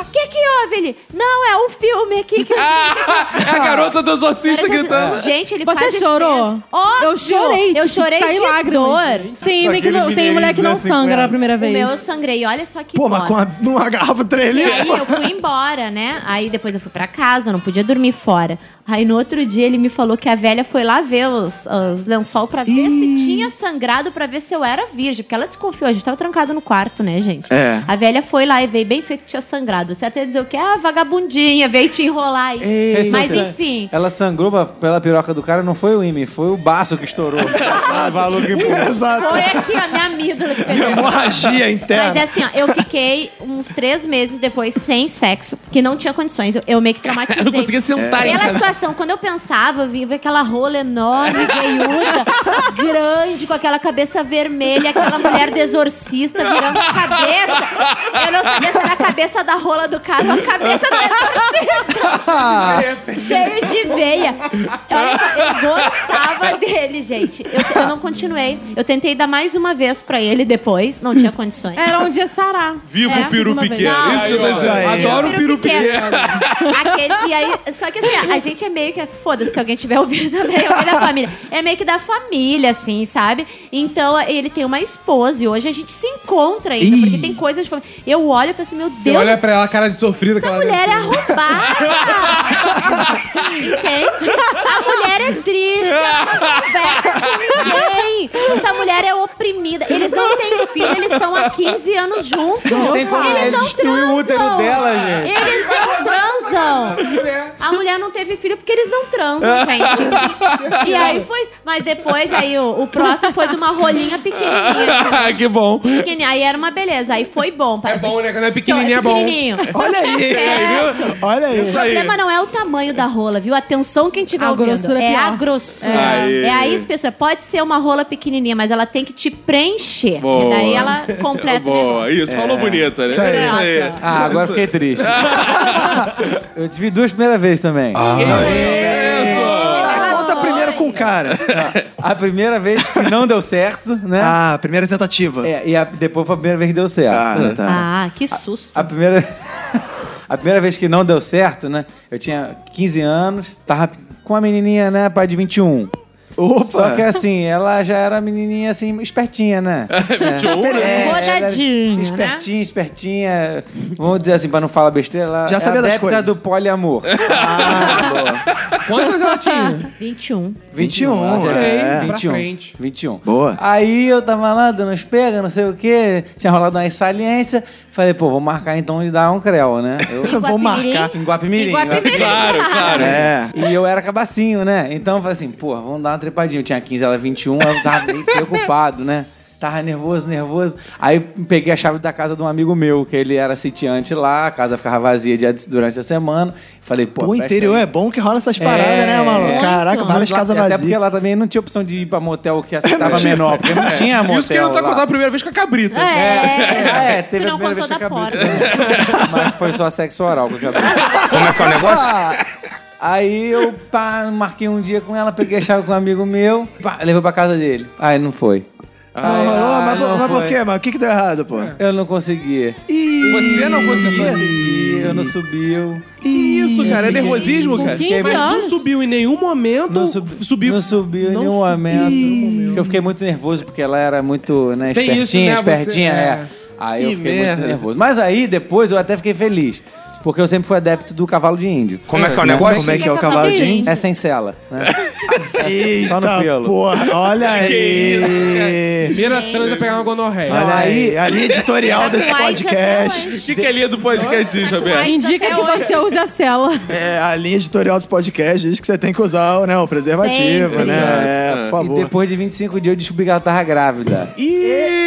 S6: O que que houve? Ele, não, é um filme aqui que...
S1: É a garota do exorcista
S6: Era-
S1: gritando.
S6: Gente, ele
S3: Você
S6: quase
S3: chorou?
S6: fez. Óbvio,
S3: Eu chorei,
S6: Eu
S3: tipo,
S6: chorei
S3: saiu
S6: de
S3: lágrimas.
S6: dor.
S3: Tem, homem que não- tem mulher que não sangra na primeira
S6: O
S3: vez.
S6: meu eu sangrei, olha só que
S2: Pô,
S6: bosta.
S2: mas com uma, uma garrafa de três
S6: E
S2: litros,
S6: aí eu fui embora, né? Aí depois eu fui pra casa, não podia dormir fora. Aí no outro dia ele me falou que a velha foi lá ver os, os lençol pra ver se tinha sangrado pra ver se eu era virgem. Porque ela desconfiou, a gente tava trancado no quarto, né, gente?
S2: É.
S6: A velha foi lá e veio bem feito que tinha sangrado. Você até ia dizer o quê? Ah, vagabundinha, veio te enrolar aí.
S4: Ei,
S6: Mas
S4: você-
S6: enfim.
S4: Ela sangrou pra- pela piroca do cara, não foi o Imi, foi o baço que estourou. ah, valor que empurrou.
S2: Exato.
S6: Foi aqui a minha amígdala que pegou.
S2: Hemorragia
S6: Mas é
S2: interna.
S6: assim, ó, eu fiquei uns três meses depois sem sexo, porque não tinha condições. Eu, eu meio que
S3: Ah.
S6: traumatizei.
S1: Eu não conseguia sentar
S8: É.
S1: em
S6: Pela
S1: casa.
S6: situação, quando eu pensava, eu via aquela rola enorme, veiuda, grande, com aquela cabeça vermelha, aquela mulher do exorcista virando a cabeça. Eu não sabia se era a cabeça da rola do cara ou a cabeça do exorcista. Cheio de veia. Olha só, eu gostava dele, gente. Eu, eu não continuei. Eu tentei dar mais uma vez pra ele depois, não tinha condições.
S3: Era um dia sará.
S11: Viva
S6: É,
S11: o peru
S3: segunda vez.
S11: pequeno.
S6: Não,
S11: Isso que eu tô
S6: não,
S11: dizendo. é
S2: não.
S11: Adoro.
S6: Adoro o peru pequeno. Aquele- e aí, só que assim, a gente é meio que. Foda-se, se alguém tiver ouvido também, alguém da família. É meio que da família, assim, sabe? Então ele tem uma esposa e hoje a gente se encontra ainda, porque tem coisas de família. Eu olho e penso, meu
S8: Você
S6: Deus,
S8: olha pra ela, cara de sofrida.
S6: essa mulher é arrombada! Entende? A mulher é triste, ela não conversa com ninguém. Essa mulher é oprimida. Eles não têm filho, eles estão há 15 anos juntos.
S4: Não tem como,
S6: eles
S4: ele
S6: não
S4: destruiu
S6: transam.
S4: o útero dela, gente.
S6: Eles não transam.
S8: mulher.
S6: A mulher não teve filho porque eles não transam, gente. E aí foi. isso. Mas depois aí o, o próximo foi de uma rolinha pequenininha.
S1: Ah, que bom.
S6: pequenininha. Aí era uma beleza, aí foi bom.
S8: É bom, né? Quando é
S6: Então,
S8: pequenininha é bom.
S6: pequenininho.
S2: Olha aí. Olha aí.
S6: O problema não é o tamanho da rola, viu? Atenção quem tiver
S3: A
S6: ouvindo.
S3: grossura é
S6: é
S3: pior.
S6: a grossura.
S11: Aê.
S6: É aí, pessoas. Pode ser uma rola pequenininha, mas ela tem que te preencher.
S11: Boa.
S6: E daí ela completa o
S11: Boa,
S6: negócio.
S11: isso, falou bonita, né?
S2: É. Isso aí.
S11: Isso aí.
S4: Ah, agora fiquei triste. eu tive duas primeiras vezes também.
S2: É.
S11: Tá Isso!
S2: Ah, Conta primeiro com o cara.
S4: A primeira vez que não deu certo, né?
S2: Ah, primeira tentativa.
S4: É, e a- depois foi a primeira vez que deu certo.
S2: Ah, tá.
S6: Ah, que susto.
S4: A primeira... a primeira vez que não deu certo, né? Eu tinha 15 anos, tava com uma menininha, né? Pai de 21.
S2: Opa.
S4: Só que assim, ela já era menininha, assim, espertinha, né?
S11: 21, né?
S4: ela era
S6: É, Rodadinha, né?
S4: Espertinha, espertinha. Vamos dizer assim, pra não falar besteira, ela
S2: Já
S4: é
S2: sabia das
S4: adepta
S2: coisas.
S4: do poliamor.
S2: Ah, boa.
S8: Quantas ela tinha?
S6: 21.
S2: 21, é.
S8: Pra
S4: 21.
S8: frente.
S4: 21.
S2: Boa.
S4: Aí eu tava lá, dando uns pega, não sei o quê. Tinha rolado uma saliência. Falei, pô, vou marcar então de dar um creu, né? Eu...
S2: Vou
S6: um
S2: marcar.
S4: Em Guapimirim.
S6: Guapimirim.
S11: Claro, claro.
S2: É.
S4: E eu era cabacinho, né? Então eu falei assim, pô, vamos dar uma trepadinha. Eu tinha 15, ela 21, eu tava meio preocupado, né? Tava nervoso, nervoso. Aí peguei a chave da casa de um amigo meu, que ele era sitiante lá, a casa ficava vazia dia- durante a semana. Falei, pô,
S2: O
S4: presta
S2: interior
S4: aí.
S2: é bom que rola essas paradas, né, maluco?
S4: Muito.
S2: Caraca, várias
S4: Lá-
S2: casas
S4: Até porque
S2: vazias.
S4: lá também não tinha opção de ir pra motel que aceitava menor, porque não tinha motel.
S1: Isso que não tá
S4: lá.
S1: contando a primeira vez com a cabrita.
S6: É.
S4: Ah, é, teve
S6: Tu
S4: a
S6: não
S4: primeira vez
S6: contou
S4: que
S6: da
S4: acabou.
S6: porta.
S4: Mas foi só sexo oral que eu acabei. Ah,
S12: Como é que é o negócio?
S4: Aí eu pá, marquei um dia com ela, peguei a chave com um amigo meu, pá, levou pra casa dele. Aí não foi. É.
S2: Ah,
S4: Aí,
S2: rolou,
S4: ah,
S2: mas,
S4: não
S2: por- mas por
S4: foi.
S2: quê, mano? O que que deu errado, pô?
S4: Eu não consegui.
S1: Você não conseguiu.
S8: assim?
S4: Consegui, eu não subiu.
S1: Que isso, cara? É nervosismo,
S3: Com
S1: cara.
S3: 15
S8: Mas não
S3: anos.
S8: subiu em nenhum momento.
S4: Não sub-
S8: subiu.
S4: Não subiu em
S8: Não
S4: nenhum
S8: subiu.
S4: momento. Eu fiquei muito nervoso porque ela era muito, né,
S8: Tem
S4: espertinha,
S8: isso, né, você-
S4: espertinha, é.
S8: é.
S4: Aí eu
S1: Que
S4: fiquei
S1: merda.
S4: muito nervoso. Mas aí depois eu até fiquei feliz, porque eu sempre fui adepto do cavalo de índio.
S12: Como é que é o negócio?
S2: Como é que é o cavalo de índio?
S4: É sem cela, né?
S2: Eita,
S4: Só no pelo.
S2: porra, olha aí.
S8: Primeira transa é pegar uma gonorreia.
S2: Olha aí, a linha editorial desse
S6: Mas
S2: podcast.
S6: até
S11: O que, que é linha do podcast diz, Roberto?
S3: Indica que você use a cela.
S2: É, a linha editorial desse podcast diz que você tem que usar né, o preservativo,
S6: Sempre.
S2: né? É, por
S4: E
S2: favor.
S4: depois de 25 dias eu descobri que ela tava grávida.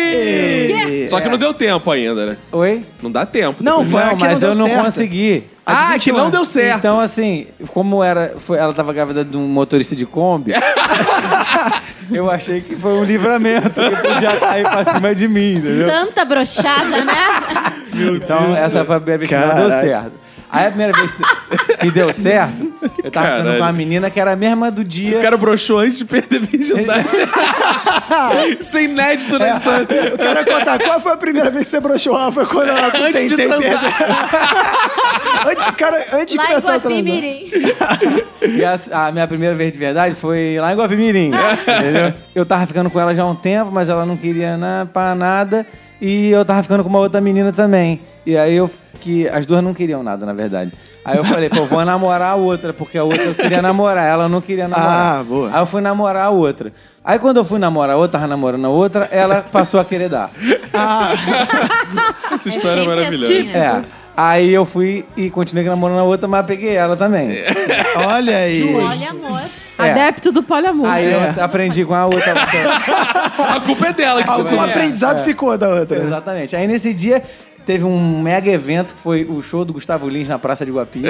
S2: E-
S11: Só que não deu tempo ainda, né?
S4: Oi?
S11: Não dá tempo.
S2: Não, foi
S4: não,
S2: aqui
S4: mas
S2: deu
S4: eu não
S2: certo.
S4: consegui.
S2: Ah,
S4: A de
S2: que
S4: 21.
S2: não
S1: deu certo.
S4: Então, assim, como era, foi- ela tava grávida de um motorista de Kombi, eu achei que foi um livramento que podia cair pra cima de mim, entendeu?
S6: Santa brochada, né?
S4: então, essa foi a primeira vez que não
S2: Caralho.
S4: deu certo. Aí a primeira vez que deu certo, eu tava ficando
S11: Caralho.
S4: com uma menina que era a mesma do dia.
S11: O cara broxou antes de perder a
S2: É
S11: virgindade. Isso é inédito na história.
S2: Eu quero contar, qual foi a primeira vez que você broxou? Ah, foi quando eu
S11: Antes de
S2: tentei
S11: transar.
S2: perder. antes, cara, antes de né?
S6: Lá em
S2: começar a transar.
S6: Guapimirim.
S4: E a, a minha primeira vez de verdade foi lá em Guapimirim. entendeu? Eu tava ficando com ela já há um tempo, mas ela não queria na, pra nada. E eu tava ficando com uma outra menina também. E aí eu. Que as duas não queriam nada, na verdade. Aí eu falei, pô, vou namorar a outra, porque a outra eu queria namorar, ela não queria namorar.
S2: Ah, boa.
S4: Aí eu fui namorar a outra. Aí quando eu fui namorar a outra, tava namorando a outra, ela passou a querer dar.
S11: Essa história é
S6: sempre
S11: maravilhosa.
S6: assim, né?
S4: É. Aí eu fui e continuei namorando a outra, mas peguei ela também.
S2: É. Olha aí.
S6: Olha, amor.
S4: É.
S3: Adepto do poliamor.
S4: Aí
S2: É.
S4: eu aprendi com a outra.
S11: A culpa é dela que
S2: Ah,
S11: te
S2: O aprendizado ficou da outra. né?
S4: Exatamente. Aí nesse dia teve um mega evento que foi o show do Gustavo Lins na Praça de Guapi.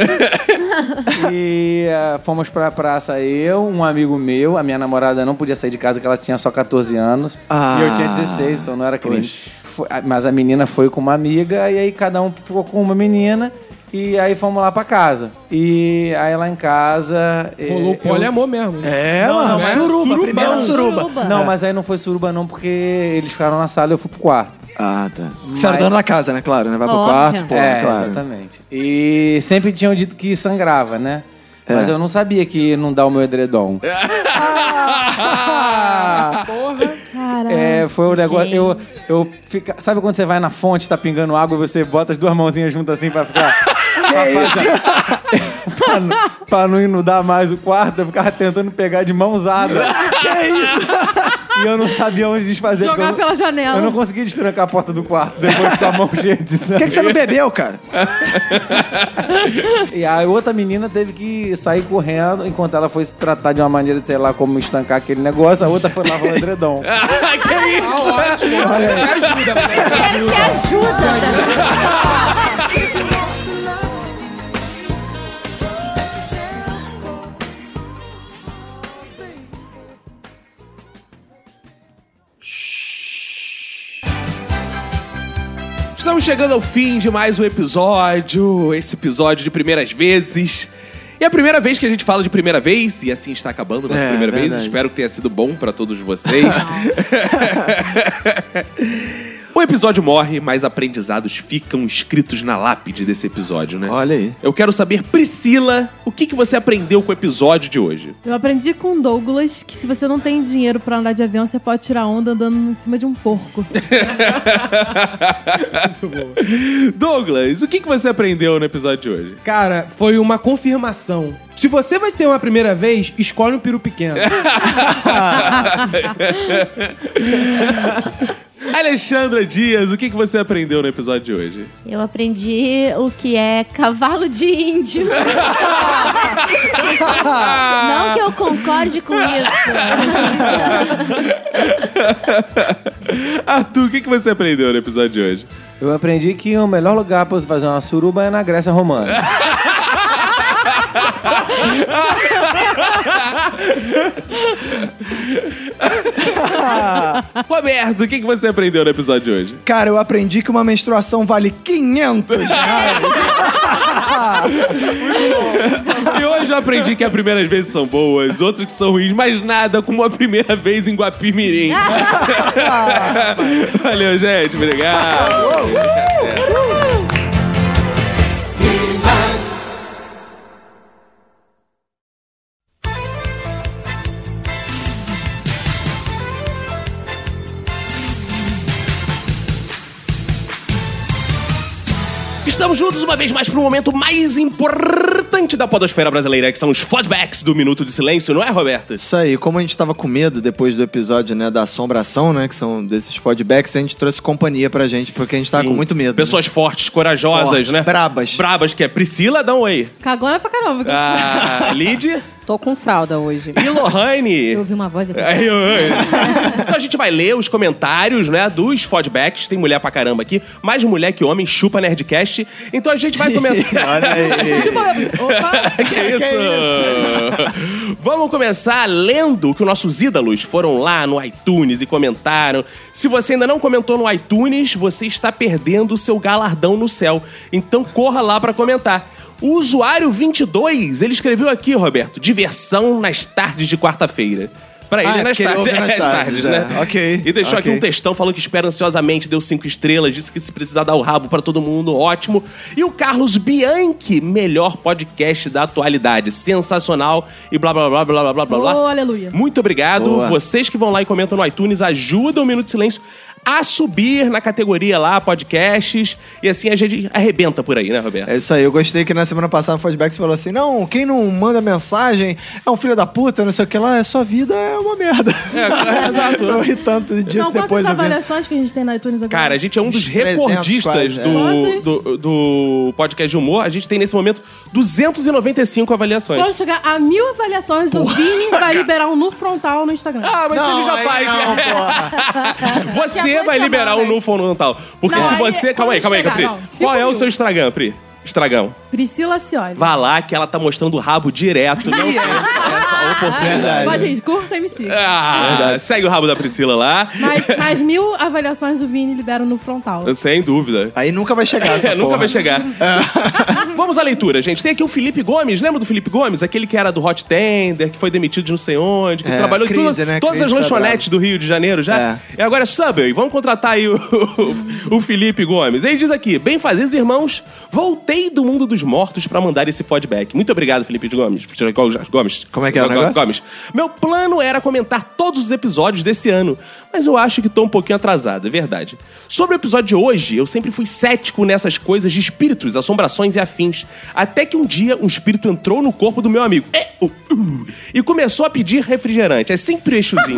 S4: e ah, fomos pra praça eu, um amigo meu, a minha namorada não podia sair de casa porque ela tinha só 14 anos
S2: Ah.
S4: e eu tinha 16, então não era crime. Foi- ah, mas a menina foi com uma amiga e aí cada um ficou com uma menina e aí fomos lá pra casa. E aí lá em casa eh,
S8: Rolou
S4: eu-
S8: poliamor mesmo.
S2: É,
S4: Não,
S2: mano.
S4: não, é
S2: suruba.
S4: surubão.
S2: Primeira suruba.
S6: Suruba.
S4: Não, mas aí não foi suruba não porque eles ficaram na sala e eu fui pro quarto.
S2: Ah, tá. Você era
S4: Mas-
S2: dono da casa, né? Claro, né? Vai pro
S6: Óbvio.
S2: quarto, pô,
S4: é,
S2: claro.
S4: exatamente. E sempre tinham dito que sangrava, né? Mas eu não sabia que não dá o meu edredom.
S3: Caralho.
S4: É, foi
S3: Ah,
S4: o negócio.
S6: gente.
S4: Eu, eu fica, sabe quando você vai na fonte, tá pingando água e você bota as duas mãozinhas juntas assim pra ficar. pra, fazer- pra não- pra não inundar mais o quarto, eu ficava tentando pegar de mãozada. que isso? E eu não sabia onde desfazer. porque
S3: Jogar
S4: eu não-
S3: pela janela.
S4: Eu não consegui destrancar a porta do quarto depois com a mão cheia de sangue.
S2: Por que, que você não bebeu, cara?
S4: E a outra menina teve que sair correndo enquanto ela foi se tratar de uma maneira, sei lá, como estancar aquele negócio. A outra foi lavar o edredom.
S6: Quero É, se ajuda.
S1: Estamos chegando ao fim de mais um episódio, esse episódio de primeiras vezes. E é a primeira vez que a gente fala de primeira vez, e assim está acabando a nossa
S2: É,
S1: primeira vez.
S2: verdade.
S1: Espero que tenha sido bom para todos vocês. o episódio morre, mas aprendizados ficam escritos na lápide desse episódio, né?
S2: Olha aí.
S1: Eu quero saber, Priscila, o que, que você aprendeu com o episódio de hoje?
S3: Eu aprendi com o Douglas que se você não tem dinheiro pra andar de avião, você pode tirar onda andando em cima de um porco.
S1: Douglas, o que, que você aprendeu no episódio de hoje?
S8: Cara, foi uma confirmação. Se você vai ter uma primeira vez, escolhe um peru pequeno.
S1: Alexandra Dias, o que, que você aprendeu no episódio de hoje?
S6: Eu aprendi o que é cavalo de índio. Não que eu concorde com isso.
S1: Arthur, o que, que você aprendeu no episódio de hoje?
S4: Eu aprendi que o melhor lugar pra você fazer uma suruba é na Grécia Romana.
S1: Roberto, o que, que você aprendeu no episódio de hoje?
S2: Cara, eu aprendi que uma menstruação vale 500 reais.
S1: E hoje eu aprendi que as primeiras vezes são boas, outras que são ruins, mas nada como a primeira vez em Guapimirim. Valeu, gente. Obrigado. Estamos juntos uma vez mais para o momento mais importante da podosfera brasileira, que são os fodbacks do Minuto de Silêncio, não é, Roberto?
S2: Isso aí, como a gente tava com medo depois do episódio, né, da assombração, né, que são desses feedbacks, a gente trouxe companhia pra gente, porque a gente tava
S1: Sim.
S2: com muito medo. né?
S1: Pessoas fortes, corajosas,
S2: Fortes,
S1: né?
S2: brabas.
S1: Brabas, que é Priscila, dá um oi.
S3: Cagona pra caramba.
S1: Ah, Lid
S14: Tô com fralda hoje.
S1: e Lohane.
S14: Eu ouvi uma voz aqui.
S1: Ai, ai. então a gente vai ler os comentários, né, dos fodbacks. Tem mulher pra caramba aqui. Mais mulher que homem, chupa Nerdcast. Então a gente vai comentar.
S2: Olha aí.
S1: que, isso? Vamos começar lendo que os nossos ídolos foram lá no iTunes e comentaram. Se você ainda não comentou no iTunes, você está perdendo o seu galardão no céu. Então corra lá pra comentar. O usuário 22, ele escreveu aqui, Roberto, diversão nas tardes de quarta-feira. Pra ele,
S2: Ah, é
S1: nas,
S2: porque ele
S1: tardes,
S2: ouve nas
S1: nas tardes,
S2: tardes,
S1: né?
S2: é. Ok,
S1: E deixou aqui
S2: ok.
S1: um textão falando que espera ansiosamente, deu cinco estrelas, disse que se precisar dar o rabo pra todo mundo, ótimo. E o Carlos Bianchi, melhor podcast da atualidade, sensacional e blá blá blá blá blá blá blá.
S3: Oh, aleluia.
S1: Muito obrigado.
S2: Boa.
S1: Vocês que vão lá e comentam no iTunes, ajudam o Minuto de Silêncio a subir na categoria lá, podcasts. E assim a gente arrebenta por aí, né, Roberto?
S2: É isso aí, eu gostei que na semana passada no feedback você falou assim: não, quem não manda mensagem é um filho da puta, não sei o que lá, sua vida é uma merda.
S1: É, é, exato.
S2: Eu ri tanto disso
S3: São
S2: depois
S3: quantas
S2: eu vi.
S3: avaliações que a gente tem na iTunes agora?
S1: Cara, a gente é um dos
S2: 300
S1: recordistas
S2: quase,
S3: é.
S1: do, do, do podcast de humor. A gente tem, nesse momento, 295 avaliações.
S3: Quando chegar a mil avaliações, o Vini vai liberar um no frontal no Instagram.
S1: Ah, mas ele já
S2: aí
S1: faz.
S2: Não, porra.
S1: Você
S6: Daqui a
S1: vai
S6: duas
S1: liberar um
S6: semanas.
S1: no frontal. Porque
S3: Não,
S1: se
S3: aí-
S1: você. Calma aí,
S3: quando
S1: calma aí,
S3: chegar,
S1: Pri.
S3: não, cinco
S1: Qual é o
S3: mil.
S1: seu Instagram, Pri? Estragão.
S3: Priscila Cioli.
S1: Vá lá que ela tá mostrando o rabo direto. Não tem essa oportunidade.
S3: Pode ir, curta e me siga.
S1: Ah, segue o rabo da Priscila lá.
S3: Mas, mas mil avaliações o Vini libera no frontal.
S1: Sem dúvida.
S2: Aí nunca vai chegar essa
S1: É, nunca
S2: porra.
S1: vai chegar. É. Vamos à leitura, gente. Tem aqui o Felipe Gomes. Lembra do Felipe Gomes? Aquele que era do Hot Tender, que foi demitido de não sei onde, que
S2: É,
S1: trabalhou em
S2: crise,
S1: todas,
S2: né?
S1: todas as
S2: Crise tá
S1: lanchonetes do Rio de Janeiro já. E agora é Subway. Vamos contratar aí o, o, Felipe Gomes. Ele diz aqui, bem fazeres irmãos, voltei do mundo dos mortos pra mandar esse feedback. Muito obrigado, Felipe de Gomes. Gomes.
S2: Como é que é o
S1: Go-
S2: negócio?
S1: Gomes. Meu plano era comentar todos os episódios desse ano, mas eu acho que tô um pouquinho atrasado, é verdade. Sobre o episódio de hoje, eu sempre fui cético nessas coisas de espíritos, assombrações e afins. Até que um dia um espírito entrou no corpo do meu amigo É, uh, uh, e começou a pedir refrigerante. É sempre o eixozinho.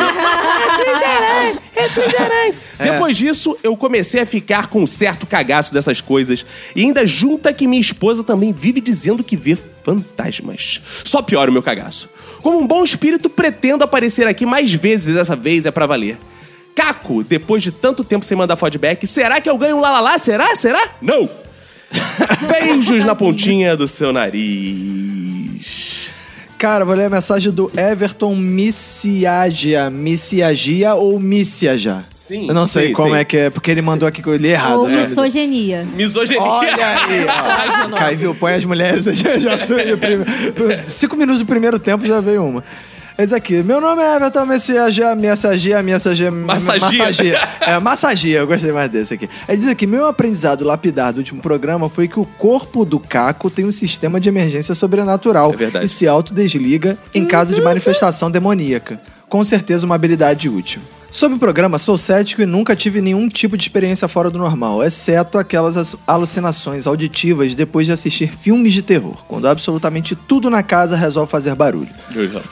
S1: refrigerante! Refrigerante! Depois disso, eu comecei a ficar com um certo cagaço dessas coisas. E ainda junta que minha esposa também vive dizendo que vê fantasmas. Só piora o meu cagaço. Como um bom espírito, pretendo aparecer aqui mais vezes, e dessa vez é pra valer. Caco, depois de tanto tempo sem mandar feedback, será que eu ganho um lalalá? Será? Será? Não! Beijos na pontinha do seu nariz.
S2: Cara, vou ler a mensagem do Everton Missiagia. Missiagia ou Missiaja?
S1: Sim,
S2: Eu não sei
S1: sim,
S2: como
S1: sim.
S2: é que é, porque ele mandou aqui que eu li errado.
S14: Ou
S2: né?
S14: misoginia.
S1: Misoginia.
S2: Olha aí, ó. Cai, viu? Põe as mulheres, já, já surge o primeiro. Cinco minutos do primeiro tempo já veio uma. Eis aqui. Meu nome é Everton Messiagia, Messiagia, Messiagia,
S1: Massagia.
S2: Massagia. É, Massagia, eu gostei mais desse aqui. Ele diz aqui: meu aprendizado lapidar do último programa foi que o corpo do Caco tem um sistema de emergência sobrenatural
S1: É verdade.
S2: e se autodesliga em caso de manifestação demoníaca. Com certeza uma habilidade útil. Sobre o programa, sou cético e nunca tive nenhum tipo de experiência fora do normal, exceto aquelas as- alucinações auditivas depois de assistir filmes de terror, quando absolutamente tudo na casa resolve fazer barulho.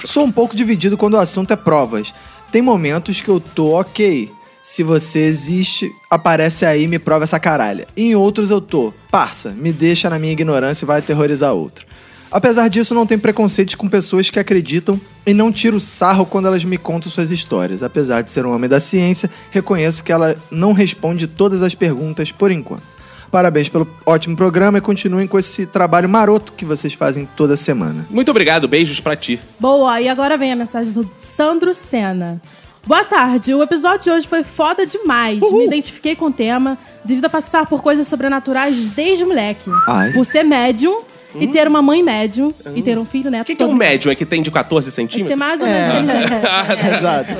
S2: Sou um pouco dividido quando o assunto é provas. Tem momentos que eu tô ok. Se você existe, aparece aí e me prova essa caralha. Em outros eu tô, parça, me deixa na minha ignorância e vai aterrorizar outro. Apesar disso, não tenho preconceito com pessoas que acreditam e não tiro sarro quando elas me contam suas histórias. Apesar de ser um homem da ciência, reconheço que ela não responde todas as perguntas por enquanto. Parabéns pelo ótimo programa e continuem com esse trabalho maroto que vocês fazem toda semana.
S1: Muito obrigado, beijos pra ti.
S3: Boa, e agora vem a mensagem do Sandro Senna. Boa tarde, o episódio de hoje foi foda demais. Me identifiquei com o tema, devido a passar por coisas sobrenaturais desde moleque.
S2: Ai.
S3: Por ser médium, e ter uma mãe médium, e ter um filho neto.
S1: O Uhum. que, que é um médium? É que tem de 14
S3: Tem
S1: centímetros?
S3: mais ou menos inteligente.
S2: Exato.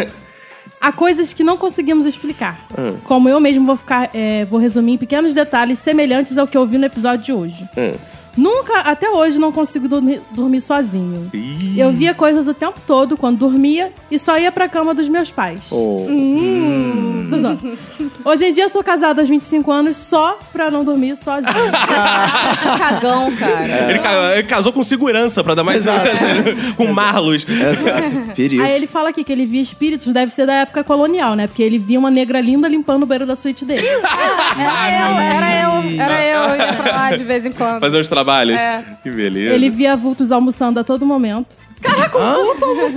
S3: É. Há coisas que não conseguimos explicar. Como eu mesmo vou ficar, é, vou resumir em pequenos detalhes semelhantes ao que eu vi no episódio de hoje. Nunca, até hoje, não consigo dormir, dormir sozinho. Eu via coisas o tempo todo quando dormia e só ia pra cama dos meus pais. Hum, tô zoando. Hoje em dia sou casada aos 25 anos só pra não dormir sozinha.
S14: Tá Cagão,
S12: É.
S14: cara.
S1: Ele, ca- ele casou com segurança pra dar mais segurança. com Marlos.
S12: É.
S2: Exato. Perigo.
S3: Aí ele fala aqui que ele via espíritos, deve ser da época colonial, né? Porque ele via uma negra linda limpando o beiro da suíte dele.
S14: Era eu, era eu, era eu ia pra lá de vez em quando.
S1: Fazer uns trabalhos.
S14: É.
S1: Que beleza.
S3: Ele via vultos almoçando a todo momento.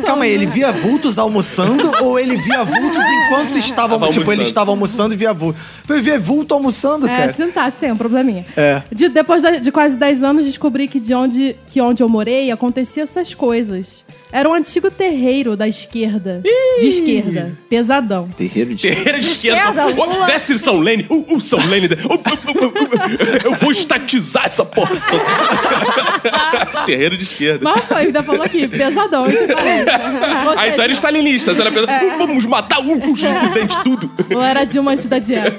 S2: Calma aí, ele via vultos almoçando ou ele via vultos enquanto estava
S1: Tava
S2: almoçando? Tipo, ele
S1: almoçando.
S2: estava almoçando e via vulto. Ele via vulto almoçando,
S3: É,
S2: cara.
S3: sentar, sim, é um probleminha.
S2: É.
S3: De- depois da- de quase 10 anos, descobri que de onde, que onde eu morei acontecia essas coisas. Era um antigo terreiro da esquerda. De esquerda. Pesadão.
S2: Terreiro de...
S1: Esquerda, esquerda.
S14: Esquerda,
S1: Ô,
S14: lua.
S1: Desce São Lene. Uh, uh, São Lene. Uh, uh, uh, uh, uh. Eu vou estatizar essa porra. toda. Terreiro de esquerda.
S3: Mas foi, ainda falou aqui, pesadão. hein? Ou
S1: Ah, então
S3: seja,
S1: era stalinista. Você era pensa, vamos matar um, os dissidentes, tudo.
S3: Ou era Dilma antes da dieta.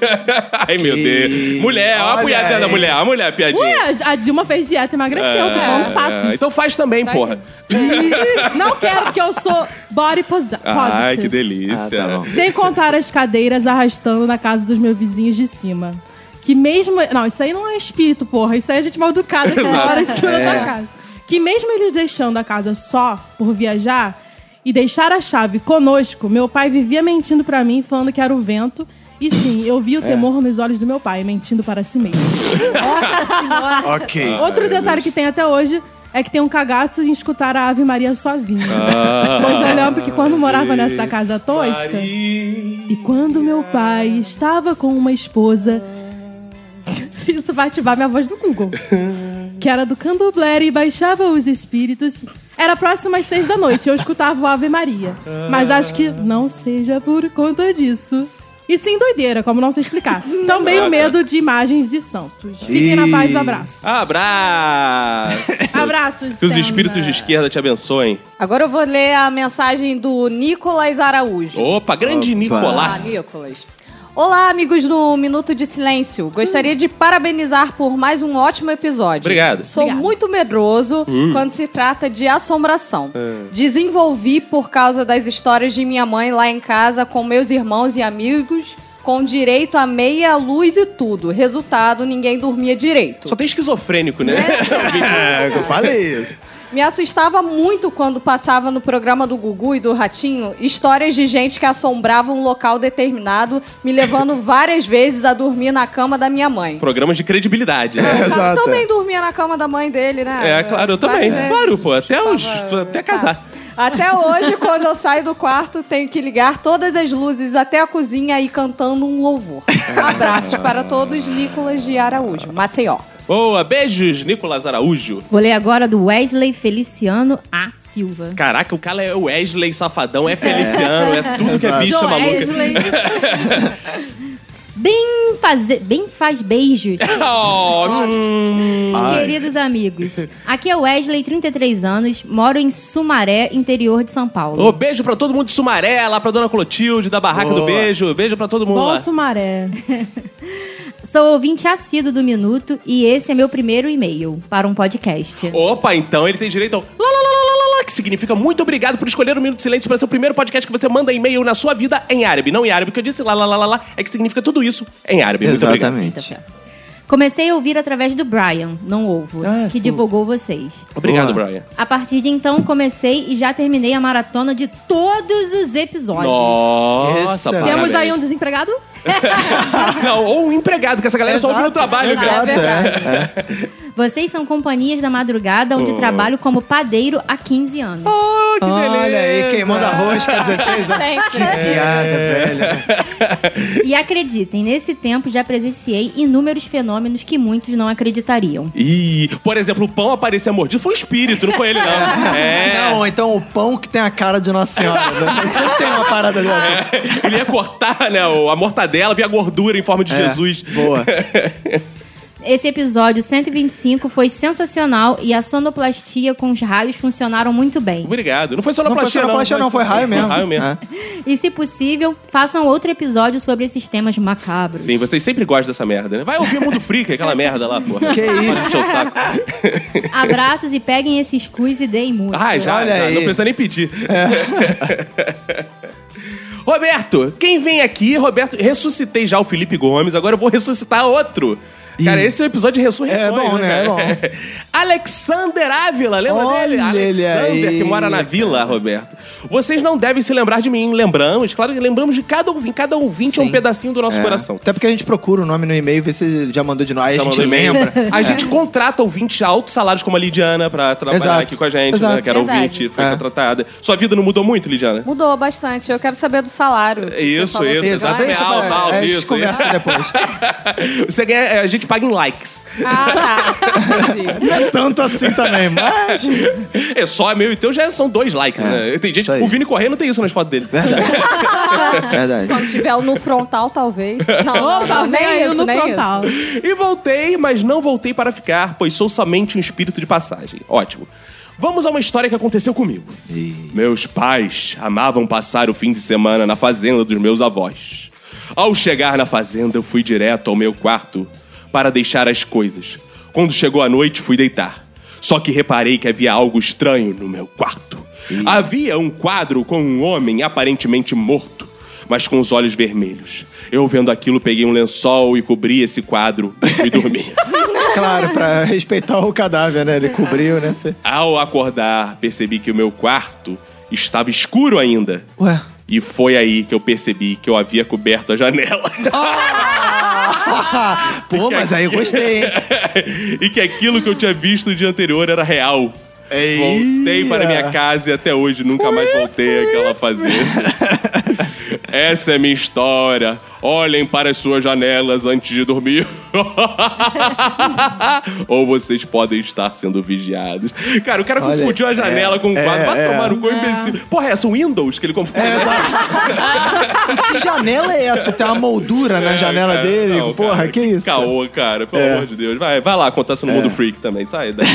S1: Ai, meu Deus. Mulher, olha a
S12: olha
S1: piadinha da
S12: aí.
S1: mulher, a mulher, a piadinha.
S3: Ué, é a Dilma fez dieta e emagreceu, tô falando
S1: Ah,
S3: fatos.
S1: então faz também, porra.
S3: Não quero, porque eu sou body posi- positive.
S1: Ai, que delícia.
S12: tá bom.
S3: Sem contar as cadeiras arrastando na casa dos meus vizinhos de cima. Que mesmo. Não, isso aí não é espírito, porra. Isso aí é gente mal educada que
S1: Exato. É.
S3: mora em cima da casa. Que mesmo eles deixando a casa só por viajar e deixar a chave conosco, meu pai vivia mentindo pra mim, falando que era o vento. E sim, eu vi o
S1: É.
S3: temor nos olhos do meu pai, mentindo para si mesmo.
S2: Ah,
S12: Ok.
S3: Outro detalhe que tem até hoje é que tem um cagaço em escutar a Ave Maria sozinha. pois eu lembro que quando morava nessa casa tosca. E quando meu pai estava com uma esposa. Isso vai ativar minha voz do Google. Que era do candomblé e baixava os espíritos. Era próximo às seis da noite, eu escutava o Ave Maria. Mas acho que não seja por conta disso. E sim doideira, como não sei explicar. Também o medo de imagens de santos. Fiquem na paz, abraço.
S1: Abraço.
S3: Abraços.
S1: Que os
S3: Senna.
S1: espíritos de esquerda te abençoem.
S14: Agora eu vou ler a mensagem do Nicolas Araújo.
S1: Opa, grande
S14: Olá,
S3: Ah,
S1: Nicolás.
S14: Nicolas. Olá, amigos do Minuto de Silêncio. Gostaria de parabenizar por mais um ótimo episódio.
S1: Obrigado. Hum.
S14: Sou
S3: Obrigada.
S14: muito medroso quando se trata de assombração.
S1: É.
S14: Desenvolvi por causa das histórias de minha mãe lá em casa com meus irmãos e amigos, com direito a meia luz e tudo. Resultado, ninguém dormia direito.
S1: Só tem esquizofrênico, né?
S12: É, eu falei isso.
S14: Me assustava muito quando passava no programa do Gugu e do Ratinho histórias de gente que assombrava um local determinado, me levando várias vezes a dormir na cama da minha
S3: É.
S14: mãe.
S1: Programas de credibilidade, né?
S14: O cara
S12: exato,
S14: também dormia na cama da mãe dele,
S3: Ah,
S14: né?
S1: É, claro, eu também.
S14: Várias vezes.
S1: Claro, pô. Até, os,
S14: Tava-
S3: Tá.
S14: tá.
S1: até casar.
S14: Até hoje, quando eu saio do quarto, tenho que ligar todas as luzes até a cozinha e cantando um louvor. Abraços para todos, Nicolas de Araújo, Maceió.
S1: Boa, beijos, Nicolas Araújo.
S6: Vou ler agora do Wesley Feliciano A. Silva.
S1: Caraca, o cara é Wesley Safadão, é Feliciano, é, tudo que é bicha
S3: Joe
S1: maluca.
S3: Wesley.
S6: Bem, faze... Bem faz beijos.
S1: Oh,
S6: Queridos amigos, aqui é Wesley, 33 anos, moro em Sumaré, interior de São Paulo.
S1: Ô, beijo pra todo mundo de Sumaré, lá pra Dona Clotilde, da Barraca do Beijo. Beijo pra todo mundo
S3: Bom
S1: lá. Tá
S3: Sumaré.
S6: Sou ouvinte assíduo do Minuto e esse é meu primeiro e-mail para um podcast.
S1: Opa, então ele tem direito ao lá, lá, lá, lá, lá, lá, lá, que significa muito obrigado por escolher o Minuto de Silêncio para ser o primeiro podcast que você manda e-mail na sua vida em árabe. Não em árabe, porque eu disse lá, lá, lá, lá, lá, é que significa tudo isso em árabe. Muito obrigado.
S12: Exatamente.
S6: Comecei a ouvir através do Brian, não ovo, que divulgou vocês.
S1: Obrigado, Brian.
S6: A partir de então comecei e já terminei a maratona de todos os episódios.
S1: Nossa,
S12: Excelente.
S3: Temos
S1: parabéns.
S3: aí um desempregado?
S1: Não, ou um empregado, que essa galera só ouviu o trabalho, cara.
S12: Exato, é.
S6: Vocês são companhias da madrugada onde trabalho como padeiro há 15 anos.
S12: Olha aí, queimando a rosca, 16 anos.
S14: Sempre.
S2: É.
S12: Que piada, velho.
S6: E acreditem, nesse tempo já presenciei inúmeros fenômenos que muitos não acreditariam.
S1: Ih, por exemplo, o pão aparecia mordido, foi um espírito, não foi ele, não. É.
S2: Não, então o pão que tem a cara de Nossa Senhora. né? Sempre tem uma parada dessa.
S1: Ele ia cortar, né, o- a mortadela, via gordura em forma de Jesus.
S2: É, Boa.
S6: Esse episódio 125 foi sensacional e a sonoplastia com os raios funcionaram muito bem.
S1: Obrigado. Não foi só na
S2: Não foi
S1: plastia,
S2: sonoplastia, não, foi raio mesmo.
S1: Foi raio mesmo.
S2: É.
S6: E se possível, façam outro episódio sobre esses temas macabros.
S1: Sim, vocês sempre gostam dessa merda, né? Vai ouvir Mundo Freak, aquela merda lá, porra.
S2: Que
S1: Vai
S2: isso?
S1: encher o saco.
S6: Abraços e peguem esses cus e deem muito.
S1: Ah, já,
S2: Olha
S1: já.
S2: aí. É.
S1: Não precisa nem pedir. Roberto, quem vem aqui, Roberto, ressuscitei já o Felipe Gomes, agora eu vou ressuscitar outro. Cara, esse é o episódio de ressurreições.
S2: É bom, né?
S1: cara? Alexander Ávila, lembra
S2: Olha
S1: dele?
S2: ele
S1: Alexander,
S2: aí,
S1: que mora na vila, Roberto. Vocês não devem se lembrar de mim, lembramos. Claro que lembramos de cada ouvinte. Cada ouvinte é um pedacinho do nosso coração.
S2: É. Até porque a gente procura o nome no e-mail, vê se ele já mandou de nós. Aí a
S1: Já
S2: gente
S1: mandou e-mail.
S2: lembra. É.
S1: A gente contrata ouvintes a altos salários, como a Lidiana, pra trabalhar
S2: Exato.
S1: aqui com a gente, né?
S2: Exato.
S1: Que era
S14: Verdade.
S1: ouvinte, foi
S2: É.
S1: contratada. Sua vida não mudou muito, Lidiana?
S14: Mudou bastante. Eu quero saber do salário. que você
S1: Isso,
S14: falou
S1: isso.
S14: agora.
S2: Exato,
S1: Exato.
S2: deixa
S1: Real,
S2: pra,
S1: tal,
S2: é, a gente
S1: isso,
S2: conversa depois.
S1: é, Você ganha, a gente paga em likes.
S14: Ah, tá. Entendi.
S2: é tanto assim também, mas.
S1: É só meu e teu já são dois likes, né? Tem gente,
S2: É. isso aí. É.
S1: o Vini Correia não tem isso nas fotos dele.
S2: Verdade.
S14: Quando tiver um no frontal, talvez. Não, não,
S3: Ou
S14: não,
S3: talvez
S14: nem
S1: um
S3: eu
S14: isso,
S3: no
S14: nem
S3: frontal.
S1: E voltei, mas não voltei para ficar, pois sou somente um espírito de passagem. Ótimo. Vamos a uma história que aconteceu comigo. Meus pais amavam passar o fim de semana na fazenda dos meus avós. Ao chegar na fazenda, eu fui direto ao meu quarto para deixar as coisas. Quando chegou a noite, fui deitar. Só que reparei que havia algo estranho no meu quarto. Havia um quadro com um homem aparentemente morto, mas com os olhos vermelhos. Eu vendo aquilo, peguei um lençol e cobri esse quadro e fui dormir.
S2: tá Claro, pra respeitar o cadáver, né? Ele cobriu, né? Fê?
S1: Ao acordar, percebi que o meu quarto estava escuro ainda.
S2: Ué.
S1: E foi aí que eu percebi que eu havia coberto a janela.
S12: Pô,
S1: é?
S12: mas aí eu gostei, hein?
S1: e que aquilo que eu tinha visto no dia anterior era real. Voltei para minha casa e até hoje nunca mais voltei àquela fazenda. Essa é minha história. Olhem para as suas janelas antes de dormir. Ou vocês podem estar sendo vigiados. Cara, o cara
S2: Olha,
S1: confundiu a janela com o quadro. Vai tomar no cu, imbecil. Porra, é essa Windows que ele confundiu?
S2: É, Que janela é essa? Tem uma moldura na janela
S1: cara,
S2: dele.
S1: não,
S2: Porra,
S1: cara,
S2: que, isso? cara? É.
S1: Caô, cara, pelo amor de Deus. Vai, vai lá, acontece no mundo freak também. Sai daí.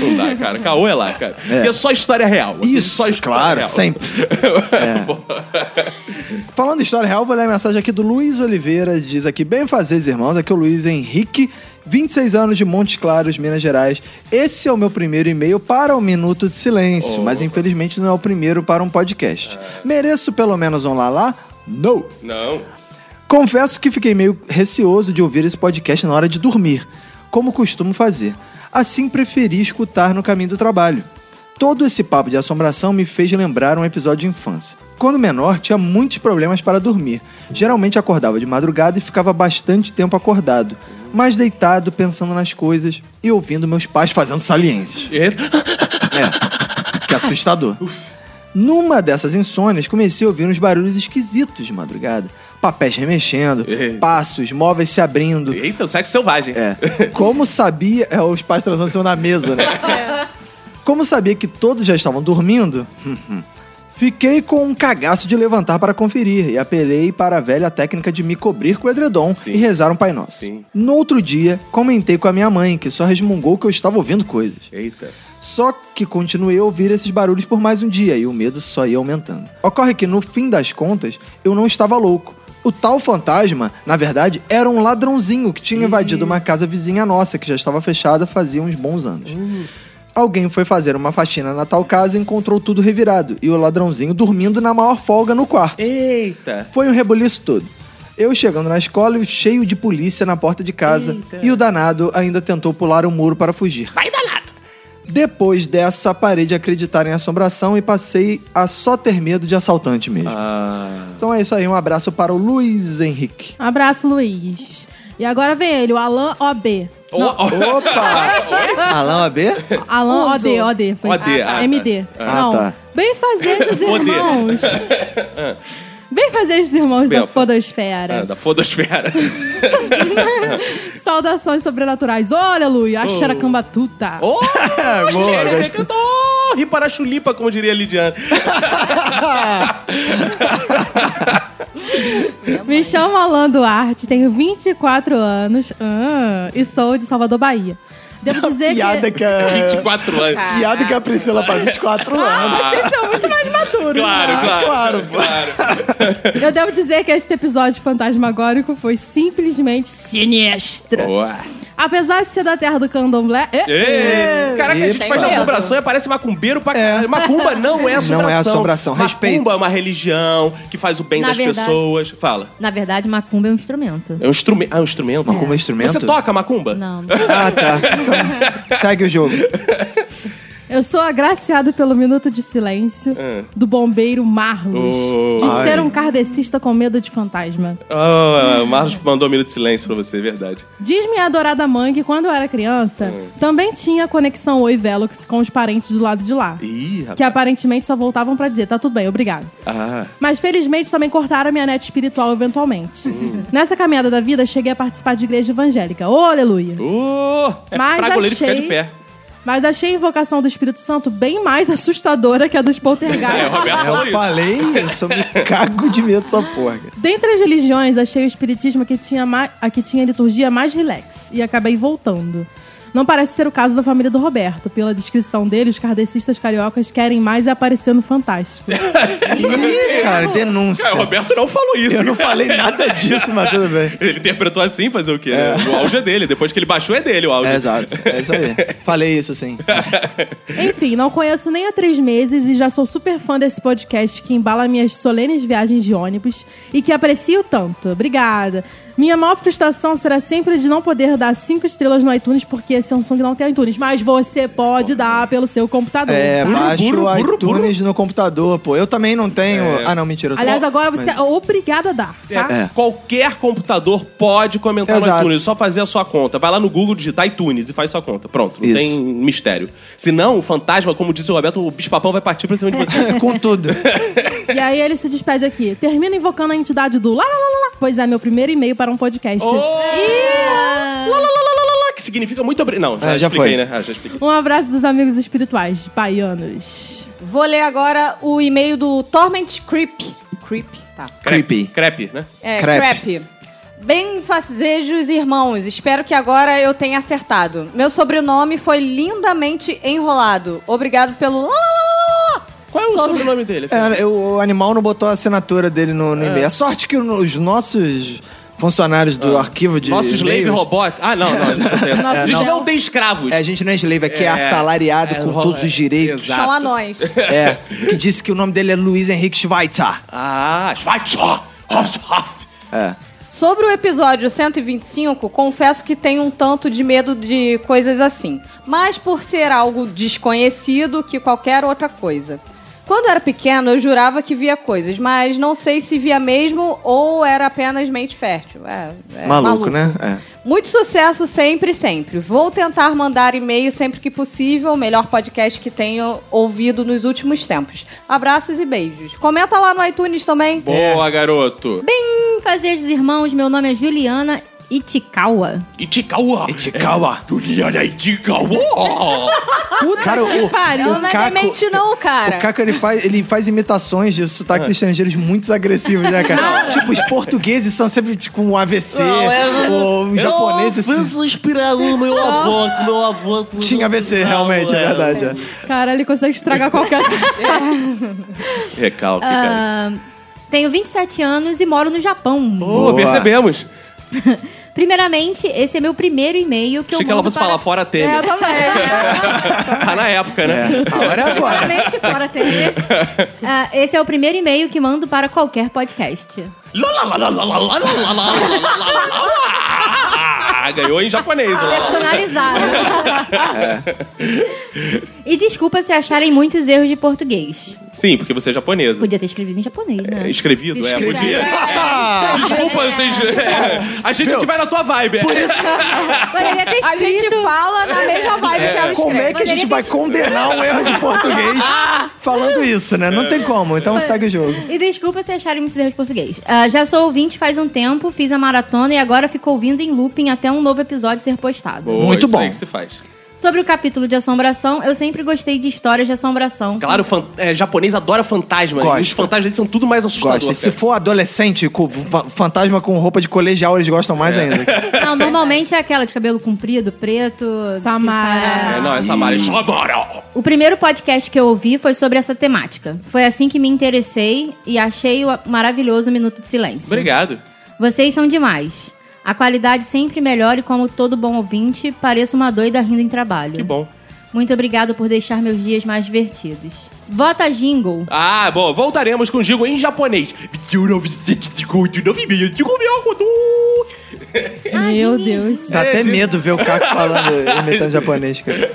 S1: não dá, cara. Caô é lá, cara. E é só história real. Aqui é
S2: Isso,
S1: só história
S2: claro,
S1: real.
S2: sempre. É. Falando em história real, vou ler a mensagem aqui do Luiz Oliveira. Diz aqui, bem fazer, irmãos. Aqui é o Luiz Henrique, 26 anos de Montes Claros, Minas Gerais. Esse é o meu primeiro e-mail para o Minuto de Silêncio, mas infelizmente não é o primeiro para um podcast. Mereço pelo menos um lalá? Não.
S1: Não.
S2: Confesso que fiquei meio receoso de ouvir esse podcast na hora de dormir, como costumo fazer. Assim preferi escutar no caminho do trabalho. Todo esse papo de assombração me fez lembrar um episódio de infância. Quando menor, tinha muitos problemas para dormir. Geralmente acordava de madrugada e ficava bastante tempo acordado, mas deitado, pensando nas coisas e ouvindo meus pais fazendo saliências. É, que assustador. Numa dessas insônias, comecei a ouvir uns barulhos esquisitos de madrugada. Papéis remexendo, passos, móveis se abrindo.
S1: Eita, o sexo selvagem.
S2: É. Como sabia. É, os pais transando em cima da mesa, né? Como sabia que todos já estavam dormindo, hum, fiquei com um cagaço de levantar para conferir e apelei para a velha técnica de me cobrir com o edredom e rezar um Pai Nosso.
S1: Sim.
S2: No outro dia, comentei com a minha mãe, que só resmungou que eu estava ouvindo coisas.
S1: Eita.
S2: Só que continuei a ouvir esses barulhos por mais um dia e o medo só ia aumentando. Ocorre que no fim das contas, eu não estava louco. O tal fantasma, na verdade, era um ladrãozinho que tinha invadido uma casa vizinha nossa que já estava fechada fazia uns bons anos. Alguém foi fazer uma faxina na tal casa e encontrou tudo revirado e o ladrãozinho dormindo na maior folga no quarto.
S1: Eita.
S2: Foi um rebuliço todo. Eu chegando na escola e cheio de polícia na porta de casa e o danado ainda tentou pular o muro para fugir. Vai danado! Depois dessa, parei de acreditar em assombração e passei a só ter medo de assaltante mesmo. Então é isso aí, um abraço para o Luiz Henrique.
S3: Abraço, Luiz. E agora vem ele, o Alan OB.
S2: Opa! Alan AB?
S3: Alan
S14: Uso.
S3: OD, OD. Foi.
S1: OD, ah, tá.
S3: MD.
S2: Ah,
S3: Não.
S2: tá.
S3: Bem fazer dos
S1: Foder.
S3: irmãos. Bem fazer dos irmãos
S1: Bem,
S3: da Fodosfera.
S1: Ah, da fodosfera. Ah.
S3: Saudações sobrenaturais. Ô, aleluia, a xeracambatuta.
S1: Oh,
S2: É, boa,
S1: Xerê,
S2: gostei.
S1: cantou. Ri para a chulipa, como diria a Lidiane.
S3: Me chamo Alan Duarte, tenho 24 anos ah, e sou de Salvador, Bahia. Devo dizer
S2: Piada
S3: que...
S2: que a...
S1: 24 anos.
S2: Piada que a Priscila faz 24 anos.
S3: Vocês são muito mais maturos.
S1: Claro, claro.
S2: Ah, claro, pô.
S3: Eu devo dizer que este episódio fantasmagórico foi simplesmente sinistro.
S1: Boa.
S3: Apesar de ser da terra do candomblé... É,
S1: Ei. Caraca, a gente
S14: Tem
S1: faz
S14: medo.
S1: assombração e parece macumbeiro pra caralho. Macumba não é assombração.
S2: É. assombração, respeito.
S1: Macumba é uma religião que faz o bem
S6: Na
S1: das
S6: verdade-
S1: pessoas. Fala.
S6: Na verdade, macumba é um instrumento.
S1: É um instrumento. Ah, é um instrumento?
S2: Macumba é instrumento?
S1: Você toca macumba?
S6: Não.
S2: Ah, tá. Então, segue o jogo.
S3: Eu sou agraciado pelo minuto de silêncio do bombeiro Marlos.
S1: Ah. Oh.
S3: de
S2: Ai.
S3: ser um kardecista com medo de fantasma.
S1: Ah, o Marlos mandou um minuto de silêncio pra você, é verdade.
S3: Diz minha adorada mãe que quando eu era criança,
S1: Ah.
S3: também tinha conexão Oi Velox com os parentes do lado de lá.
S1: Ih, rapaz.
S3: Que aparentemente só voltavam pra dizer, tá tudo bem, obrigado.
S1: Ah,
S3: Mas felizmente também cortaram a minha net espiritual eventualmente.
S1: Uhum.
S3: Nessa caminhada da vida, cheguei a participar de igreja evangélica. Ô, aleluia!
S1: Uh, é
S3: Mas
S1: pra goleiro
S3: achei-
S1: ficar de pé.
S3: Mas achei a invocação do Espírito Santo bem mais assustadora que a dos
S1: É, o
S3: poltergeists.
S1: Roberto falou
S2: Eu
S1: isso.
S2: falei isso, eu me cago de medo dessa porra. cara.
S3: Dentre as religiões, achei o espiritismo a que tinha, ma- a que tinha liturgia mais relax e acabei voltando. Não parece ser o caso da família do Roberto. Pela descrição dele, os kardecistas cariocas querem mais é aparecer no Fantástico.
S2: Ih, cara, denúncia.
S1: Cara, É, o Roberto não falou isso.
S2: Eu não
S1: cara.
S2: falei nada disso, mas tudo bem.
S1: Ele interpretou assim, fazer o quê? né? O áudio é dele. Depois que ele baixou, é dele o áudio.
S2: É, exato, é isso aí. Falei isso sim.
S3: Enfim, não conheço nem há três meses e já sou super fã desse podcast que embala minhas solenes viagens de ônibus e que aprecio tanto. Obrigada. Minha maior frustração será sempre de não poder dar cinco estrelas no iTunes porque é Samsung não tem iTunes, mas você pode dar pelo seu computador.
S2: É,
S3: tá?
S2: baixo o iTunes no computador, pô. Eu também não tenho. Ah, não, mentira. eu tô-
S3: Aliás, agora você é obrigada a dar, tá?
S1: É. Qualquer computador pode comentar no
S2: Exato.
S1: iTunes, é só fazer a sua conta. Vai lá no Google digitar iTunes e faz sua conta. Pronto, não
S2: Isso.
S1: tem mistério. Senão, o fantasma, como disse o Roberto, o bicho-papão vai partir pra cima de você.
S2: Com tudo.
S3: E aí ele se despede aqui. Termina invocando a entidade do lá, lá, lá, lá, lá. Pois é, meu primeiro e-mail para um podcast.
S1: Lá, lá, lá, lá, lá, lá, que significa muito obrigado. Não, já,
S2: Ah, já
S1: expliquei,
S2: foi.
S1: né? Ah, já expliquei.
S3: Um abraço dos amigos espirituais, baianos.
S14: Vou ler agora o e-mail do Torment Creep. Creep, tá.
S2: Creepy.
S1: Crepe, né?
S14: É,
S2: Crepe.
S14: crepe. Bem facejos, irmãos. Espero que agora eu tenha acertado. Meu sobrenome foi lindamente enrolado. Obrigado pelo... lá, lá, lá, lá, lá.
S1: Qual é o
S14: Sobre-
S1: sobrenome dele? filho?
S2: É, eu- o animal não botou a assinatura dele no,
S1: É.
S2: no e-mail. A sorte que no- os nossos funcionários do arquivo de.
S1: Nosso Ah. slave
S2: e-mails-
S1: robot. Ah, não, não. A gente não, tem essa.
S3: Nosso
S1: A gente
S3: não.
S1: não tem escravos.
S2: É, a gente não é slave, aqui é,
S1: É,
S2: assalariado com
S1: ro-
S2: todos
S1: é,
S2: os direitos.
S1: exato.
S14: São anões.
S2: É, que disse que o nome dele é Luiz Henrique Schweitzer.
S1: Ah, Schweitzer. Hoffshoff.
S2: É.
S14: Sobre o episódio 125, confesso que tenho um tanto de medo de coisas assim, mas por ser algo desconhecido que qualquer outra coisa. Quando era pequeno, eu jurava que via coisas, mas não sei se via mesmo ou era apenas mente fértil. É, é
S2: Maluco, né? É.
S14: Muito sucesso sempre, sempre. Vou tentar mandar e-mail sempre que possível, o melhor podcast que tenho ouvido nos últimos tempos. Abraços e beijos. Comenta lá no iTunes também.
S2: É.
S1: Boa, garoto.
S6: Bem, fazer os irmãos, meu nome é Juliana Itikawa.
S1: Itikawa. Itikawa. Juliana Itikawa.
S2: Cara, o,
S3: pariu.
S14: Ela não
S2: o
S14: é
S2: Caco.
S14: demente não, cara.
S2: O Caco, ele faz, ele faz imitações de sotaques estrangeiros muito agressivos, né, cara? tipo, os portugueses são sempre, tipo, um AVC. ou os japoneses...
S15: inspirar o meu avô, que meu avô... é
S2: Tinha AVC, realmente, é verdade. é.
S3: Cara, ele consegue estragar qualquer.
S1: Recalque, É cara.
S6: Ah, tenho 27 anos e moro no Japão.
S1: Pô, percebemos.
S6: Primeiramente, esse é meu primeiro e-mail que
S1: Achei
S6: eu
S1: que ela
S6: mando
S1: fosse
S6: para...
S1: falar fora a
S3: é,
S1: telha.
S3: também.
S1: Tá na época, né?
S2: É, a hora é agora.
S6: Claramente fora TV. Ah, esse é o primeiro e-mail que mando para qualquer podcast.
S1: Ah, ganhou em japonês. Lá.
S6: Personalizado. E desculpa se acharem muitos erros de português.
S1: Sim, porque você é japonesa.
S6: Podia ter escrevido em japonês,
S1: É,
S6: né?
S1: escrevido,
S6: Escrevido. É.
S1: é, podia. Desculpa, tem- é. a gente que vai na tua vibe. É.
S6: Poderia ter
S14: A gente
S6: escrito.
S14: fala na mesma vibe que ela escreve.
S2: Como é que a gente vai condenar um erro de português
S14: Ah!
S2: falando isso, né? Não tem como, então segue o jogo.
S6: E desculpa se acharem muitos erros de português. Ah, já sou ouvinte faz um tempo, fiz a maratona e agora fico ouvindo em looping até um novo episódio ser postado.
S1: Boa,
S2: Muito
S1: isso
S2: bom.
S1: aí que se faz.
S6: Sobre o capítulo de assombração, eu sempre gostei de histórias de assombração.
S1: Claro, fan- é, japonês adora fantasma.
S2: Gosta.
S1: E os fantasmas deles são tudo mais assustador.
S2: Gosta. Se
S1: cara.
S2: for adolescente, com fa- fantasma com roupa de colegial, eles gostam mais ainda.
S6: Não, normalmente é aquela de cabelo comprido, preto. que
S3: Samara.
S6: sai-
S1: É, não, essa Mari. Samara.
S6: O primeiro podcast que eu ouvi foi sobre essa temática. Foi assim que me interessei e achei o maravilhoso Minuto de Silêncio.
S1: Obrigado.
S6: Vocês são demais. A qualidade sempre melhor e, como todo bom ouvinte, pareço uma doida rindo em trabalho.
S1: Que bom.
S6: Muito obrigado por deixar meus dias mais divertidos. Vota jingle.
S1: Ah, bom, voltaremos com o Digo em japonês.
S3: Meu Deus.
S2: Dá até medo ver o Caco falando, imitando japonês, cara.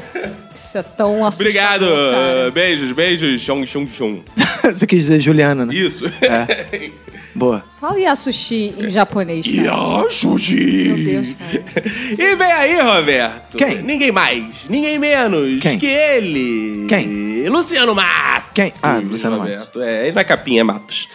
S14: Isso é tão assustador,
S2: Tá
S1: Obrigado.
S14: cara.
S1: Beijos, beijos. Shum, shum, shum.
S2: Você quis dizer Juliana, né?
S1: Isso.
S2: É. Boa.
S14: Fala Yasushi em japonês, cara. Meu Deus, cara.
S1: E vem aí, Roberto.
S2: Quem?
S1: Ninguém mais, ninguém menos
S2: Quem?
S1: que ele.
S2: Quem?
S1: Luciano Matos.
S2: Quem? Ah, Luciano Matos.
S1: Roberto. É, ele na capinha, é Matos.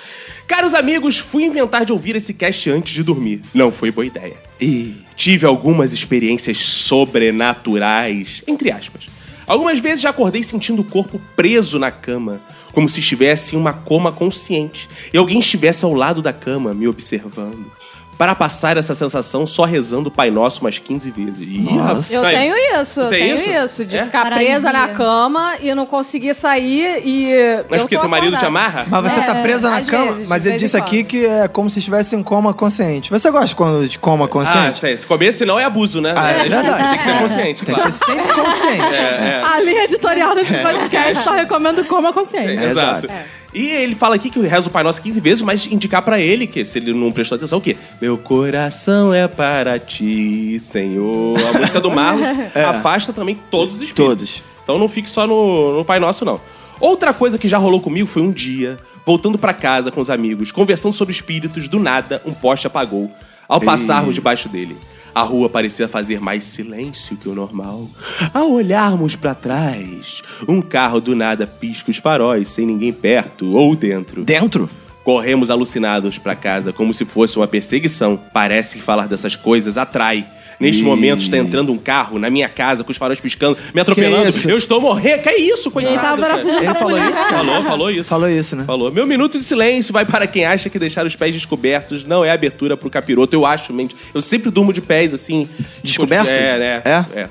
S1: Caros amigos, fui inventar de ouvir esse cast antes de dormir. Não foi boa ideia.
S2: Ih.
S1: Tive algumas experiências sobrenaturais, entre aspas. Algumas vezes já acordei sentindo o corpo preso na cama, como se estivesse em uma coma consciente e alguém estivesse ao lado da cama me observando. Para passar essa sensação, só rezando o Pai Nosso umas 15 vezes. Ih, rapaz.
S14: Eu
S1: Tá Aí.
S14: tenho isso, eu
S1: Tem
S14: tenho
S1: isso?
S14: isso, de
S1: É?
S14: ficar
S6: Paralisia.
S14: presa na cama e não conseguir sair e.
S1: Mas
S14: eu
S1: porque
S14: tô
S1: teu marido te
S14: acordada.
S1: amarra?
S2: Mas você
S14: É,
S2: tá preso na
S14: às
S2: cama.
S14: vezes,
S2: mas
S14: de
S2: ele
S14: vez em
S2: disse aqui
S14: quando.
S2: que é como se estivesse em coma consciente. Você gosta quando de
S1: Ah,
S2: coma é consciente?
S1: se comer senão é abuso, né?
S2: Ah, é verdade.
S1: Tem que ser consciente,
S2: Tem que
S1: claro.
S2: ser sempre consciente.
S1: É, é.
S3: A linha editorial desse podcast só recomendo coma consciente.
S1: É, Exato.
S2: Exato.
S1: E ele fala aqui que reza o Pai Nosso 15 vezes, mas indicar pra ele que, se ele não prestou atenção, o quê? Meu coração é para ti, Senhor. A música do Marlos afasta também todos os espíritos.
S2: Todos.
S1: Então não fique só no, no Pai Nosso, não. Outra coisa que já rolou comigo foi um dia, voltando pra casa com os amigos, conversando sobre espíritos, do nada, um poste apagou ao passarmos debaixo dele. A rua parecia fazer mais silêncio que o normal. Ao olharmos pra trás, um carro do nada pisca os faróis sem ninguém perto ou dentro.
S2: Dentro?
S1: Corremos alucinados pra casa, como se fosse uma perseguição. Parece que falar dessas coisas atrai. Neste momento está entrando um carro na minha casa com os faróis piscando, me atropelando.
S2: isso?
S1: Eu estou morrendo. Que é isso, coitado?
S3: Ele tava
S1: cara?
S3: na fugindo
S2: Ele
S3: da
S2: falou isso, cara?
S1: Falou, falou isso.
S2: Falou isso, né?
S1: Falou. Meu minuto de silêncio vai para quem acha que deixar os pés descobertos não é abertura pro capiroto. Eu acho, mente. Eu sempre durmo de pés assim.
S2: Descobertos?
S1: É, né?
S2: É?
S1: é.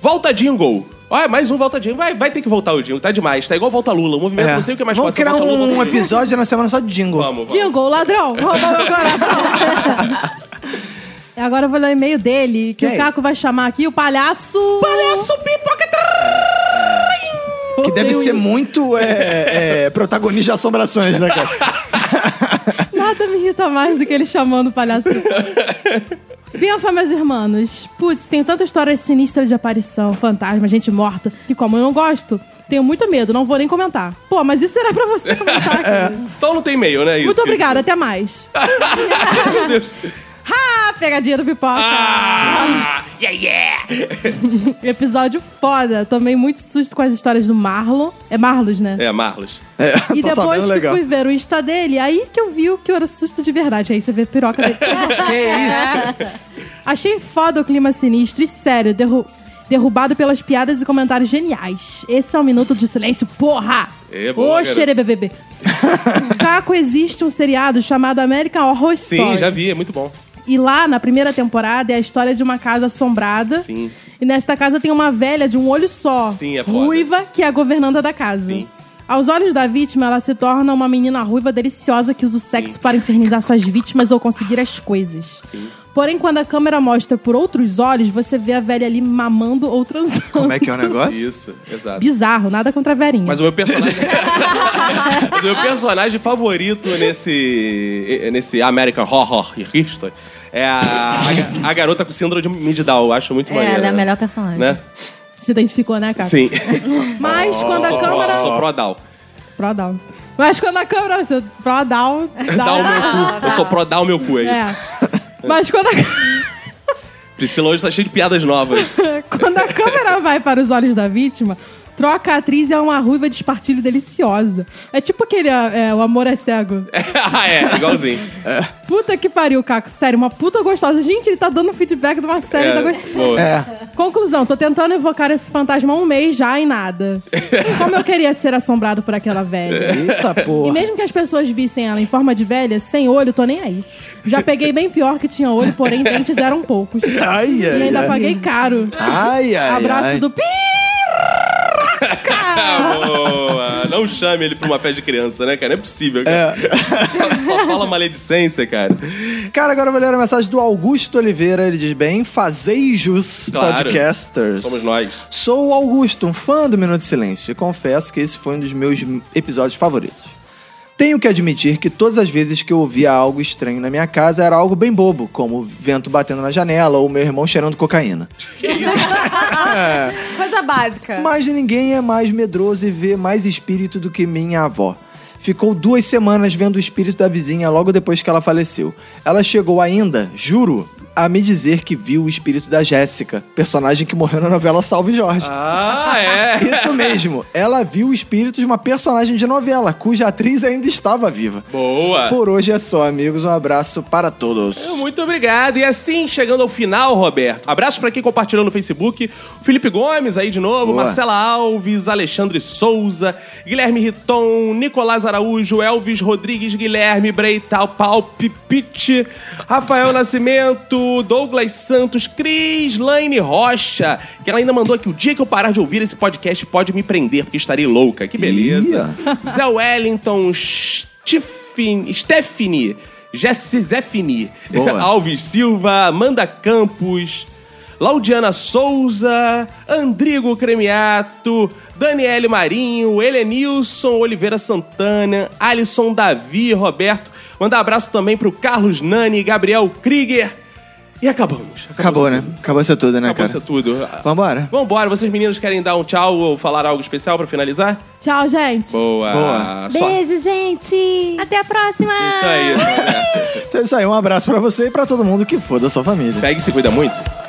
S1: Volta Jingle. Olha, mais um Volta Jingle. Vai, vai ter que voltar o Jingle. Tá demais. Tá igual Volta Lula. O movimento
S2: É.
S1: não sei o que é mais
S2: Vamos
S1: fácil.
S2: criar
S1: Volta Lula,
S2: um
S1: Volta Lula.
S2: episódio na semana só de jingle.
S1: Vamos, vamos.
S3: Jingle, ladrão, roubou meu coração. E Agora eu vou ler o e-mail dele, que
S1: Quem?
S3: o Caco vai chamar aqui o palhaço. Palhaço pipoca!
S2: Que deve ser muito é, é, protagonista de assombrações, né, cara?
S3: Nada me irrita mais do que ele chamando o palhaço. Benfa, meus irmãos. Putz, tem tanta história sinistra de aparição, fantasma, gente morta, que como eu não gosto, tenho muito medo, não vou nem comentar. Pô, mas isso era pra você comentar. cara.
S1: Então não tem e-mail, né? Isso
S3: muito
S1: que Ah. ele
S3: obrigada, até mais.
S1: falou. Meu Deus.
S3: Ah, pegadinha do pipoca.
S1: Ah! Yeah, yeah!
S3: Um Episódio foda. Tomei muito susto com as histórias do Marlon. É Marlos, né?
S1: É, Marlos.
S2: É,
S3: E
S2: tô
S3: depois
S2: sabendo
S3: que
S2: legal.
S3: fui ver o Insta dele, aí que eu vi o que era o susto de verdade. Aí você vê a piroca dele.
S2: Que isso?
S3: Achei foda o clima sinistro e sério, derru- derrubado pelas piadas e comentários geniais. Esse é o Minuto de Silêncio, porra!
S1: É, boa,
S3: Ô,
S1: garoto.
S3: xerebebebê. Caco, existe um seriado chamado American Horror
S1: Sim,
S3: Story.
S1: já vi. É muito bom.
S3: E lá, na primeira temporada, é a história de uma casa assombrada.
S1: Sim.
S3: E nesta casa tem uma velha de um olho só.
S1: Sim, é foda.
S3: Ruiva, que é a governanta da casa.
S1: Sim.
S3: Aos olhos da vítima, ela se torna uma menina ruiva deliciosa que usa o sexo para infernizar suas vítimas ou conseguir as coisas. Porém, quando a câmera mostra por outros olhos, você vê a velha ali mamando ou transando.
S2: Como é que é o negócio?
S1: Isso, exato.
S3: Bizarro, nada contra a velhinha.
S1: Mas o meu personagem. Mas o meu personagem favorito nesse. nesse American Horror History é a, a, ga- a garota com síndrome de Middown. Eu acho muito
S6: É,
S1: maneiro.
S6: ela é a melhor personagem.
S1: Né?
S3: Se identificou, né, cara?
S1: Sim.
S3: Mas quando a
S1: sou
S3: câmera.
S1: Pro, sou pro Down.
S3: Pro down. Mas quando a câmera. Você... Pro down.
S1: Dá o
S3: down.
S1: meu cu. Eu sou pro Down meu cu, é isso.
S3: É. Mas quando a.
S1: Priscila hoje tá cheia de piadas novas.
S3: Quando a câmera vai para os olhos da vítima, troca a atriz e é uma ruiva de espartilho deliciosa. É tipo aquele é, O Amor é Cego.
S1: ah, é, igualzinho.
S3: Puta que pariu, Caco. Sério, uma puta gostosa. Gente, ele tá dando feedback de uma série da
S1: é,
S3: gostosa.
S1: boa.
S3: Conclusão, tô tentando evocar esse fantasma há um mês já e nada. Como eu queria ser assombrado por aquela velha.
S2: Eita
S3: E
S2: porra.
S3: mesmo que as pessoas vissem ela em forma de velha, sem olho, tô nem aí. Já peguei bem pior que tinha olho, porém dentes eram poucos.
S2: Ai,
S3: E
S2: ai,
S3: ainda
S2: ai.
S3: paguei caro.
S2: Ai, ai,
S3: Abraço
S2: ai.
S3: do Pirraca!
S1: Ah, boa. Não chame ele pra uma festa de criança, né, cara? Não é possível. Cara. Só, só fala maledicência, cara.
S2: Cara, agora eu vou ler a mensagem do Augusto Oliveira. Ele diz bem, fazeis jus
S1: Claro.
S2: podcasters.
S1: Somos nós.
S2: Sou o Augusto, um fã do Minuto de Silêncio, e confesso que esse foi um dos meus episódios favoritos. Tenho que admitir que todas as vezes que eu ouvia algo estranho na minha casa era algo bem bobo, como vento batendo na janela ou meu irmão cheirando cocaína.
S14: Coisa básica.
S2: Mas ninguém é mais medroso e vê mais espírito do que minha avó. Ficou duas semanas vendo o espírito da vizinha logo depois que ela faleceu. Ela chegou ainda, juro, a me dizer que viu o espírito da Jéssica, personagem que morreu na novela Salve Jorge.
S1: Ah, é?
S2: Isso mesmo. Ela viu o espírito de uma personagem de novela, cuja atriz ainda estava viva.
S1: Boa. É
S2: Por hoje é só, amigos. Um abraço para todos.
S1: Muito obrigado. E assim, chegando ao final, Roberto. Abraço pra quem compartilhou no Facebook. Felipe Gomes aí de novo,
S2: Boa.
S1: Marcela Alves, Alexandre Souza, Guilherme Riton, Nicolás Araújo, Elvis Rodrigues, Guilherme Breital, Palpipite, Rafael Nascimento, Douglas Santos, Cris Laine Rocha, que ela ainda mandou aqui, o dia que eu parar de ouvir esse podcast pode me prender, porque estarei louca. Que beleza. Zé Wellington, Stephen- Stephanie, Jesse Zefini,
S2: Boa.
S1: Alves Silva, Amanda Campos, Laudiana Souza, Andrigo Cremiato, Daniele Marinho, Helenilson Oliveira Santana, Alisson Davi, Roberto. Mandar abraço também pro Carlos Nani, Gabriel Krieger. E acabamos.
S2: Acabou, né? Acabou isso tudo, né,
S1: Acabou isso
S2: cara?
S1: tudo.
S2: Vambora.
S1: Vambora, vocês meninos querem dar um tchau ou falar algo especial pra finalizar?
S3: Tchau, gente.
S1: Boa.
S2: Boa.
S1: Só.
S6: Beijo, gente. Até a próxima.
S1: Então é isso. Roberto.
S2: Então É isso aí. Um abraço para você e para todo mundo que for da sua família.
S1: Pega e se cuida muito.